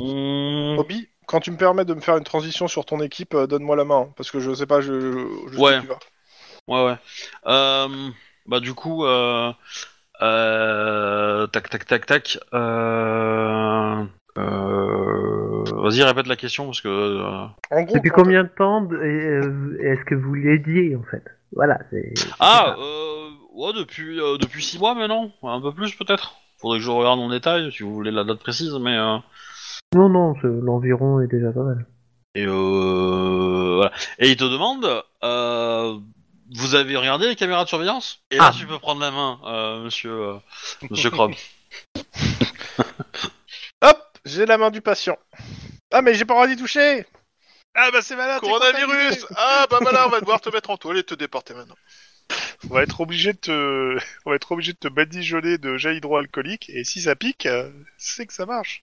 Speaker 3: Hum,
Speaker 1: Bobby, quand tu me permets de me faire une transition sur ton équipe, euh, donne-moi la main, hein, parce que je sais pas, je, je, je sais
Speaker 3: Ouais.
Speaker 1: où tu vas.
Speaker 3: Ouais, ouais. Euh, bah, du coup, euh, euh, tac, tac, tac, tac. Euh, euh, Vas-y, répète la question parce que. euh,
Speaker 1: En gros,
Speaker 4: Depuis
Speaker 1: quand-
Speaker 3: [LAUGHS]
Speaker 4: combien de temps de- et, euh, est-ce que vous l'aidiez en fait Voilà. c'est-
Speaker 3: Ah, euh, Ouais, depuis, euh, depuis six mois maintenant, un peu plus peut-être. Faudrait que je regarde en détail si vous voulez la date précise, mais. euh,
Speaker 4: Non, non, c'est- l'environ est déjà pas mal.
Speaker 3: Et, euh, voilà. et il te demande euh, Vous avez regardé les caméras de surveillance Et là,
Speaker 4: Ah.
Speaker 3: tu peux prendre la main, euh, monsieur, euh, [LAUGHS] monsieur Crom.
Speaker 1: Hop, j'ai la main du patient. Ah, mais j'ai pas le droit d'y toucher Ah, bah c'est malade t'es contaminé.
Speaker 5: Coronavirus Ah
Speaker 2: [LAUGHS]
Speaker 5: bah voilà, on va devoir te mettre en toile et te déporter maintenant.
Speaker 2: On va être obligé de te, [LAUGHS] on va être obligé de te badigeonner de gel hydroalcoolique et si ça pique, euh, c'est que ça marche.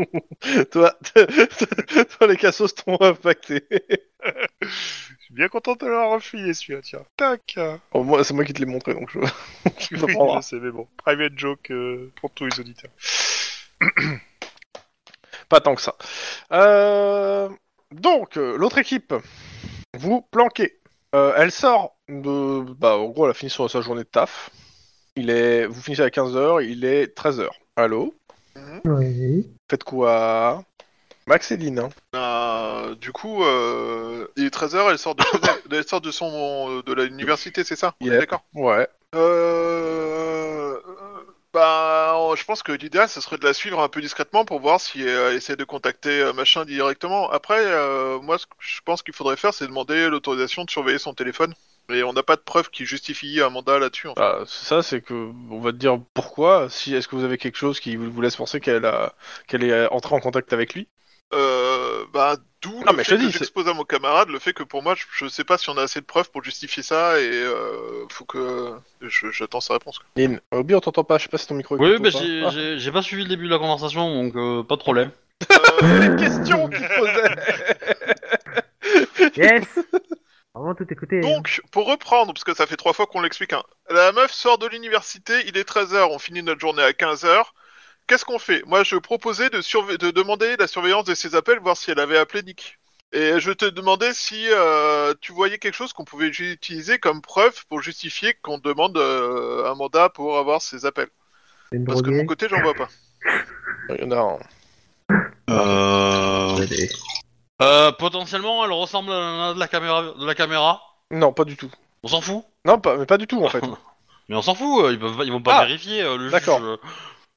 Speaker 1: [LAUGHS] toi, [LAUGHS] toi, les cassos t'ont [LAUGHS] impacté.
Speaker 2: Je suis bien content de te l'avoir refilé celui-là, tiens. Tac. [LAUGHS]
Speaker 1: Oh, moi, c'est moi qui te l'ai montré, donc je... [LAUGHS] tu
Speaker 2: Oui,
Speaker 1: comprendras.
Speaker 2: je sais, mais bon, private joke euh, pour tous les auditeurs.
Speaker 1: Pas tant que ça. Euh, Donc, euh, l'autre équipe, vous planquez. Euh, elle sort de... Bah, en gros, elle a fini son- sa journée de taf. Il est... Vous finissez à 15h, il est 13h. Allô
Speaker 3: [LAUGHS]
Speaker 4: Oui.
Speaker 1: Faites quoi Max et Lynn, hein.
Speaker 5: Euh, du coup, euh, il est 13h, elle sort de,
Speaker 3: [COUGHS]
Speaker 5: elle sort de son euh, de l'université, c'est ça On est
Speaker 1: Yep.
Speaker 5: D'accord.
Speaker 1: Ouais.
Speaker 5: Euh... euh, Bah, on- je pense que l'idéal, ce serait de la suivre un peu discrètement pour voir si euh, elle essaie de contacter euh, machin directement. Après, euh, moi, ce que je pense qu'il faudrait faire, c'est demander l'autorisation de surveiller son téléphone. Mais on n'a pas de preuve qui justifie un mandat là-dessus. en fait.
Speaker 1: Bah, c'est ça, c'est que on va te dire pourquoi. Si est-ce que vous avez quelque chose qui vous vous laisse penser qu'elle a qu'elle est entrée en contact avec lui
Speaker 5: Euh, bah, d'où
Speaker 1: Non,
Speaker 5: le
Speaker 1: mais je
Speaker 5: fait
Speaker 1: te dis,
Speaker 5: que
Speaker 1: c'est-
Speaker 5: j'expose à mon camarade le fait que pour moi, je, je sais pas si on a assez de preuves pour justifier ça et euh, faut que je- j'attends sa
Speaker 1: [LAUGHS]
Speaker 5: réponse. quoi.
Speaker 1: Lynn, Obi, on t'entend pas. Je sais pas si ton micro. est
Speaker 3: oui,
Speaker 1: coupé
Speaker 3: bah,
Speaker 1: ou pas.
Speaker 3: j'ai
Speaker 1: Ah.
Speaker 3: j'ai- j'ai pas suivi le début de la conversation, donc euh, pas de problème.
Speaker 5: Euh,
Speaker 1: Les questions qu'il [LAUGHS] posait.
Speaker 4: Yes Vraiment tout hein. écouter.
Speaker 5: Donc, pour reprendre, parce que ça fait trois fois qu'on l'explique, hein. la meuf sort de l'université, il est 13h, on finit notre journée à 15h. Qu'est-ce qu'on fait Moi, je proposais de, surve- de demander la surveillance de ses appels, voir si elle avait appelé Nick. Et je te demandais si euh, tu voyais quelque chose qu'on pouvait ju- utiliser comme preuve pour justifier qu'on demande euh, un mandat pour avoir ses appels.
Speaker 4: une
Speaker 5: Parce que de
Speaker 4: droguée.
Speaker 5: mon côté, j'en vois pas.
Speaker 1: Il y en a un.
Speaker 3: Euh... potentiellement, elle ressemble à la nana de la caméra. De la caméra.
Speaker 1: Non, pas du tout.
Speaker 3: On s'en fout.
Speaker 1: Non, pas, mais pas du tout en fait.
Speaker 3: Mais on s'en fout, euh, ils, peuvent, pas- ils vont pas
Speaker 1: Ah.
Speaker 3: vérifier. euh, le juge,
Speaker 1: D'accord.
Speaker 3: euh,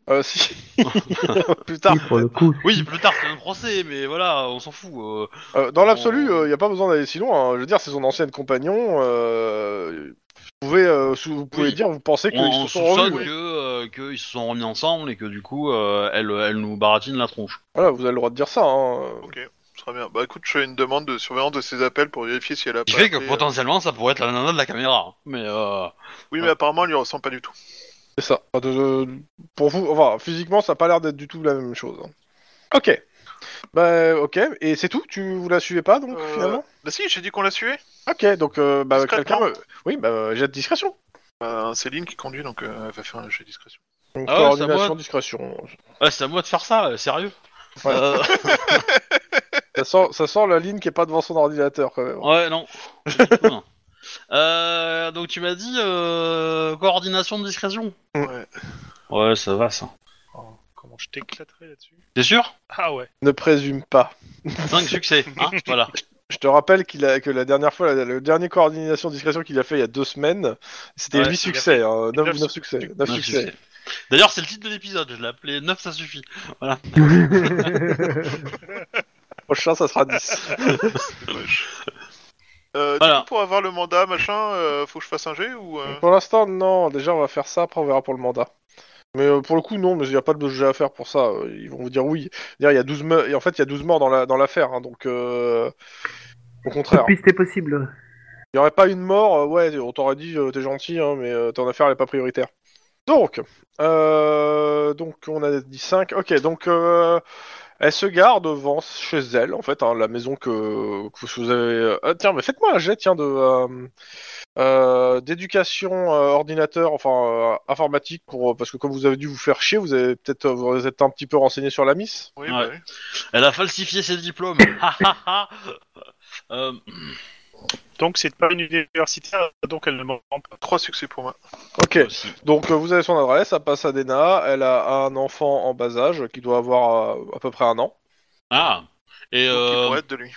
Speaker 1: Euh,
Speaker 3: [LAUGHS]
Speaker 1: si. Plus tard.
Speaker 4: Oui, pour le coup. [LAUGHS]
Speaker 3: Oui, [LAUGHS] plus tard, c'est un procès, mais voilà, on s'en fout. euh.
Speaker 1: Euh, dans l'absolu, il n'y a pas besoin d'aller si loin. hein. Je veux dire, c'est son ancienne compagnon. euh, Vous pouvez, euh, sou- vous pouvez
Speaker 3: Oui.
Speaker 1: dire, vous pensez qu'ils
Speaker 3: on
Speaker 1: se sont
Speaker 3: soupçonne
Speaker 1: revus.
Speaker 3: que euh, qu'ils se sont remis ensemble et que du coup euh, elle, elle nous baratine la tronche.
Speaker 1: Voilà, vous avez le droit de dire ça. Hein.
Speaker 5: Ok, très bien. Bah écoute, je fais une demande de surveillance de ses appels pour vérifier si elle a
Speaker 3: Ce
Speaker 5: pas
Speaker 3: qui fait que
Speaker 5: appelé, euh.
Speaker 3: potentiellement ça pourrait être la nana de la caméra. Mais euh,
Speaker 5: Oui, mais apparemment, elle lui ressemble pas du tout.
Speaker 1: C'est ça. Enfin, de- de- pour vous, enfin, physiquement, ça n'a pas l'air d'être du tout la même chose. hein. Ok. Bah, ok. Et c'est tout Tu vous la suivez pas, donc,
Speaker 5: Euh,
Speaker 1: finalement
Speaker 5: Bah si, j'ai dit qu'on la suivait.
Speaker 1: Ok, donc, euh, bah,
Speaker 5: discrètement.
Speaker 1: quelqu'un... me- Oui, bah, j'ai de discrétion.
Speaker 5: Euh, c'est Lynn qui conduit, donc euh, elle va faire un jeu de discrétion.
Speaker 1: Donc,
Speaker 3: Ah ouais, ça
Speaker 1: coordination,
Speaker 3: boit.
Speaker 1: discrétion.
Speaker 3: ouais, c'est à moi de faire ça, euh, sérieux.
Speaker 1: Ouais.
Speaker 3: Euh,
Speaker 1: Ça sent, ça sent la ligne qui est pas devant son ordinateur, quand même.
Speaker 3: ouais, non. C'est tout, hein. Euh, donc tu m'as dit euh, coordination de discrétion.
Speaker 1: Mm.
Speaker 5: Ouais.
Speaker 3: Ouais, ça va ça.
Speaker 2: Oh, comment je t'éclaterai là-dessus
Speaker 3: T'es sûr
Speaker 2: Ah ouais.
Speaker 1: Ne présume pas.
Speaker 3: 5 succès. Hein voilà.
Speaker 1: Je te rappelle qu'il a, que la dernière fois, la- le dernier coordination discrétion qu'il a fait il y a deux semaines, c'était
Speaker 3: Ouais,
Speaker 1: huit
Speaker 3: il a
Speaker 1: succès, hein, neuf-
Speaker 2: neuf
Speaker 1: neuf succès, neuf
Speaker 3: Neuf
Speaker 1: succès.
Speaker 3: succès. D'ailleurs, c'est le titre de l'épisode. Je l'ai appelé 9, ça suffit.
Speaker 1: Prochain, ça sera
Speaker 3: [LAUGHS]
Speaker 1: 10.
Speaker 5: Euh, du
Speaker 3: Voilà.
Speaker 5: coup, pour avoir le mandat, machin, euh, faut que je fasse un G ou... euh,
Speaker 1: Pour l'instant, non. Déjà, on va faire ça, après, on verra pour le mandat. Mais euh, pour le coup, non, mais il n'y a pas de jeu à faire pour ça. Euh, Ils vont vous dire oui. D'ailleurs, Il y a 12 me- et en fait, il y a 12 morts dans la- dans l'affaire, hein, donc euh, au contraire.
Speaker 4: Puis c'était possible.
Speaker 1: Il n'y aurait pas une mort, euh, ouais, on t'aurait dit euh, t'es gentil, hein, mais euh, ton affaire n'est pas prioritaire. Donc, euh, donc on a dit 5. Ok, donc euh, elle se gare devant chez elle, en fait, hein, la maison que, que vous avez. Ah, tiens, mais faites-moi un jet, tiens, de euh, euh, d'éducation euh, ordinateur, enfin euh, informatique, pour parce que comme vous avez dû vous faire chier, vous avez peut-être euh, vous êtes un petit peu renseigné sur la miss.
Speaker 5: Oui,
Speaker 3: Ouais.
Speaker 5: bah oui.
Speaker 3: Elle a falsifié ses diplômes. [LAUGHS] euh,
Speaker 2: Donc c'est pas une universitaire, donc elle ne ment pas.
Speaker 5: Trois succès pour moi.
Speaker 1: Ok. Donc euh, vous avez son adresse, elle passe à Dena, elle a un enfant en bas âge qui doit avoir euh, à peu près un an.
Speaker 3: Ah. Et
Speaker 5: Donc, il
Speaker 3: euh,
Speaker 5: pourrait être de lui.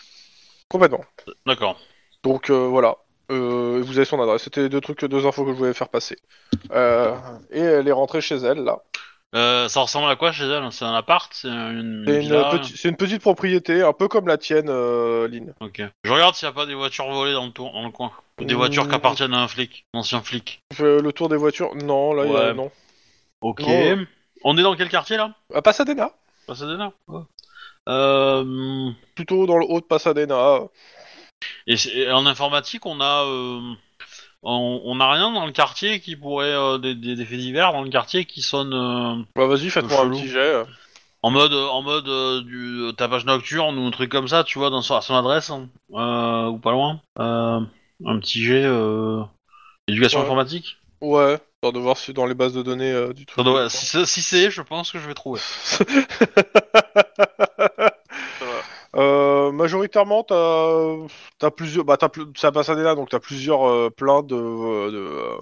Speaker 1: Complètement.
Speaker 3: d'accord.
Speaker 1: Donc euh, voilà. Euh, et vous avez son adresse. C'était les deux trucs, deux infos que je voulais faire passer. Euh, et elle est rentrée chez elle là.
Speaker 3: Euh, ça ressemble à quoi chez elle C'est un appart C'est une,
Speaker 1: C'est une,
Speaker 3: villa
Speaker 1: petit- c'est une petite propriété, un peu comme la tienne, euh, Lynn.
Speaker 3: Ok. Je regarde s'il n'y a pas des voitures volées dans le, tour- dans le coin. Ou des
Speaker 1: Mm.
Speaker 3: voitures qui appartiennent à un flic, un ancien flic.
Speaker 1: Je fais le tour des voitures. Non, là, il y a-
Speaker 3: Ouais.
Speaker 1: non.
Speaker 3: Ok.
Speaker 1: Non.
Speaker 3: On est dans quel quartier là
Speaker 1: À Pasadena,
Speaker 3: Pasadena Ouais. Euh,
Speaker 1: plutôt dans le haut de Pasadena.
Speaker 3: et, c'est- et en informatique, on a. euh, on on a rien dans le quartier qui pourrait. euh, des, des- des faits divers dans le quartier qui sonnent. euh,
Speaker 1: Bah vas-y, faites-moi un
Speaker 3: Chelou.
Speaker 1: petit jet.
Speaker 3: en mode, en mode euh, du euh, tapage nocturne ou un truc comme ça, tu vois, dans son, à son adresse, hein. Euh, ou pas loin. Euh, un petit jet. euh, éducation
Speaker 1: Ouais.
Speaker 3: informatique
Speaker 1: Ouais. Histoire de voir si dans les bases de données euh, du
Speaker 3: Ça
Speaker 1: truc.
Speaker 3: doit- Si, c'est- si c'est, je pense que je vais trouver.
Speaker 1: Euh, majoritairement, t'as as plusieurs, bah t'as plus, c'est à Pasadena, donc t'as plusieurs euh, plein de, euh, de, euh,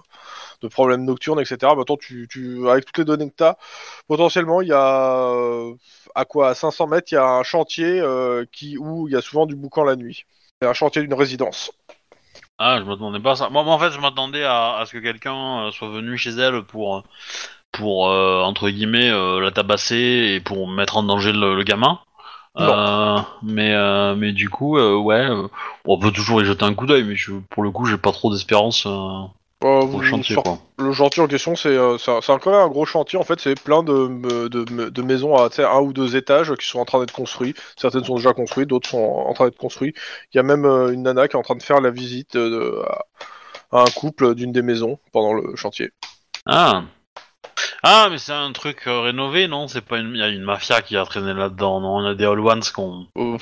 Speaker 1: de problèmes nocturnes, etc. Maintenant, tu, tu, avec toutes les données que t'as, potentiellement, il y a euh, à quoi, à 500 mètres, il y a un chantier euh, qui où il y a souvent du boucan la nuit. C'est un chantier d'une résidence.
Speaker 3: Ah, je m'attendais pas à ça. Moi, moi, en fait, je m'attendais à, à ce que quelqu'un euh, soit venu chez elle pour, euh, pour euh, entre guillemets, euh, la tabasser et pour mettre en danger le, le gamin. Euh, mais, euh, mais du coup, euh, ouais, euh, on peut toujours y jeter un coup d'œil, mais je- pour le coup, j'ai pas trop d'espérance euh,
Speaker 1: Euh,
Speaker 3: pour
Speaker 1: vous
Speaker 3: le chantier,
Speaker 1: sortez-
Speaker 3: quoi.
Speaker 1: Le chantier en question, c'est euh, c'est un- c'est un- quand même un gros chantier. En fait, c'est plein de, de, de maisons à tu sais, un ou deux étages qui sont en train d'être construites. Certaines sont déjà construites, d'autres sont en train d'être construites. Il y a même euh, une nana qui est en train de faire la visite euh, de- à, à un couple d'une des maisons pendant le chantier.
Speaker 3: Ah. Ah, mais c'est un truc euh, rénové, non C'est pas une... Il y a une mafia qui a traîné là-dedans, non Il y a des All Ones qui ont,
Speaker 1: Euh,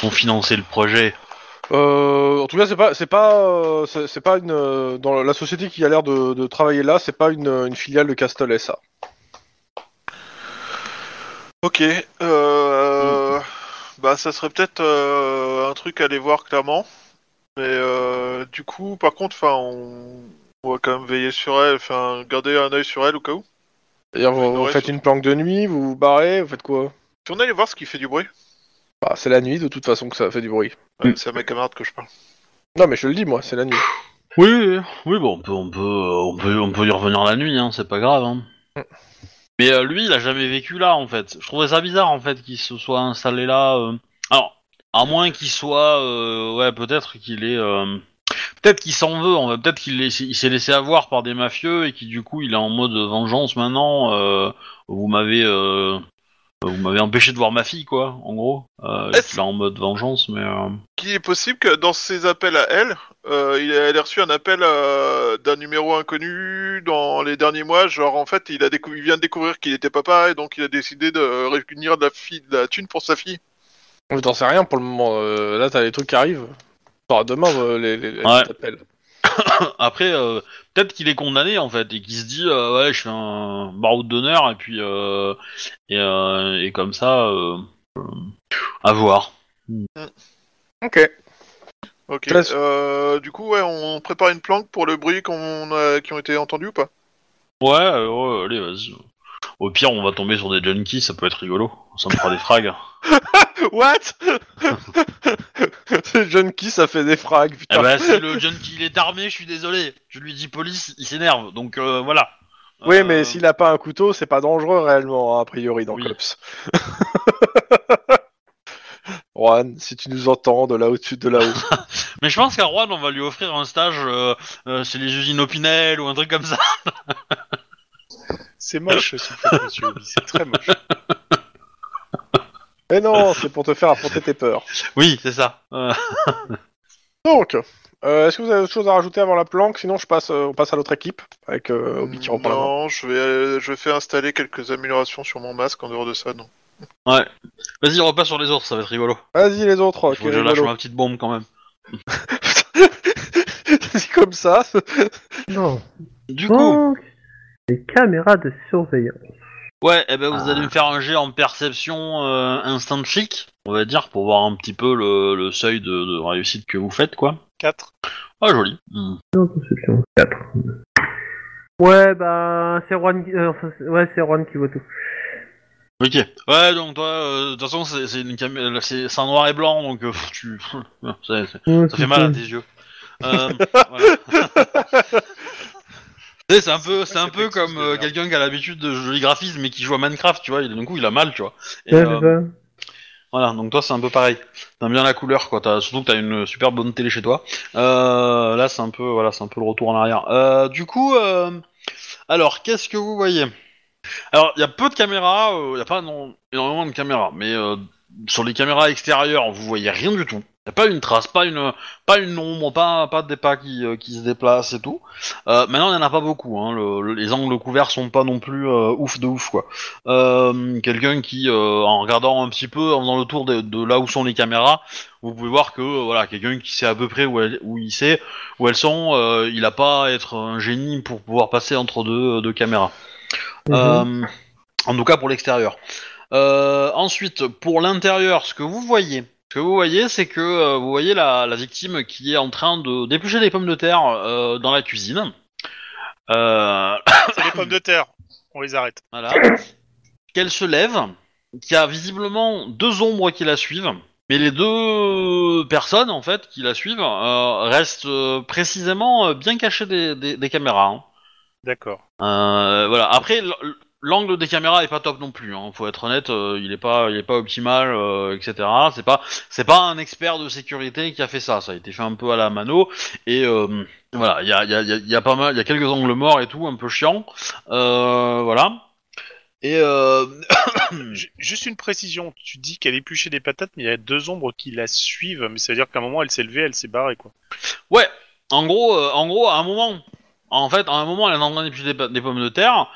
Speaker 3: qui ont financé le projet.
Speaker 1: Euh, en tout cas, c'est pas, c'est pas, euh, c'est c'est pas une euh, dans la société qui a l'air de, de travailler là, c'est pas une, une filiale de Castel SA.
Speaker 5: Ok, euh, bah ça serait peut-être euh, un truc à aller voir clairement, mais euh, du coup, par contre, enfin, on... on va quand même veiller sur elle, enfin, garder un œil sur elle au cas où.
Speaker 1: D'ailleurs, vous,
Speaker 5: Ouais,
Speaker 1: vous
Speaker 5: ouais,
Speaker 1: faites
Speaker 5: surtout.
Speaker 1: une planque de nuit, vous vous barrez, vous faites quoi
Speaker 5: Si on allait voir ce qui fait du bruit,
Speaker 1: Bah, c'est la nuit de toute façon que ça fait du bruit.
Speaker 5: Ouais, c'est à mes camarades que je parle.
Speaker 1: Non, mais je le dis moi, c'est la nuit.
Speaker 3: Oui, oui, oui, bon, on peut, on peut, euh, on peut, on peut y revenir la nuit, hein, c'est pas grave. hein. Mais euh, lui, il a jamais vécu là, en fait. Je trouvais ça bizarre, en fait, qu'il se soit installé là. euh. Alors, à moins qu'il soit, euh, ouais, peut-être qu'il est, euh, peut-être qu'il s'en veut. En fait. Peut-être qu'il est- il s'est laissé avoir par des mafieux et qui, du coup, il est en mode vengeance maintenant. euh, vous m'avez, euh, vous m'avez empêché de voir ma fille, quoi, en gros. Euh,
Speaker 5: Est-ce-
Speaker 3: il est en mode vengeance, mais. euh,
Speaker 5: Qu'il est possible que dans ses appels à elle, euh, il a, elle a reçu un appel euh, d'un numéro inconnu dans les derniers mois, genre en fait, il, a décou- il vient de découvrir qu'il était papa et donc il a décidé de réunir de la, fille, de la thune pour sa fille.
Speaker 1: Mais t'en sais rien pour le moment. euh, là, t'as les trucs qui arrivent. Enfin, demain, euh, les, les, les
Speaker 3: Ouais.
Speaker 1: appels.
Speaker 3: Après, euh, peut-être qu'il est condamné en fait et qu'il se dit euh, ouais, je fais un baroud d'honneur et puis euh, et, euh, et comme ça, euh, euh, à voir.
Speaker 1: Ok.
Speaker 5: Ok.
Speaker 1: Place.
Speaker 5: Euh, du coup, ouais, on prépare une planque pour le bruit qu'on a- qui ont été entendus ou pas
Speaker 3: Ouais, euh, ouais, allez, vas-y. Au pire, on va tomber sur des junkies, ça peut être rigolo. Ça me fera des frags.
Speaker 1: [LAUGHS] What [LAUGHS] C'est John Key, ça fait des frags,
Speaker 3: [LAUGHS] Eh
Speaker 1: putain.
Speaker 3: ben, si le [LAUGHS] junkie il est armé, je suis désolé. Je lui dis police, il s'énerve. Donc euh, voilà.
Speaker 1: oui,
Speaker 3: Euh,
Speaker 1: mais s'il a pas un couteau, c'est pas dangereux réellement, hein, a priori, dans
Speaker 3: Oui.
Speaker 1: Cops. [LAUGHS] Juan, si tu nous entends de là au-dessus de là-haut.
Speaker 3: Mais je pense qu'à Rouen, on va lui offrir un stage euh, euh, chez les usines Opinel ou un truc comme ça.
Speaker 2: [LAUGHS] C'est moche, ce qu'il fait, monsieur Obi, c'est très moche.
Speaker 1: Eh non, c'est pour te faire affronter tes peurs.
Speaker 3: Oui, c'est ça. Euh,
Speaker 1: Donc, euh, est-ce que vous avez autre chose à rajouter avant la planque Sinon, je passe, euh, on passe à l'autre équipe, avec euh, Obi qui reprend la main.
Speaker 5: Non, je vais, euh, je vais faire installer quelques améliorations sur mon masque en dehors de ça, non.
Speaker 3: Ouais. Vas-y, repas sur les ours, ça va être rigolo.
Speaker 1: Vas-y, les autres. quel
Speaker 3: Faut que je
Speaker 1: est le [LAUGHS]
Speaker 3: lâche
Speaker 1: lot
Speaker 3: ma petite bombe quand même.
Speaker 1: C'est comme ça.
Speaker 4: Non.
Speaker 3: Du coup,
Speaker 4: Donc, les caméras de surveillance.
Speaker 3: ouais, eh ben vous
Speaker 4: Ah.
Speaker 3: allez me faire un jet en perception euh, instant chic, on va dire, pour voir un petit peu le, le seuil de, de réussite que vous faites, quoi. [COUGHS]
Speaker 2: 4.
Speaker 3: Ah, joli. Hmm.
Speaker 4: Non, conception. 4. Ouais, bah, c'est Juan, qui- euh, enfin, c'est- ouais, c'est Juan qui voit tout.
Speaker 3: Ok. Ouais, donc toi, euh, de toute façon, c'est [LAUGHS] c'est une cam- euh, c'est c'est un noir et blanc, donc euh, pff, tu... pff, ça, ça- ça fait mal à tes yeux. [LAUGHS] Euh, voilà. Tu sais, c'est un peu, c'est un peu comme euh, quelqu'un qui a l'habitude de joli graphisme mais qui joue à Minecraft, tu vois. Et d'un coup, il a mal, tu vois. Et,
Speaker 4: Ouais,
Speaker 3: euh,
Speaker 4: c'est ça.
Speaker 3: Voilà, donc toi c'est un peu pareil. T'aimes bien la couleur, quoi. T'as, surtout que t'as une super bonne télé chez toi. Euh, là c'est un peu, voilà, c'est un peu le retour en arrière. Euh, du coup, euh, alors qu'est-ce que vous voyez Alors il y a peu de caméras, il y a pas non- énormément de caméras, mais euh, sur les caméras extérieures vous voyez rien du tout. Y a pas une trace, pas une, pas une ombre, pas, pas des pas qui, euh, qui se déplacent et tout. Euh, maintenant il y en a pas beaucoup. Hein. Le- le- les angles couverts sont pas non plus euh, ouf de ouf, quoi. Euh, quelqu'un qui, euh, en regardant un petit peu, en faisant le tour de, de là où sont les caméras, vous pouvez voir que euh, voilà, quelqu'un qui sait à peu près où, elle- où il sait où elles sont, euh, il a pas à être un génie pour pouvoir passer entre deux, deux caméras.
Speaker 4: Mhm.
Speaker 3: Euh, en tout cas pour l'extérieur. Euh, ensuite, pour l'intérieur, ce que vous voyez, ce que vous voyez, c'est que euh, vous voyez la, la victime qui est en train de d'éplucher des pommes de terre euh, dans la cuisine. Euh,
Speaker 2: C'est les pommes de terre. On les arrête.
Speaker 3: voilà. Qu'elle se lève, qu'il y a visiblement deux ombres qui la suivent, mais les deux personnes en fait qui la suivent euh, restent euh, précisément euh, bien cachées des, des- des caméras. hein.
Speaker 2: D'accord.
Speaker 3: Euh, voilà. Après, l- l'angle des caméras est pas top non plus. Hein. Faut être honnête, euh, il est pas, il est pas optimal, euh, etc. C'est pas, c'est pas un expert de sécurité qui a fait ça. Ça a été fait un peu à la mano. Et euh, voilà, il y a, il y, a, il y a- il y a pas mal, il y a quelques angles morts et tout, un peu chiant. Euh, voilà. Et euh,
Speaker 2: Ju- Juste une précision. Tu dis qu'elle épluchait des patates, mais il y a deux ombres qui la suivent. Mais ça veut dire qu'à un moment, elle s'est levée, elle s'est barrée, quoi.
Speaker 3: Ouais, en gros, euh, en gros, à un moment, en fait, à un moment, elle est en train d'éplucher des, pa- des pommes de terre,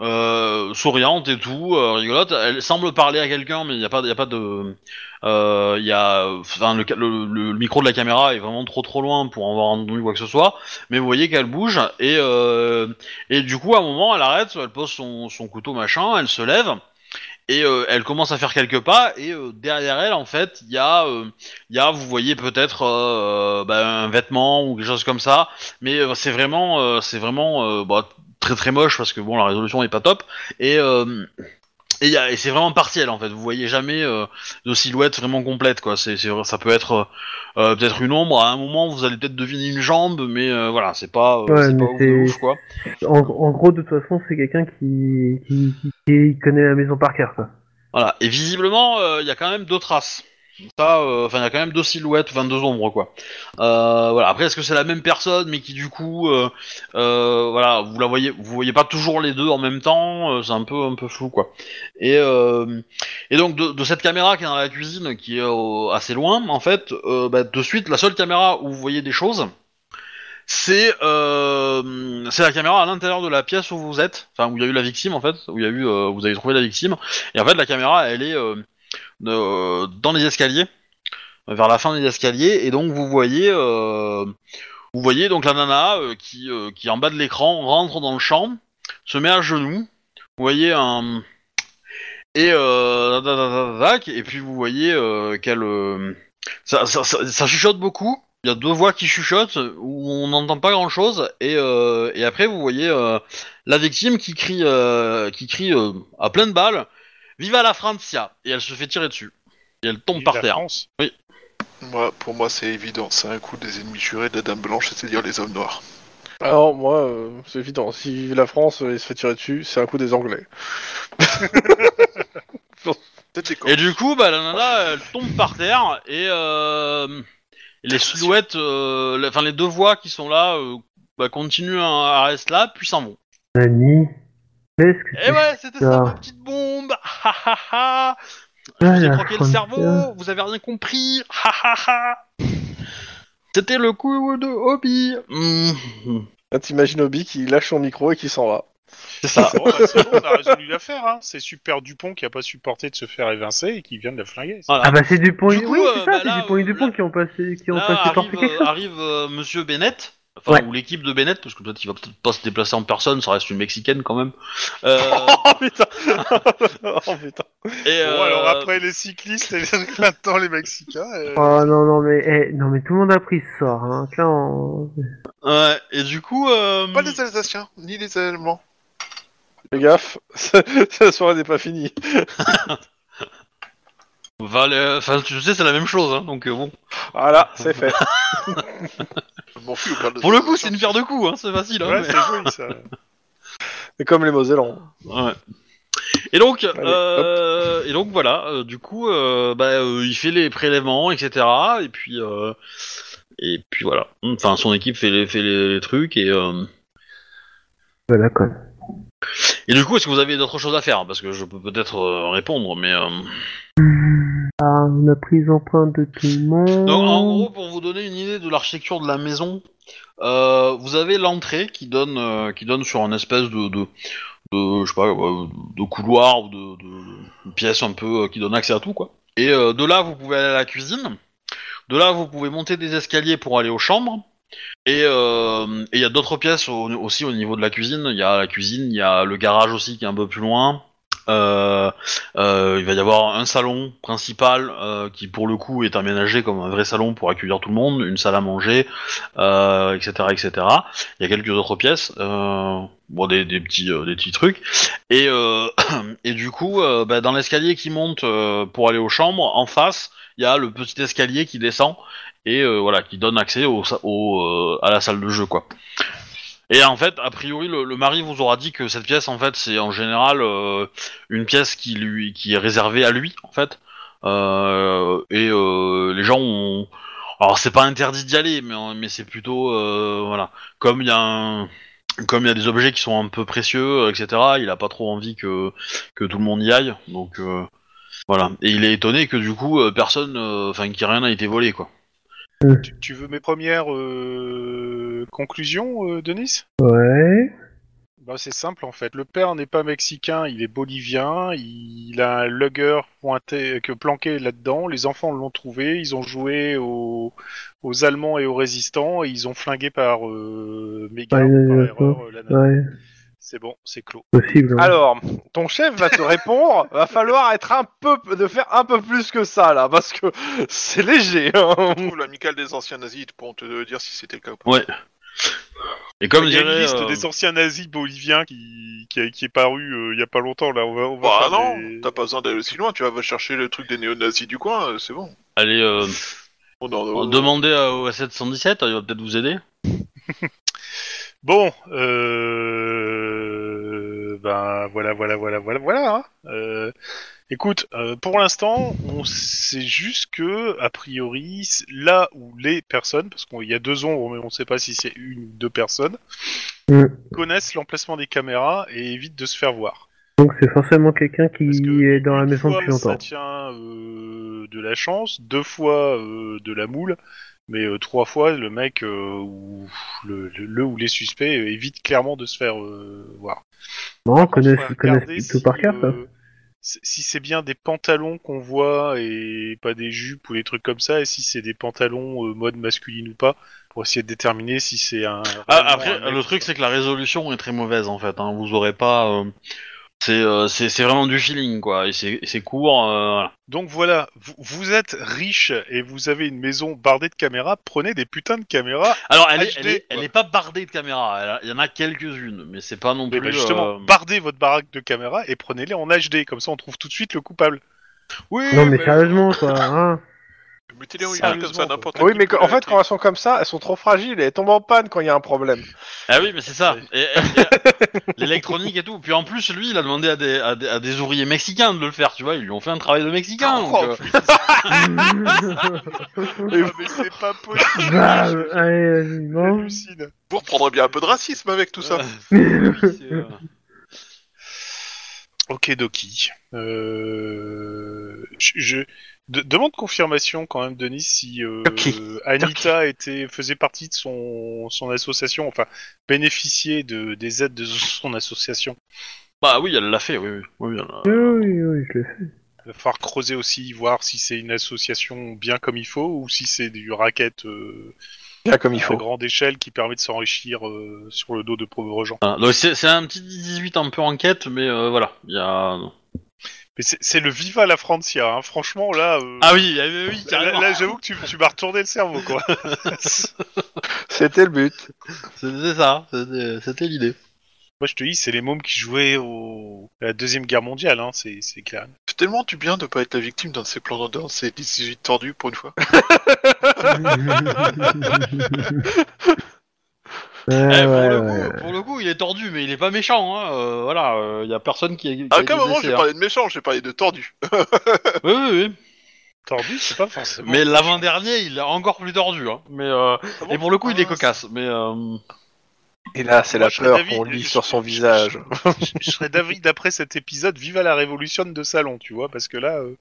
Speaker 3: euh, souriante et tout, euh, rigolote. Elle semble parler à quelqu'un, mais il n'y a pas, il y a pas de, euh, il y a, enfin, le, ca- le- le- le micro de la caméra est vraiment trop trop loin pour en avoir entendu quoi que ce soit. Mais vous voyez qu'elle bouge et euh, et du coup, à un moment, elle arrête, elle pose son, son couteau machin, elle se lève. Et euh, elle commence à faire quelques pas, et euh, derrière elle, en fait, il y a euh, il y a, vous voyez peut-être euh, bah, un vêtement ou quelque chose comme ça, mais euh, c'est vraiment, euh, c'est vraiment euh, bah, très très moche parce que bon, la résolution est pas top et euh, et, il y a- et c'est vraiment partiel en fait. Vous voyez jamais euh, de silhouette vraiment complète quoi. C'est, c'est vrai, ça peut être euh, euh, peut-être une ombre. À un moment, vous allez peut-être deviner une jambe, mais euh, voilà, c'est pas, euh,
Speaker 4: Ouais,
Speaker 3: c'est pas
Speaker 4: mais
Speaker 3: ouf de
Speaker 4: c'est-
Speaker 3: ouf, quoi.
Speaker 4: En, en gros, de toute façon, c'est quelqu'un qui, qui, qui- qui connaît la maison par cœur, quoi.
Speaker 3: Voilà. Et visiblement, euh, il y a quand même deux traces. Ça, euh, enfin, il y a quand même deux silhouettes, 22 ombres, quoi. Euh, voilà. Après, est-ce que c'est la même personne, mais qui du coup, euh, euh, voilà, vous la voyez, vous voyez pas toujours les deux en même temps. euh, c'est un peu, un peu flou, quoi. Et, euh, et donc de, de cette caméra qui est dans la cuisine, qui est euh, assez loin, en fait, euh, bah, de suite, la seule caméra où vous voyez des choses, c'est, euh, c'est la caméra à l'intérieur de la pièce où vous êtes, enfin où il y a eu la victime, en fait, où il y a eu, euh, vous avez trouvé la victime. Et en fait, la caméra, elle est euh, euh, dans les escaliers, euh, vers la fin des escaliers, et donc vous voyez, euh, vous voyez donc la nana euh, qui, euh, qui en bas de l'écran rentre dans le champ, se met à genoux. Vous voyez un et euh, da, da, da, da, da, da, et puis vous voyez euh, qu'elle euh, ça, ça, ça- ça chuchote beaucoup. Il y a deux voix qui chuchotent où on n'entend pas grand chose et, euh, et après vous voyez euh, la victime qui crie euh, qui crie euh, à pleine balle Viva la Francia Et elle se fait tirer dessus. Et elle tombe
Speaker 2: Vive
Speaker 3: par
Speaker 2: la
Speaker 3: terre.
Speaker 2: France.
Speaker 5: Moi, pour moi, c'est évident. C'est un coup des ennemis jurés de la Dame Blanche, c'est-à-dire les hommes noirs.
Speaker 1: Alors, moi, euh, c'est évident. Si la France euh, il se fait tirer dessus, c'est un coup des Anglais.
Speaker 5: Peut-être des corps.
Speaker 3: Et du coup, bah, la nana, elle tombe par terre et euh, les silhouettes, euh, la- enfin les deux voix qui sont là, euh, bah, continuent à, à rester là, puis s'en vont.
Speaker 4: Nani. Qu'est-ce que
Speaker 3: Et
Speaker 4: tu
Speaker 3: Eh ouais, c'était ça, ma petite bombe Ha ha ha Je vous ai
Speaker 4: Ah, la
Speaker 3: croqué le
Speaker 4: Francia.
Speaker 3: cerveau, vous avez rien compris Ha ha ha C'était le coup de hobby Mhm.
Speaker 1: Là, t'imagines Obi qui lâche son micro et qui s'en va.
Speaker 3: C'est ça.
Speaker 2: Bon, bah, c'est bon, on a résolu l'affaire. Hein. C'est Super Dupont qui a pas supporté de se faire évincer et qui vient de la flinguer.
Speaker 3: Voilà.
Speaker 4: Ah bah c'est Dupont
Speaker 3: Du
Speaker 4: et...
Speaker 3: coup,
Speaker 4: Oui,
Speaker 3: euh,
Speaker 4: c'est
Speaker 3: bah
Speaker 4: ça,
Speaker 3: là,
Speaker 4: c'est Dupont et
Speaker 3: euh,
Speaker 4: Dupont
Speaker 3: là-
Speaker 4: qui ont passé, qui ont
Speaker 3: Là,
Speaker 4: passé
Speaker 3: arrive,
Speaker 4: porter quelque
Speaker 3: euh,
Speaker 4: chose.
Speaker 3: arrive, euh, Monsieur Bennett, enfin
Speaker 4: Ouais.
Speaker 3: ou l'équipe de Bennett, parce que peut-être il va peut-être pas se déplacer en personne, ça reste une mexicaine quand même. [LAUGHS] Euh,
Speaker 1: Oh putain [LAUGHS] Oh putain
Speaker 3: et,
Speaker 2: Bon,
Speaker 3: euh,
Speaker 2: alors après les cyclistes et les- [LAUGHS] maintenant les Mexicains. euh,
Speaker 4: Oh non, non, mais, eh, non, mais tout le monde a pris ce sort, hein. Là, on...
Speaker 3: ouais, et du coup, euh,
Speaker 5: Pas les Alsaciens, ni les Allemands.
Speaker 1: Fais gaffe, [LAUGHS] la soirée n'est pas finie.
Speaker 3: va les- enfin, tu sais, c'est la même chose, hein, donc euh, bon.
Speaker 1: Voilà, c'est fait.
Speaker 5: Je m'en fous, on parle de
Speaker 3: Pour le coup, c'est une pierre de coups, hein, c'est facile. Hein,
Speaker 2: Ouais,
Speaker 3: mais-
Speaker 2: c'est joli ça.
Speaker 1: C'est comme les Mosellans.
Speaker 3: Ouais. Et donc, euh, et donc voilà. euh, du coup, euh, bah, euh, il fait les prélèvements, etc. Et puis, euh, et puis voilà. Enfin, son équipe fait les, fait les, les trucs et. euh,
Speaker 4: Voilà, quoi.
Speaker 3: Et du coup, est-ce que vous avez d'autres choses à faire Parce que je peux peut-être euh, répondre, mais. euh,
Speaker 4: Ah, on a pris les empreintes de tout le monde.
Speaker 3: Donc, en gros, pour vous donner une idée de l'architecture de la maison, euh, vous avez l'entrée qui donne euh, qui donne sur un espèce de, de, de- je sais pas euh, de couloir ou de, de- une pièce un peu euh, qui donne accès à tout quoi. Et euh, de là, vous pouvez aller à la cuisine. De là, vous pouvez monter des escaliers pour aller aux chambres. Et euh, et il y a d'autres pièces au- aussi au niveau de la cuisine. Il y a la cuisine, il y a le garage aussi qui est un peu plus loin. Euh, euh, il va y avoir un salon principal euh, qui, pour le coup, est aménagé comme un vrai salon pour accueillir tout le monde, une salle à manger, euh, etc., etc. Il y a quelques autres pièces, euh, bon, des, des petits, euh, des petits trucs. Et, euh, [CLEARS THROAT] et du coup, euh, bah, dans l'escalier qui monte euh, pour aller aux chambres, en face, il y a le petit escalier qui descend et euh, voilà, qui donne accès au, sa- au, euh, à la salle de jeu, quoi. Et en fait, a priori, le, le mari vous aura dit que cette pièce, en fait, c'est en général euh, une pièce qui lui, qui est réservée à lui, en fait. Euh, et euh, les gens ont, alors c'est pas interdit d'y aller, mais mais c'est plutôt euh, voilà, comme il y a un- comme il y a des objets qui sont un peu précieux, euh, etc. Il a pas trop envie que que tout le monde y aille, donc euh, voilà. Et il est étonné que du coup, euh, personne, euh, enfin, qu'il rien n'a été volé, quoi.
Speaker 2: Tu, tu veux mes premières euh, conclusions, euh, Denis
Speaker 4: Ouais.
Speaker 2: Bah, c'est simple en fait. Le père n'est pas mexicain, il est bolivien. Il a un lugger pointé, que planqué là-dedans. Les enfants l'ont trouvé. Ils ont joué aux, aux Allemands et aux résistants. Et ils ont flingué par euh, méga,
Speaker 4: Ouais,
Speaker 2: par
Speaker 4: ouais, ouais,
Speaker 2: erreur, euh, la nana.
Speaker 4: Ouais.
Speaker 2: C'est bon, c'est clos.
Speaker 4: Possible. hein.
Speaker 1: Alors, ton chef va te répondre, va falloir être un peu, de faire un peu plus que ça là, parce que c'est léger. hein.
Speaker 5: Ou l'amicale des anciens nazis pour te dire si c'était le cas ou pas.
Speaker 3: Ouais. Et comme
Speaker 2: Il y a une
Speaker 3: dirait,
Speaker 2: liste
Speaker 3: euh,
Speaker 2: des anciens nazis boliviens qui, qui, est- qui est parue euh, il y a pas longtemps. Là, on va, on va
Speaker 5: Bah
Speaker 2: faire
Speaker 5: non,
Speaker 2: des-
Speaker 5: t'as pas besoin d'aller aussi loin, tu vas chercher le truc des néo-nazis du coin, euh, c'est bon.
Speaker 3: allez euh,
Speaker 5: On en- on-
Speaker 3: demander à, au 717, il va peut-être vous aider.
Speaker 2: Bon, euh... ben voilà, voilà, voilà, voilà, voilà. hein. Euh, Écoute, euh, pour l'instant, on sait juste que, a priori, c- là où les personnes, parce qu'il y a deux ombres, mais on ne sait pas si c'est une ou deux personnes,
Speaker 4: Mm.
Speaker 2: connaissent l'emplacement des caméras et évitent de se faire voir.
Speaker 4: Donc c'est forcément quelqu'un qui
Speaker 2: Parce que
Speaker 4: est dans la
Speaker 2: une
Speaker 4: maison
Speaker 2: fois,
Speaker 4: depuis longtemps.
Speaker 2: Ça tient euh, de la chance, deux fois euh, de la moule, mais euh, trois fois le mec euh, ou le, le- le ou les suspects euh, évitent clairement de se faire euh, voir.
Speaker 4: Non,
Speaker 2: Par contre,
Speaker 4: connaissent,
Speaker 2: faut
Speaker 4: connaissent
Speaker 2: regarder
Speaker 4: tout
Speaker 2: si,
Speaker 4: par cœur, quoi.
Speaker 2: euh, si- Si c'est bien des pantalons qu'on voit et pas des jupes ou des trucs comme ça, et si c'est des pantalons euh, mode masculine ou pas, pour essayer de déterminer si c'est un.
Speaker 3: Ah,
Speaker 2: vraiment
Speaker 3: après,
Speaker 2: un mec
Speaker 3: le truc c'est que la résolution est très mauvaise en fait. hein. Vous aurez pas. euh, C'est euh, c'est c'est vraiment du feeling quoi. Et c'est c'est court. euh, voilà.
Speaker 2: Donc voilà, vous, vous êtes riche et vous avez une maison bardée de caméras, prenez des putains de caméras.
Speaker 3: Alors elle, est,
Speaker 2: HD,
Speaker 3: elle, est,
Speaker 2: quoi.
Speaker 3: elle est pas bardée de caméras. elle a- Il y en a quelques-unes, mais c'est pas non
Speaker 2: Mais
Speaker 3: plus.
Speaker 2: bah, justement,
Speaker 3: euh,
Speaker 2: bardez votre baraque de caméras et prenez-les en HD, comme ça on trouve tout de suite le coupable.
Speaker 5: Oui,
Speaker 4: Non, mais sérieusement, quoi. Hein.
Speaker 5: Mettez-les en une comme ça,
Speaker 2: Sérieusement,
Speaker 5: n'importe
Speaker 1: Oui,
Speaker 5: qui
Speaker 1: mais
Speaker 5: peut
Speaker 1: qu- en fait,
Speaker 5: être-
Speaker 1: quand elles sont comme ça, elles sont trop fragiles et elles tombent en panne quand il y a un problème.
Speaker 3: Ah oui, mais c'est ça. Et-
Speaker 2: [LAUGHS]
Speaker 3: et- et- L'électronique et tout. Puis en plus, lui, il a demandé à des, à, des, à des ouvriers mexicains de le faire. Tu vois, ils lui ont fait un travail de mexicain.
Speaker 2: oh,
Speaker 3: donc, euh,
Speaker 2: Ah, mais c'est pas possible.
Speaker 4: bah, euh, allez, vas-y, bon.
Speaker 2: [LAUGHS] J'hallucine.
Speaker 5: Vous reprendrez bien un peu de racisme avec tout ça.
Speaker 3: [LAUGHS] oui, c'est, euh,
Speaker 2: Ok, Doki. Euh... Je, je- de- demande confirmation quand même, Denis, si euh,
Speaker 1: Doki.
Speaker 2: Anita était faisait partie de son, son association, enfin bénéficiait de des aides de son association.
Speaker 3: Bah oui, elle l'a fait. Oui, oui. oui elle l'a-
Speaker 4: Oui, oui, oui, je le fais.
Speaker 2: Il va falloir creuser aussi, voir si c'est une association bien comme il faut ou si c'est du racket. euh,
Speaker 1: Bien comme il
Speaker 2: à
Speaker 1: faut.
Speaker 2: grande échelle qui permet de s'enrichir euh, sur le dos de pauvres gens.
Speaker 3: Voilà, Ah, donc c'est c'est un petit 18 un peu enquête, mais euh, voilà, il y a...
Speaker 2: Mais c'est c'est le viva la Francia, hein. franchement là. euh,
Speaker 3: Ah oui, euh, oui,
Speaker 2: là,
Speaker 3: carrément.
Speaker 2: là, j'avoue que tu, tu m'as retourné le cerveau
Speaker 3: [LAUGHS]
Speaker 2: quoi. Moi
Speaker 1: C'était le but.
Speaker 3: C'était ça, c'était c'était l'idée.
Speaker 2: je te dis, c'est les mômes qui jouaient au... à la deuxième guerre mondiale, hein. c'est c'est clair.
Speaker 5: fait tellement du bien de pas être la victime d'un de ces plans d'endurance, c'est 18 tordus pour une fois.
Speaker 3: Eh,
Speaker 4: Ouais,
Speaker 3: Eh, pour, le
Speaker 4: ouais,
Speaker 3: coup, pour le coup, il est tordu, mais il est pas méchant. Hein. euh, voilà, euh, il y a personne qui. qui
Speaker 5: À
Speaker 3: a
Speaker 5: aucun
Speaker 3: été
Speaker 5: moment
Speaker 3: blessé,
Speaker 5: bah, j'ai
Speaker 3: hein.
Speaker 5: parlé de méchant, j'ai parlé de tordu.
Speaker 3: Oui, oui, oui.
Speaker 2: Tordu, c'est pas forcément.
Speaker 3: Mais l'avant-dernier, il est encore plus tordu. Hein. Mais, euh,
Speaker 5: Ah
Speaker 3: Et pour le coup, il est cocasse. Mais euh,
Speaker 1: Et là, c'est
Speaker 2: Moi,
Speaker 1: la
Speaker 2: je serais
Speaker 1: peur
Speaker 2: d'avis-
Speaker 1: qu'on lit
Speaker 2: je-
Speaker 1: sur son
Speaker 2: je-
Speaker 1: visage.
Speaker 2: je, je serais d'avis d'après cet épisode, vive à la révolution de salon, tu vois, parce que là, euh,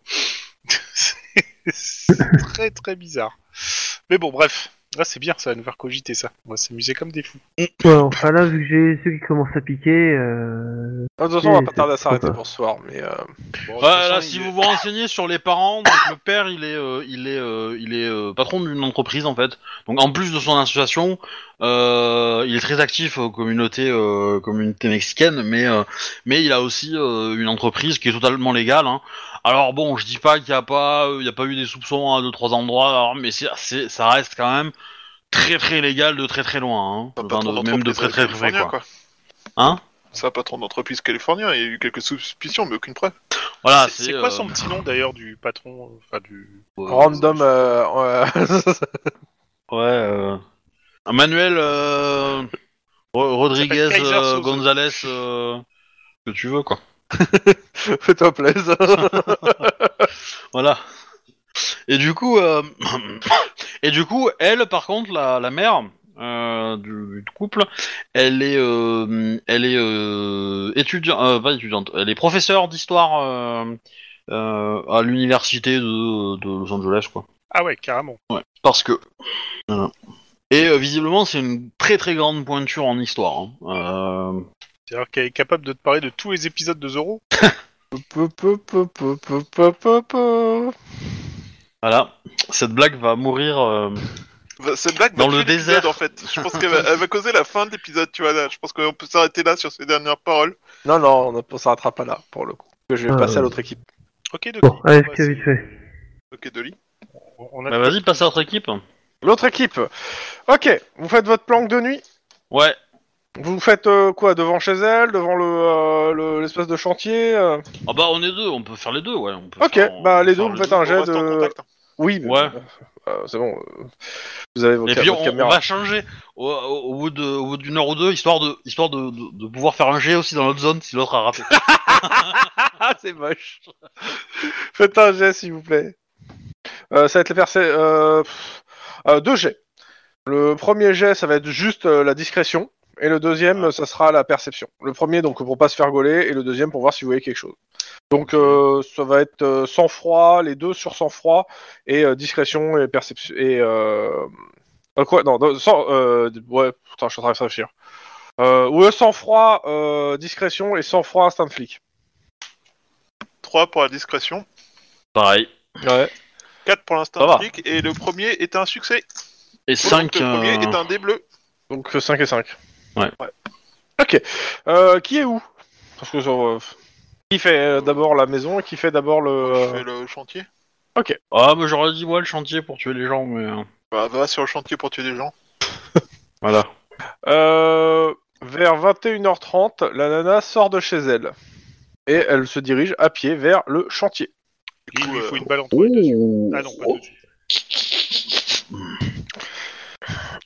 Speaker 2: [LAUGHS] c'est- c'est très très bizarre. Mais bon, bref, là c'est bien, ça va nous faire cogiter ça. On va s'amuser comme des fous.
Speaker 4: Ouais, enfin là, vu que j'ai ceux qui commencent à piquer, euh...
Speaker 1: De toute façon, on va
Speaker 4: Oui,
Speaker 1: pas tarder à s'arrêter
Speaker 4: c'est-
Speaker 1: pour ce soir, mais euh,
Speaker 2: Bon, de toute
Speaker 3: ouais, Bah, là,
Speaker 2: façon,
Speaker 3: si
Speaker 2: il-
Speaker 3: vous vous renseignez sur les parents, donc le père, il est, euh, il est, euh, il est euh, patron d'une entreprise en fait. Donc en plus de son association, euh, il est très actif aux communautés, euh, communautés mexicaines, mais euh, mais il a aussi euh, une entreprise qui est totalement légale. hein. Alors bon, je dis pas qu'il y a pas, euh, il y a pas eu des soupçons à deux trois endroits, alors, mais c'est, c'est- ça reste quand même très très légal de très très loin, hein.
Speaker 5: Un
Speaker 3: Enfin,
Speaker 5: patron
Speaker 3: de- même de
Speaker 5: d'entreprise
Speaker 3: très très près
Speaker 5: californien,
Speaker 3: quoi. Hein
Speaker 5: C'est un patron d'entreprise californien, il y a eu quelques suspicions, mais aucune preuve.
Speaker 3: Voilà,
Speaker 2: c'est c'est quoi
Speaker 3: euh,
Speaker 2: son petit nom d'ailleurs du patron, euh, enfin du.
Speaker 3: euh,
Speaker 1: random. euh, euh,
Speaker 3: Ouais. Euh... Manuel euh, Ro- Rodriguez
Speaker 2: Kaiser
Speaker 3: euh,
Speaker 2: Soze.
Speaker 3: Gonzalez, euh, que tu veux quoi.
Speaker 1: euh, [LAUGHS] Fais-toi plaisir.
Speaker 3: Voilà. Et du coup, euh, [COUGHS] et du coup, elle, par contre, la, la mère euh, du, du couple, elle est, euh, elle est euh, étudiante, euh, pas étudiante, elle est professeure d'histoire euh, euh, à l'université de, de Los Angeles quoi.
Speaker 2: Ah ouais, carrément.
Speaker 3: Parce que. Voilà. Et euh, visiblement, c'est une très très grande pointure en histoire. hein. Euh,
Speaker 2: C'est-à-dire qu'elle est capable de te parler de tous les épisodes de Zoro.
Speaker 1: Pou, pou, pou, pou, pou, pou, pou, pou.
Speaker 3: Voilà, cette blague va mourir. euh,
Speaker 5: Bah, Cette blague
Speaker 3: Dans
Speaker 5: va
Speaker 3: le
Speaker 5: tuer l'épisode,
Speaker 3: désert.
Speaker 5: en fait. Je pense qu'elle va, elle va causer la fin de l'épisode, tu vois. Là. Je pense qu'on peut s'arrêter là sur ces dernières paroles.
Speaker 1: Non, non, on ne- on s'arrêtera pas là, pour le coup. Parce que Je vais
Speaker 4: Ah,
Speaker 1: passer à
Speaker 4: ouais.
Speaker 1: l'autre équipe.
Speaker 2: Ok, Doki.
Speaker 4: bon, allez,
Speaker 2: Ouais,
Speaker 4: c'est vite fait.
Speaker 5: Ok, Dolly.
Speaker 2: on a-
Speaker 3: Bah vas-y, passe à notre équipe.
Speaker 1: L'autre équipe Ok, vous faites votre planque de nuit
Speaker 3: Ouais.
Speaker 1: Vous faites euh, quoi Devant chez elle Devant le, euh, le- l'espace de chantier euh
Speaker 3: Ah bah on est deux, on peut faire les deux, ouais. on peut
Speaker 1: Ok,
Speaker 3: faire- on
Speaker 1: bah
Speaker 3: peut
Speaker 1: les deux,
Speaker 3: faire
Speaker 1: vous faites un
Speaker 5: On
Speaker 1: jet
Speaker 5: reste en
Speaker 1: de...
Speaker 5: contact. hein.
Speaker 1: Oui, mais-
Speaker 3: Ouais.
Speaker 1: euh, c'est bon. euh, Vous avez votre,
Speaker 3: Et puis
Speaker 1: votre
Speaker 3: on, on
Speaker 1: caméra.
Speaker 3: va changer au, au- au bout de- au bout d'une heure ou deux, histoire de histoire de, de- de pouvoir faire un jet aussi dans l'autre zone si l'autre
Speaker 1: [LAUGHS]
Speaker 3: a raté.
Speaker 1: Ah, c'est moche. Faites un jet, s'il vous plaît. Euh, ça va être les percées. Euh, pff, euh, deux jets. Le premier jet, ça va être juste euh, la discrétion. Et le deuxième, ça sera la perception. Le premier, donc, pour pas se faire gauler. Et le deuxième, pour voir si vous voyez quelque chose. Donc, euh, ça va être euh, sang-froid, les deux sur sang-froid. Et euh, discrétion et perception. Et. Euh... euh, quoi Non, non, sans. euh, ouais, putain, je suis en train de réfléchir. Euh, ouais, sang-froid, euh, discrétion et sang-froid, instinct de flic.
Speaker 5: 3 pour la discrétion,
Speaker 3: Pareil.
Speaker 1: Ouais.
Speaker 5: 4 pour
Speaker 3: Ça
Speaker 5: l'instant
Speaker 3: va.
Speaker 5: flic, et le premier est un succès.
Speaker 3: Et euh,
Speaker 5: Donc,
Speaker 3: 5
Speaker 5: Le premier est un dé bleu.
Speaker 1: Donc 5 et 5.
Speaker 3: Ouais.
Speaker 1: Ok. Euh, qui est où Parce que euh, qui fait euh, d'abord la maison et qui fait d'abord
Speaker 5: Je
Speaker 1: le.
Speaker 5: fais le chantier.
Speaker 3: Ah mais j'aurais dit moi le chantier pour tuer les gens, mais euh,
Speaker 5: Bah, va sur le chantier pour tuer des gens.
Speaker 3: voilà.
Speaker 1: Euh, vers 21h30, la nana sort de chez elle et elle se dirige à pied vers le chantier.
Speaker 2: Il lui
Speaker 5: euh,
Speaker 2: faut une balle entre les deux. Ah non, pas dessus.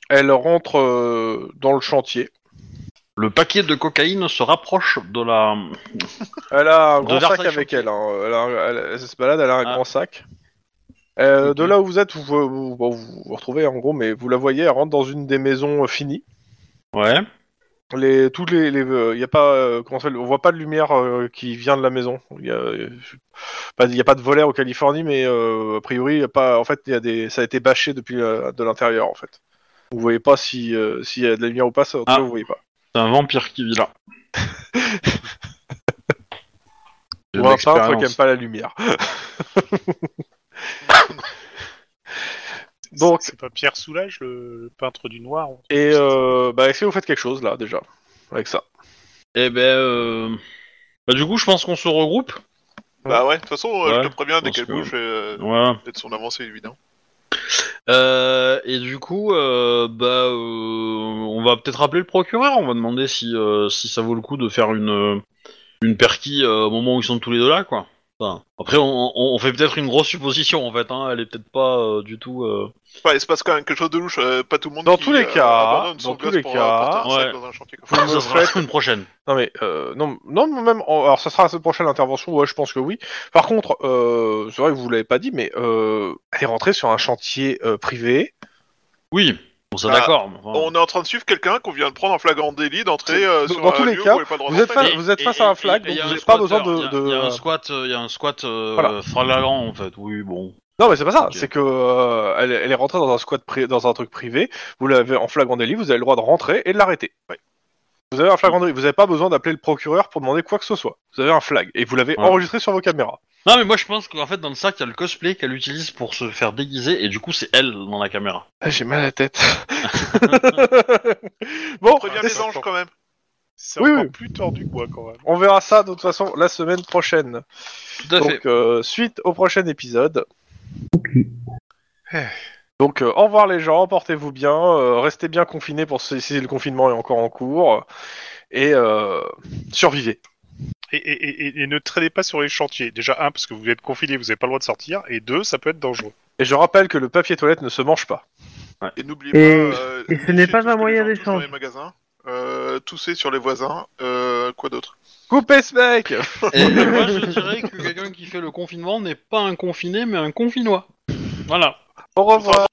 Speaker 1: Elle rentre euh, dans le chantier.
Speaker 3: Le paquet de cocaïne se rapproche de la.
Speaker 1: Elle a un
Speaker 3: De
Speaker 1: grand sac
Speaker 3: Versailles
Speaker 1: avec
Speaker 3: chantier.
Speaker 1: elle, hein. Elle, a un- elle- elle se balade, elle a un
Speaker 3: Ah.
Speaker 1: grand sac. Euh,
Speaker 3: Ok.
Speaker 1: De là où vous êtes, vous vous, bon, vous vous retrouvez en gros, mais vous la voyez, elle rentre dans une des maisons euh, finies.
Speaker 3: Ouais.
Speaker 1: Les, toutes les, les, euh, y a pas, euh, comment ça s'appelle, on voit pas de lumière euh, qui vient de la maison. Il y a, euh, pas, y a pas de volet en Californie, mais euh, a priori, y a pas, en fait, y a des, ça a été bâché depuis euh, de l'intérieur, en fait. Vous voyez pas si, euh, s'il y a de la lumière ou pas, ça, en tout
Speaker 3: Ah.
Speaker 1: cas, vous voyez pas.
Speaker 3: C'est un vampire qui vit là. J'ai
Speaker 1: Ou
Speaker 3: de
Speaker 1: un peintre qui
Speaker 3: l'expérience.
Speaker 1: aime pas la lumière. [LAUGHS] Donc-
Speaker 2: C'est pas Pierre Soulage, le, le peintre du noir. on-
Speaker 1: Et, euh, bah, est-ce que vous faites quelque chose, là, déjà, avec ça?
Speaker 3: Eh ben, euh... bah, du coup, je pense qu'on se regroupe.
Speaker 5: Bah ouais, de toute façon, euh,
Speaker 3: Ouais,
Speaker 5: je te préviens dès
Speaker 3: parce
Speaker 5: qu'elle
Speaker 3: que-
Speaker 5: bouge, euh,
Speaker 3: Voilà.
Speaker 5: peut-être son avancée, évidemment.
Speaker 3: Euh, et du coup, euh, bah, euh, on va peut-être appeler le procureur. On va demander si, euh, si ça vaut le coup de faire une euh, une perquis euh, au moment où ils sont tous les deux là, quoi. Enfin, après, on, on- on fait peut-être une grosse supposition en fait. Hein, elle est peut-être pas euh, du tout. euh,
Speaker 5: Enfin, il se passe quand même quelque chose de louche. euh, pas tout le monde.
Speaker 1: Dans
Speaker 5: qui,
Speaker 1: tous les
Speaker 5: euh,
Speaker 1: cas,
Speaker 5: abandonne son
Speaker 1: dans tous
Speaker 5: gosse
Speaker 1: les
Speaker 5: pour,
Speaker 1: cas,
Speaker 5: euh, porter un sac
Speaker 3: ouais.
Speaker 5: dans un chantier, quoi.
Speaker 1: Vous me
Speaker 3: [LAUGHS] ça sera la
Speaker 1: faites-
Speaker 3: semaine prochaine.
Speaker 1: Non mais euh, non non même en- alors ça sera la prochaine intervention ouais je pense que oui. Par contre euh, c'est vrai que vous l'avez pas dit mais euh, elle est rentrée sur un chantier euh, privé.
Speaker 3: Oui. Bon, ça
Speaker 5: Bah,
Speaker 3: d'accord. mais enfin,
Speaker 5: On est en train de suivre quelqu'un qu'on vient de prendre en flagrant délit d'entrée euh,
Speaker 1: Dans-
Speaker 5: sur
Speaker 1: dans
Speaker 5: un
Speaker 1: tous les
Speaker 5: lieu
Speaker 1: cas,
Speaker 5: où elle n'a pas le droit
Speaker 1: vous êtes
Speaker 5: d'entrer.
Speaker 1: pas- vous êtes face
Speaker 3: et-
Speaker 1: à un
Speaker 3: et-
Speaker 1: flag,
Speaker 3: et
Speaker 1: donc
Speaker 3: y a
Speaker 1: vous
Speaker 3: un
Speaker 1: n'avez pas besoin
Speaker 3: squatter,
Speaker 1: de-
Speaker 3: y a-
Speaker 1: de-
Speaker 3: y a un squat, euh, y a un squat euh,
Speaker 1: Voilà.
Speaker 3: flagrant en fait. Oui, bon.
Speaker 1: Non mais c'est pas ça
Speaker 3: Ok.
Speaker 1: c'est que euh, elle, elle est rentrée dans un squat pri- dans un truc privé. Vous l'avez en flagrant délit vous avez le droit de rentrer et de l'arrêter. Vous avez un flagrant délit vous n'avez pas besoin d'appeler le procureur pour demander quoi que ce soit. Vous avez un flag et vous l'avez
Speaker 3: Ouais.
Speaker 1: enregistré sur vos caméras.
Speaker 3: Non, mais moi je pense qu'en fait dans le sac il y a le cosplay qu'elle utilise pour se faire déguiser et du coup c'est elle dans la caméra.
Speaker 1: Ah, J'ai mal à la tête. [LAUGHS] bon
Speaker 5: Préviens les anges quand même.
Speaker 2: Ah, C'est
Speaker 1: Oui,
Speaker 2: encore
Speaker 1: oui.
Speaker 2: plus tordu que moi quand même.
Speaker 1: On verra ça de toute façon la semaine prochaine.
Speaker 3: Tout
Speaker 1: [LAUGHS]
Speaker 3: à fait.
Speaker 1: Donc, euh, suite au prochain épisode.
Speaker 4: Ok.
Speaker 1: Donc, euh, au revoir les gens, portez-vous bien, euh, restez bien confinés pour si si le confinement est encore en cours, et euh, survivez.
Speaker 2: Et, et- et- et ne traînez pas sur les chantiers. Déjà, un, parce que vous êtes confiné, vous n'avez pas le droit de sortir. Et deux, ça peut être dangereux.
Speaker 1: Et je rappelle que le papier toilette ne se mange pas.
Speaker 5: Et n'oubliez
Speaker 4: Et-
Speaker 5: pas. euh,
Speaker 4: et ce
Speaker 5: lécher
Speaker 4: n'est pas
Speaker 5: tout
Speaker 4: un
Speaker 5: que les
Speaker 4: moyen
Speaker 5: gens touchent dans
Speaker 4: d'échange.
Speaker 5: les magasins, euh, tousser sur les voisins. euh, quoi d'autre
Speaker 1: Coupez ce mec
Speaker 3: Et moi je dirais que quelqu'un qui fait le confinement n'est pas un confiné mais un confinois. Voilà.
Speaker 1: Au revoir